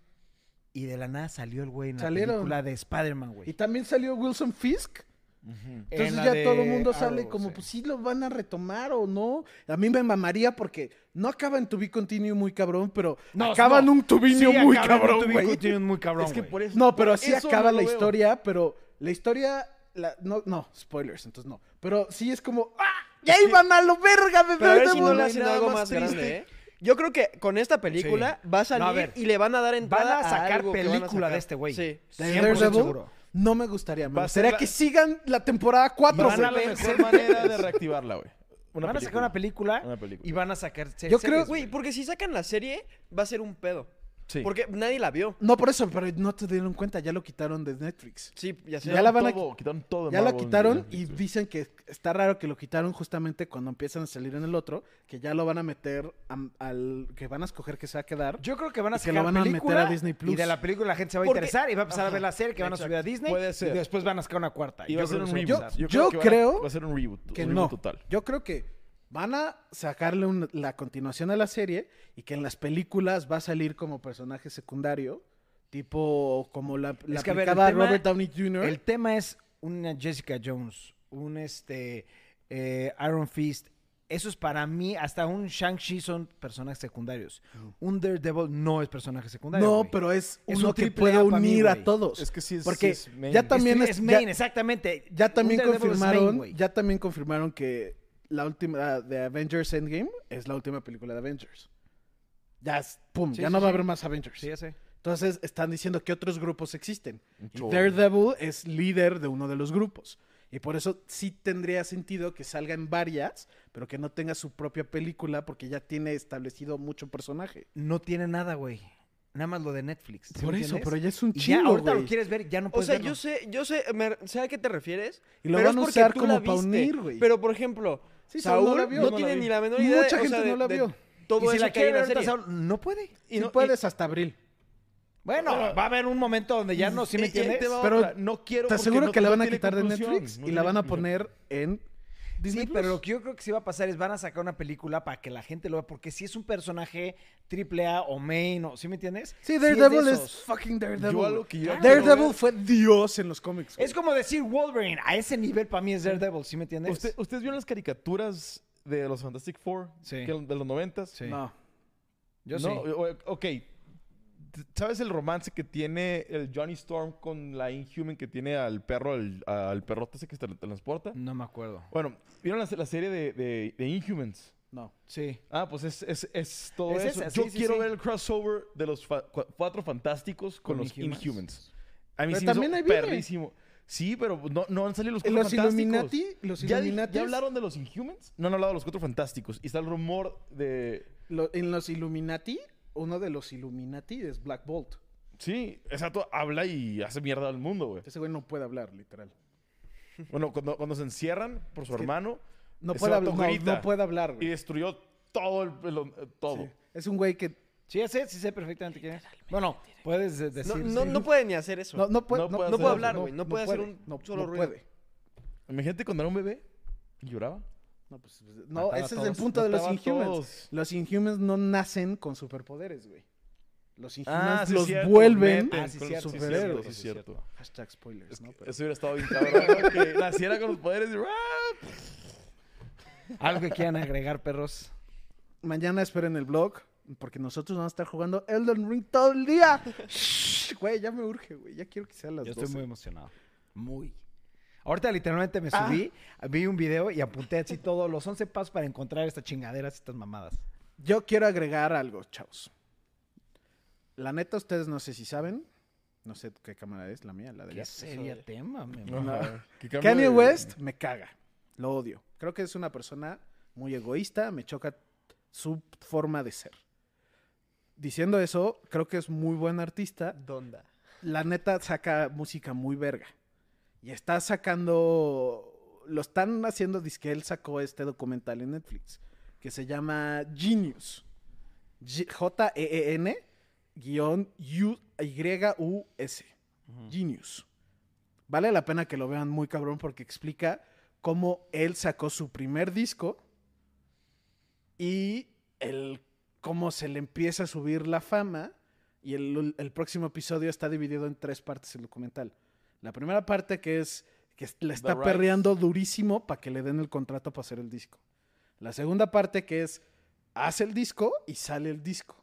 [SPEAKER 2] y de la nada salió el güey en la
[SPEAKER 3] Salieron.
[SPEAKER 2] película de Spider-Man,
[SPEAKER 3] Y
[SPEAKER 2] güey.
[SPEAKER 3] también salió Wilson Fisk.
[SPEAKER 4] Ujú.
[SPEAKER 2] En
[SPEAKER 3] Entonces
[SPEAKER 2] la
[SPEAKER 3] ya
[SPEAKER 2] de
[SPEAKER 3] todo el mundo
[SPEAKER 2] Arrow,
[SPEAKER 3] sale como,
[SPEAKER 2] sí.
[SPEAKER 3] pues sí lo van a retomar o no. A mí me mamaría porque no acaban To Be Continue muy cabrón, pero
[SPEAKER 2] No,
[SPEAKER 3] acaban
[SPEAKER 2] no.
[SPEAKER 3] un To Be New
[SPEAKER 2] Sí,
[SPEAKER 3] muy
[SPEAKER 2] acaban un
[SPEAKER 3] cabrón,
[SPEAKER 2] tubi-
[SPEAKER 3] güey.
[SPEAKER 2] continuum muy cabrón,
[SPEAKER 4] Es que
[SPEAKER 2] güey.
[SPEAKER 1] e-
[SPEAKER 4] por eso.
[SPEAKER 3] No, pero
[SPEAKER 4] por
[SPEAKER 3] así
[SPEAKER 4] eso
[SPEAKER 3] acaba
[SPEAKER 4] no lo
[SPEAKER 3] la
[SPEAKER 4] veo.
[SPEAKER 3] historia, pero la historia... la- no, no, spoilers, entonces no. Pero sí es como, ¡ah! ¡Ya iban a lo verga, bebé!
[SPEAKER 1] Pero a ver
[SPEAKER 3] de
[SPEAKER 1] si no
[SPEAKER 3] bola".
[SPEAKER 1] le
[SPEAKER 4] hay
[SPEAKER 1] hacen
[SPEAKER 4] nada
[SPEAKER 1] algo
[SPEAKER 4] más
[SPEAKER 1] más grande,
[SPEAKER 4] triste.
[SPEAKER 1] ¿eh? Yo creo que con esta película
[SPEAKER 2] Sí.
[SPEAKER 1] va
[SPEAKER 2] No,
[SPEAKER 1] a
[SPEAKER 2] a
[SPEAKER 1] salir
[SPEAKER 2] ver.
[SPEAKER 1] y le van a dar
[SPEAKER 2] Van
[SPEAKER 1] entrada
[SPEAKER 2] a sacar
[SPEAKER 1] algo que van a
[SPEAKER 2] película de
[SPEAKER 1] sacar.
[SPEAKER 2] este güey.
[SPEAKER 1] Sí.
[SPEAKER 3] De
[SPEAKER 2] 100%
[SPEAKER 3] Daredevil,
[SPEAKER 2] seguro.
[SPEAKER 3] no me gustaría. Me
[SPEAKER 4] Va a ser
[SPEAKER 3] gustaría
[SPEAKER 4] la-
[SPEAKER 3] que sigan la temporada
[SPEAKER 4] Y
[SPEAKER 3] 4,
[SPEAKER 4] van a la mejor manera de reactivarla, güey. Una
[SPEAKER 2] van a sacar una película,
[SPEAKER 4] Una película.
[SPEAKER 2] y van a sacar se-
[SPEAKER 3] Yo
[SPEAKER 2] series,
[SPEAKER 3] creo-
[SPEAKER 1] Güey, porque si sacan la serie, va a ser un pedo.
[SPEAKER 4] Sí.
[SPEAKER 1] Porque nadie la vio.
[SPEAKER 3] No, por eso, pero no te dieron cuenta, ya lo quitaron de Netflix.
[SPEAKER 1] Sí, ya sé.
[SPEAKER 3] Ya la van a-
[SPEAKER 4] Todo, quitaron todo de
[SPEAKER 3] Ya la
[SPEAKER 4] Marvel,
[SPEAKER 3] quitaron
[SPEAKER 4] de
[SPEAKER 3] y
[SPEAKER 4] Netflix, güey.
[SPEAKER 3] dicen que está raro que lo quitaron justamente cuando empiezan a salir en el otro, que ya lo van a meter am- al que van a escoger que se va a quedar.
[SPEAKER 2] Yo creo que van a
[SPEAKER 3] Y que
[SPEAKER 2] sacar
[SPEAKER 3] la van a meter
[SPEAKER 2] película
[SPEAKER 3] a Disney
[SPEAKER 2] y
[SPEAKER 3] Plus.
[SPEAKER 2] de la película la gente se va a
[SPEAKER 1] Porque-
[SPEAKER 2] interesar y va a empezar a ver
[SPEAKER 1] Ajá,
[SPEAKER 2] la serie que van a subir a
[SPEAKER 1] exacto.
[SPEAKER 2] Disney
[SPEAKER 4] Puede ser.
[SPEAKER 2] y después van a sacar una cuarta.
[SPEAKER 4] Y va a
[SPEAKER 2] Yo
[SPEAKER 4] ser
[SPEAKER 2] creo
[SPEAKER 4] un
[SPEAKER 2] que
[SPEAKER 4] reboot.
[SPEAKER 2] eso va a
[SPEAKER 3] Yo-
[SPEAKER 2] pasar.
[SPEAKER 3] yo
[SPEAKER 4] que van a-
[SPEAKER 3] creo
[SPEAKER 4] va a ser un reboot.
[SPEAKER 3] que
[SPEAKER 4] un
[SPEAKER 3] no.
[SPEAKER 4] reboot total.
[SPEAKER 3] Yo creo que van a sacarle un- la continuación a la serie y que en las películas va a salir como personaje secundario, tipo como la, la
[SPEAKER 2] Es que, a ver, el
[SPEAKER 3] aplicaba
[SPEAKER 2] tema-
[SPEAKER 3] Robert Downey Jr.
[SPEAKER 2] El tema es una Jessica Jones, un este eh, Iron Fist. Eso es para mí, hasta un Shang-Chi son personajes secundarios. Un Daredevil no es personaje secundario.
[SPEAKER 3] no,
[SPEAKER 2] güey.
[SPEAKER 3] pero es
[SPEAKER 2] Es
[SPEAKER 3] uno
[SPEAKER 2] un
[SPEAKER 3] que
[SPEAKER 2] triple
[SPEAKER 3] puede
[SPEAKER 2] A pa' mí,
[SPEAKER 3] unir
[SPEAKER 2] güey.
[SPEAKER 3] a todos.
[SPEAKER 4] Es que sí es-
[SPEAKER 3] Porque
[SPEAKER 4] sí es main.
[SPEAKER 3] ya también
[SPEAKER 2] es, es
[SPEAKER 3] es, ya-
[SPEAKER 2] main, exactamente.
[SPEAKER 3] Ya
[SPEAKER 2] Un
[SPEAKER 3] también
[SPEAKER 2] Daredevil es main,
[SPEAKER 3] confirmaron,
[SPEAKER 2] güey.
[SPEAKER 3] ya también confirmaron que la última de Avengers Endgame es la última película de Avengers. Ya es- pum,
[SPEAKER 2] Sí,
[SPEAKER 3] ya
[SPEAKER 2] sí,
[SPEAKER 3] no va a
[SPEAKER 2] sí.
[SPEAKER 3] haber más Avengers.
[SPEAKER 2] Sí, ya sé.
[SPEAKER 3] Entonces están diciendo que otros grupos existen.
[SPEAKER 4] Un
[SPEAKER 3] Y
[SPEAKER 4] chorro.
[SPEAKER 3] Daredevil es líder de uno de los grupos. Y por eso sí tendría sentido que salga en varias, pero que no tenga su propia película porque ya tiene establecido mucho personaje.
[SPEAKER 2] No tiene nada, güey. Nada más lo de Netflix. ¿sí
[SPEAKER 3] por
[SPEAKER 2] me
[SPEAKER 3] eso,
[SPEAKER 2] entiendes?
[SPEAKER 3] pero ya es un
[SPEAKER 2] Y ya
[SPEAKER 3] chingo,
[SPEAKER 2] ahorita
[SPEAKER 3] güey.
[SPEAKER 2] lo quieres ver, pues, ya no
[SPEAKER 1] O
[SPEAKER 2] puedes
[SPEAKER 1] sea,
[SPEAKER 2] verlo.
[SPEAKER 1] yo sé, yo sé, me- sé a qué te refieres.
[SPEAKER 3] Y lo
[SPEAKER 1] pero
[SPEAKER 3] van a
[SPEAKER 1] es porque
[SPEAKER 3] usar
[SPEAKER 1] tú
[SPEAKER 3] como
[SPEAKER 1] la
[SPEAKER 3] pa'
[SPEAKER 1] viste.
[SPEAKER 3] unir, güey.
[SPEAKER 1] Pero, por ejemplo,
[SPEAKER 3] Sí,
[SPEAKER 1] Saúl
[SPEAKER 3] Saúl no
[SPEAKER 1] no,
[SPEAKER 3] la vio. No la
[SPEAKER 1] tiene
[SPEAKER 3] vi.
[SPEAKER 1] ni la menor idea.
[SPEAKER 3] Mucha
[SPEAKER 1] o
[SPEAKER 3] gente
[SPEAKER 1] sea, de-
[SPEAKER 3] no la
[SPEAKER 1] de
[SPEAKER 3] vio.
[SPEAKER 2] Y
[SPEAKER 1] Todo
[SPEAKER 2] si
[SPEAKER 1] eso
[SPEAKER 2] la
[SPEAKER 1] que hay
[SPEAKER 2] quiere
[SPEAKER 1] en la
[SPEAKER 2] ver ahorita,
[SPEAKER 1] serie.
[SPEAKER 2] Saúl, no puede.
[SPEAKER 1] Y
[SPEAKER 3] Sí
[SPEAKER 1] no- y-
[SPEAKER 3] puedes hasta abril.
[SPEAKER 2] Bueno, va a haber un momento donde ya no, ¿sí
[SPEAKER 1] Eh,
[SPEAKER 2] me
[SPEAKER 4] Y- y ahí te
[SPEAKER 2] entiendes?
[SPEAKER 4] va
[SPEAKER 3] Pero
[SPEAKER 4] otra, no quiero
[SPEAKER 3] Te
[SPEAKER 4] porque
[SPEAKER 3] aseguro
[SPEAKER 4] no-
[SPEAKER 3] que la
[SPEAKER 4] no
[SPEAKER 3] van a
[SPEAKER 4] tiene
[SPEAKER 3] quitar de
[SPEAKER 4] conclusión,
[SPEAKER 3] Netflix
[SPEAKER 4] no
[SPEAKER 3] y la
[SPEAKER 4] tiene
[SPEAKER 3] van a
[SPEAKER 4] conclusión.
[SPEAKER 3] poner en Disney
[SPEAKER 2] Sí, pero lo que yo creo que sí va a pasar es van a sacar una película para que la gente lo vea, porque si es un personaje triple A o main, o, ¿sí me entiendes?
[SPEAKER 3] Sí,
[SPEAKER 2] es de
[SPEAKER 3] Daredevil es,
[SPEAKER 2] esos.
[SPEAKER 3] fucking Daredevil.
[SPEAKER 4] Yo a lo
[SPEAKER 3] güey.
[SPEAKER 4] que yo
[SPEAKER 2] Claro.
[SPEAKER 4] quiero
[SPEAKER 3] Daredevil
[SPEAKER 4] ver-
[SPEAKER 3] fue Dios en los cómics. güey.
[SPEAKER 2] Es como decir Wolverine, a ese nivel para mí es Daredevil, ¿sí me entiendes?
[SPEAKER 4] Usted- ¿Ustedes vieron las caricaturas de los Fantastic Four?
[SPEAKER 2] Sí.
[SPEAKER 4] Que eran de los noventas.
[SPEAKER 2] Sí.
[SPEAKER 3] No.
[SPEAKER 2] Yo
[SPEAKER 4] no,
[SPEAKER 2] sí.
[SPEAKER 4] o- Ok. ¿Sabes el romance que tiene el Johnny Storm con la Inhuman que tiene al perro, al, al perrote ese que se transporta?
[SPEAKER 2] No me acuerdo.
[SPEAKER 4] Bueno, ¿vieron la, la serie de, de- de Inhumans?
[SPEAKER 3] No.
[SPEAKER 2] Sí.
[SPEAKER 4] Ah, pues es, es, es todo
[SPEAKER 2] Es
[SPEAKER 4] eso.
[SPEAKER 2] esa,
[SPEAKER 4] Yo
[SPEAKER 2] sí, sí,
[SPEAKER 4] quiero
[SPEAKER 2] sí.
[SPEAKER 4] ver el crossover de los fa- cua- cuatro fantásticos con,
[SPEAKER 2] Con
[SPEAKER 4] los
[SPEAKER 2] Inhumans.
[SPEAKER 4] Inhumans. A mí
[SPEAKER 3] Pero
[SPEAKER 4] sí me hizo
[SPEAKER 3] también ahí viene.
[SPEAKER 4] perrísimo. Sí, pero no, no han salido los cuatro
[SPEAKER 3] Los
[SPEAKER 4] fantásticos.
[SPEAKER 3] Illuminati, los
[SPEAKER 4] ¿Ya, di-
[SPEAKER 3] Illuminati.
[SPEAKER 4] ya hablaron de los Inhumans? No han hablado de los cuatro fantásticos. Y está el rumor de...
[SPEAKER 3] en los Illuminati, uno de los Illuminati es Black Bolt.
[SPEAKER 4] Sí, exacto. Habla y hace mierda al mundo, güey.
[SPEAKER 3] Ese güey no puede hablar, literal.
[SPEAKER 4] Bueno, cuando, cuando se encierran por su
[SPEAKER 3] Es que
[SPEAKER 4] hermano...
[SPEAKER 3] No
[SPEAKER 4] ese
[SPEAKER 3] puede
[SPEAKER 4] vato
[SPEAKER 3] hablar. No,
[SPEAKER 4] grita
[SPEAKER 3] no puede hablar,
[SPEAKER 4] Y
[SPEAKER 3] güey.
[SPEAKER 4] destruyó todo el... pelo- eh, todo.
[SPEAKER 3] Sí. Es un güey que
[SPEAKER 2] Sí, ya sé, sí sé perfectamente quién es. Bueno, puedes de- decir.
[SPEAKER 1] No, no,
[SPEAKER 2] sí.
[SPEAKER 1] no puede ni hacer eso.
[SPEAKER 3] no, no puede,
[SPEAKER 4] No puede
[SPEAKER 1] No puede
[SPEAKER 4] hacer
[SPEAKER 1] hablar, güey. No, puede hacer un
[SPEAKER 3] no,
[SPEAKER 1] solo
[SPEAKER 3] no
[SPEAKER 1] ruido.
[SPEAKER 3] puede.
[SPEAKER 4] Imagínate cuando era un bebé y lloraba.
[SPEAKER 3] No, pues, no,
[SPEAKER 2] Mataba a
[SPEAKER 3] ese es
[SPEAKER 2] todos,
[SPEAKER 3] el punto de los
[SPEAKER 4] mataba a
[SPEAKER 3] Inhumans.
[SPEAKER 4] todos.
[SPEAKER 3] Los Inhumans no nacen con superpoderes, güey. Los Inhumans
[SPEAKER 4] Ah, sí,
[SPEAKER 3] los
[SPEAKER 4] cierto,
[SPEAKER 3] vuelven.
[SPEAKER 4] meten
[SPEAKER 2] Ah, sí,
[SPEAKER 4] con
[SPEAKER 2] cierto, sí,
[SPEAKER 4] superhéroes,
[SPEAKER 2] cierto,
[SPEAKER 4] sí,
[SPEAKER 2] sí,
[SPEAKER 4] cierto.
[SPEAKER 2] cierto.
[SPEAKER 3] Hashtag spoilers,
[SPEAKER 4] Es
[SPEAKER 3] ¿no?
[SPEAKER 4] que
[SPEAKER 3] Pero-
[SPEAKER 4] Eso hubiera estado bien cabrón, ¿no? que naciera con los poderes y ¡ah!
[SPEAKER 2] Algo que quieran agregar, perros.
[SPEAKER 3] Mañana esperen el blog, porque nosotros vamos a estar jugando Elden Ring todo el día. Shh, güey, ya me urge, güey. Ya quiero que sean las
[SPEAKER 2] Yo
[SPEAKER 3] 12.
[SPEAKER 2] estoy muy emocionado. Muy. Ahorita literalmente me subí, vi un video y apunté así todos los 11 pasos para encontrar estas chingaderas, estas mamadas.
[SPEAKER 3] Yo quiero agregar algo, chavos. La neta, ustedes no sé si saben. No sé qué cámara es, la mía, la de
[SPEAKER 2] Qué
[SPEAKER 3] allá.
[SPEAKER 2] seria tema, mi amor.
[SPEAKER 4] Ajá. Que cambie
[SPEAKER 3] Kanye
[SPEAKER 4] de-
[SPEAKER 3] West me caga. Lo odio. Creo que es una persona muy egoísta. Me choca su forma de ser. Diciendo eso, creo que es muy buen artista.
[SPEAKER 1] Donda.
[SPEAKER 3] la neta saca música muy verga. Y está sacando. Lo están haciendo. Dice que él sacó este documental en Netflix. Que se llama Genius. G- J-E-E-N. E guión U- Y-U-S. Genius. Vale la pena que lo vean muy cabrón porque explica cómo él sacó su primer disco y el cómo se le empieza a subir la fama. Y el, el próximo episodio está dividido en tres partes el documental. La primera parte que es que le está
[SPEAKER 4] rights.
[SPEAKER 3] perreando durísimo para que le den el contrato para hacer el disco. La segunda parte que es hace el disco y sale el disco.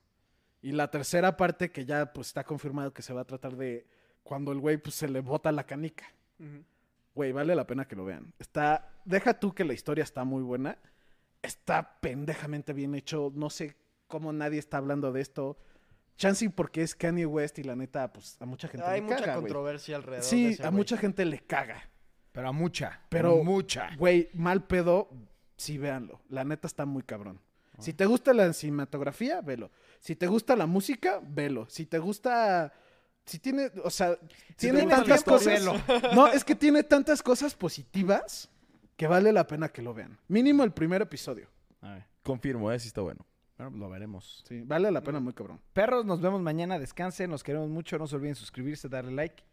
[SPEAKER 3] Y la tercera parte que ya pues está confirmado que se va a tratar de cuando el güey pues se le bota la canica.
[SPEAKER 1] Ujú.
[SPEAKER 3] Güey, vale la pena que lo vean. Está, deja tú que la historia está muy buena. Está pendejamente bien hecho. No sé cómo nadie está hablando de esto. Chancing porque es Kanye West y la neta, pues a mucha gente
[SPEAKER 1] Hay
[SPEAKER 3] le
[SPEAKER 1] mucha
[SPEAKER 3] caga, güey.
[SPEAKER 1] controversia alrededor de
[SPEAKER 3] Sí,
[SPEAKER 1] ese
[SPEAKER 3] a
[SPEAKER 1] güey.
[SPEAKER 3] mucha gente le caga.
[SPEAKER 2] Pero a mucha.
[SPEAKER 3] Pero-
[SPEAKER 2] Pero mucha.
[SPEAKER 3] Güey, mal pedo, sí véanlo. La neta está muy cabrón. Si te gusta la cinematografía, velo. Si te gusta la música, velo. Si te gusta... Si tiene, o sea, tiene
[SPEAKER 2] gusta el
[SPEAKER 3] tantas
[SPEAKER 2] tiempo,
[SPEAKER 3] cosas... No, es que tiene tantas cosas positivas que vale la pena que lo vean. Mínimo el primer episodio.
[SPEAKER 2] A ver,
[SPEAKER 4] Confirmo, eh, sí está bueno.
[SPEAKER 2] bueno, lo veremos.
[SPEAKER 3] Sí, vale la pena muy cabrón.
[SPEAKER 2] Perros, nos vemos mañana. Descansen, los queremos mucho. No se olviden suscribirse, darle like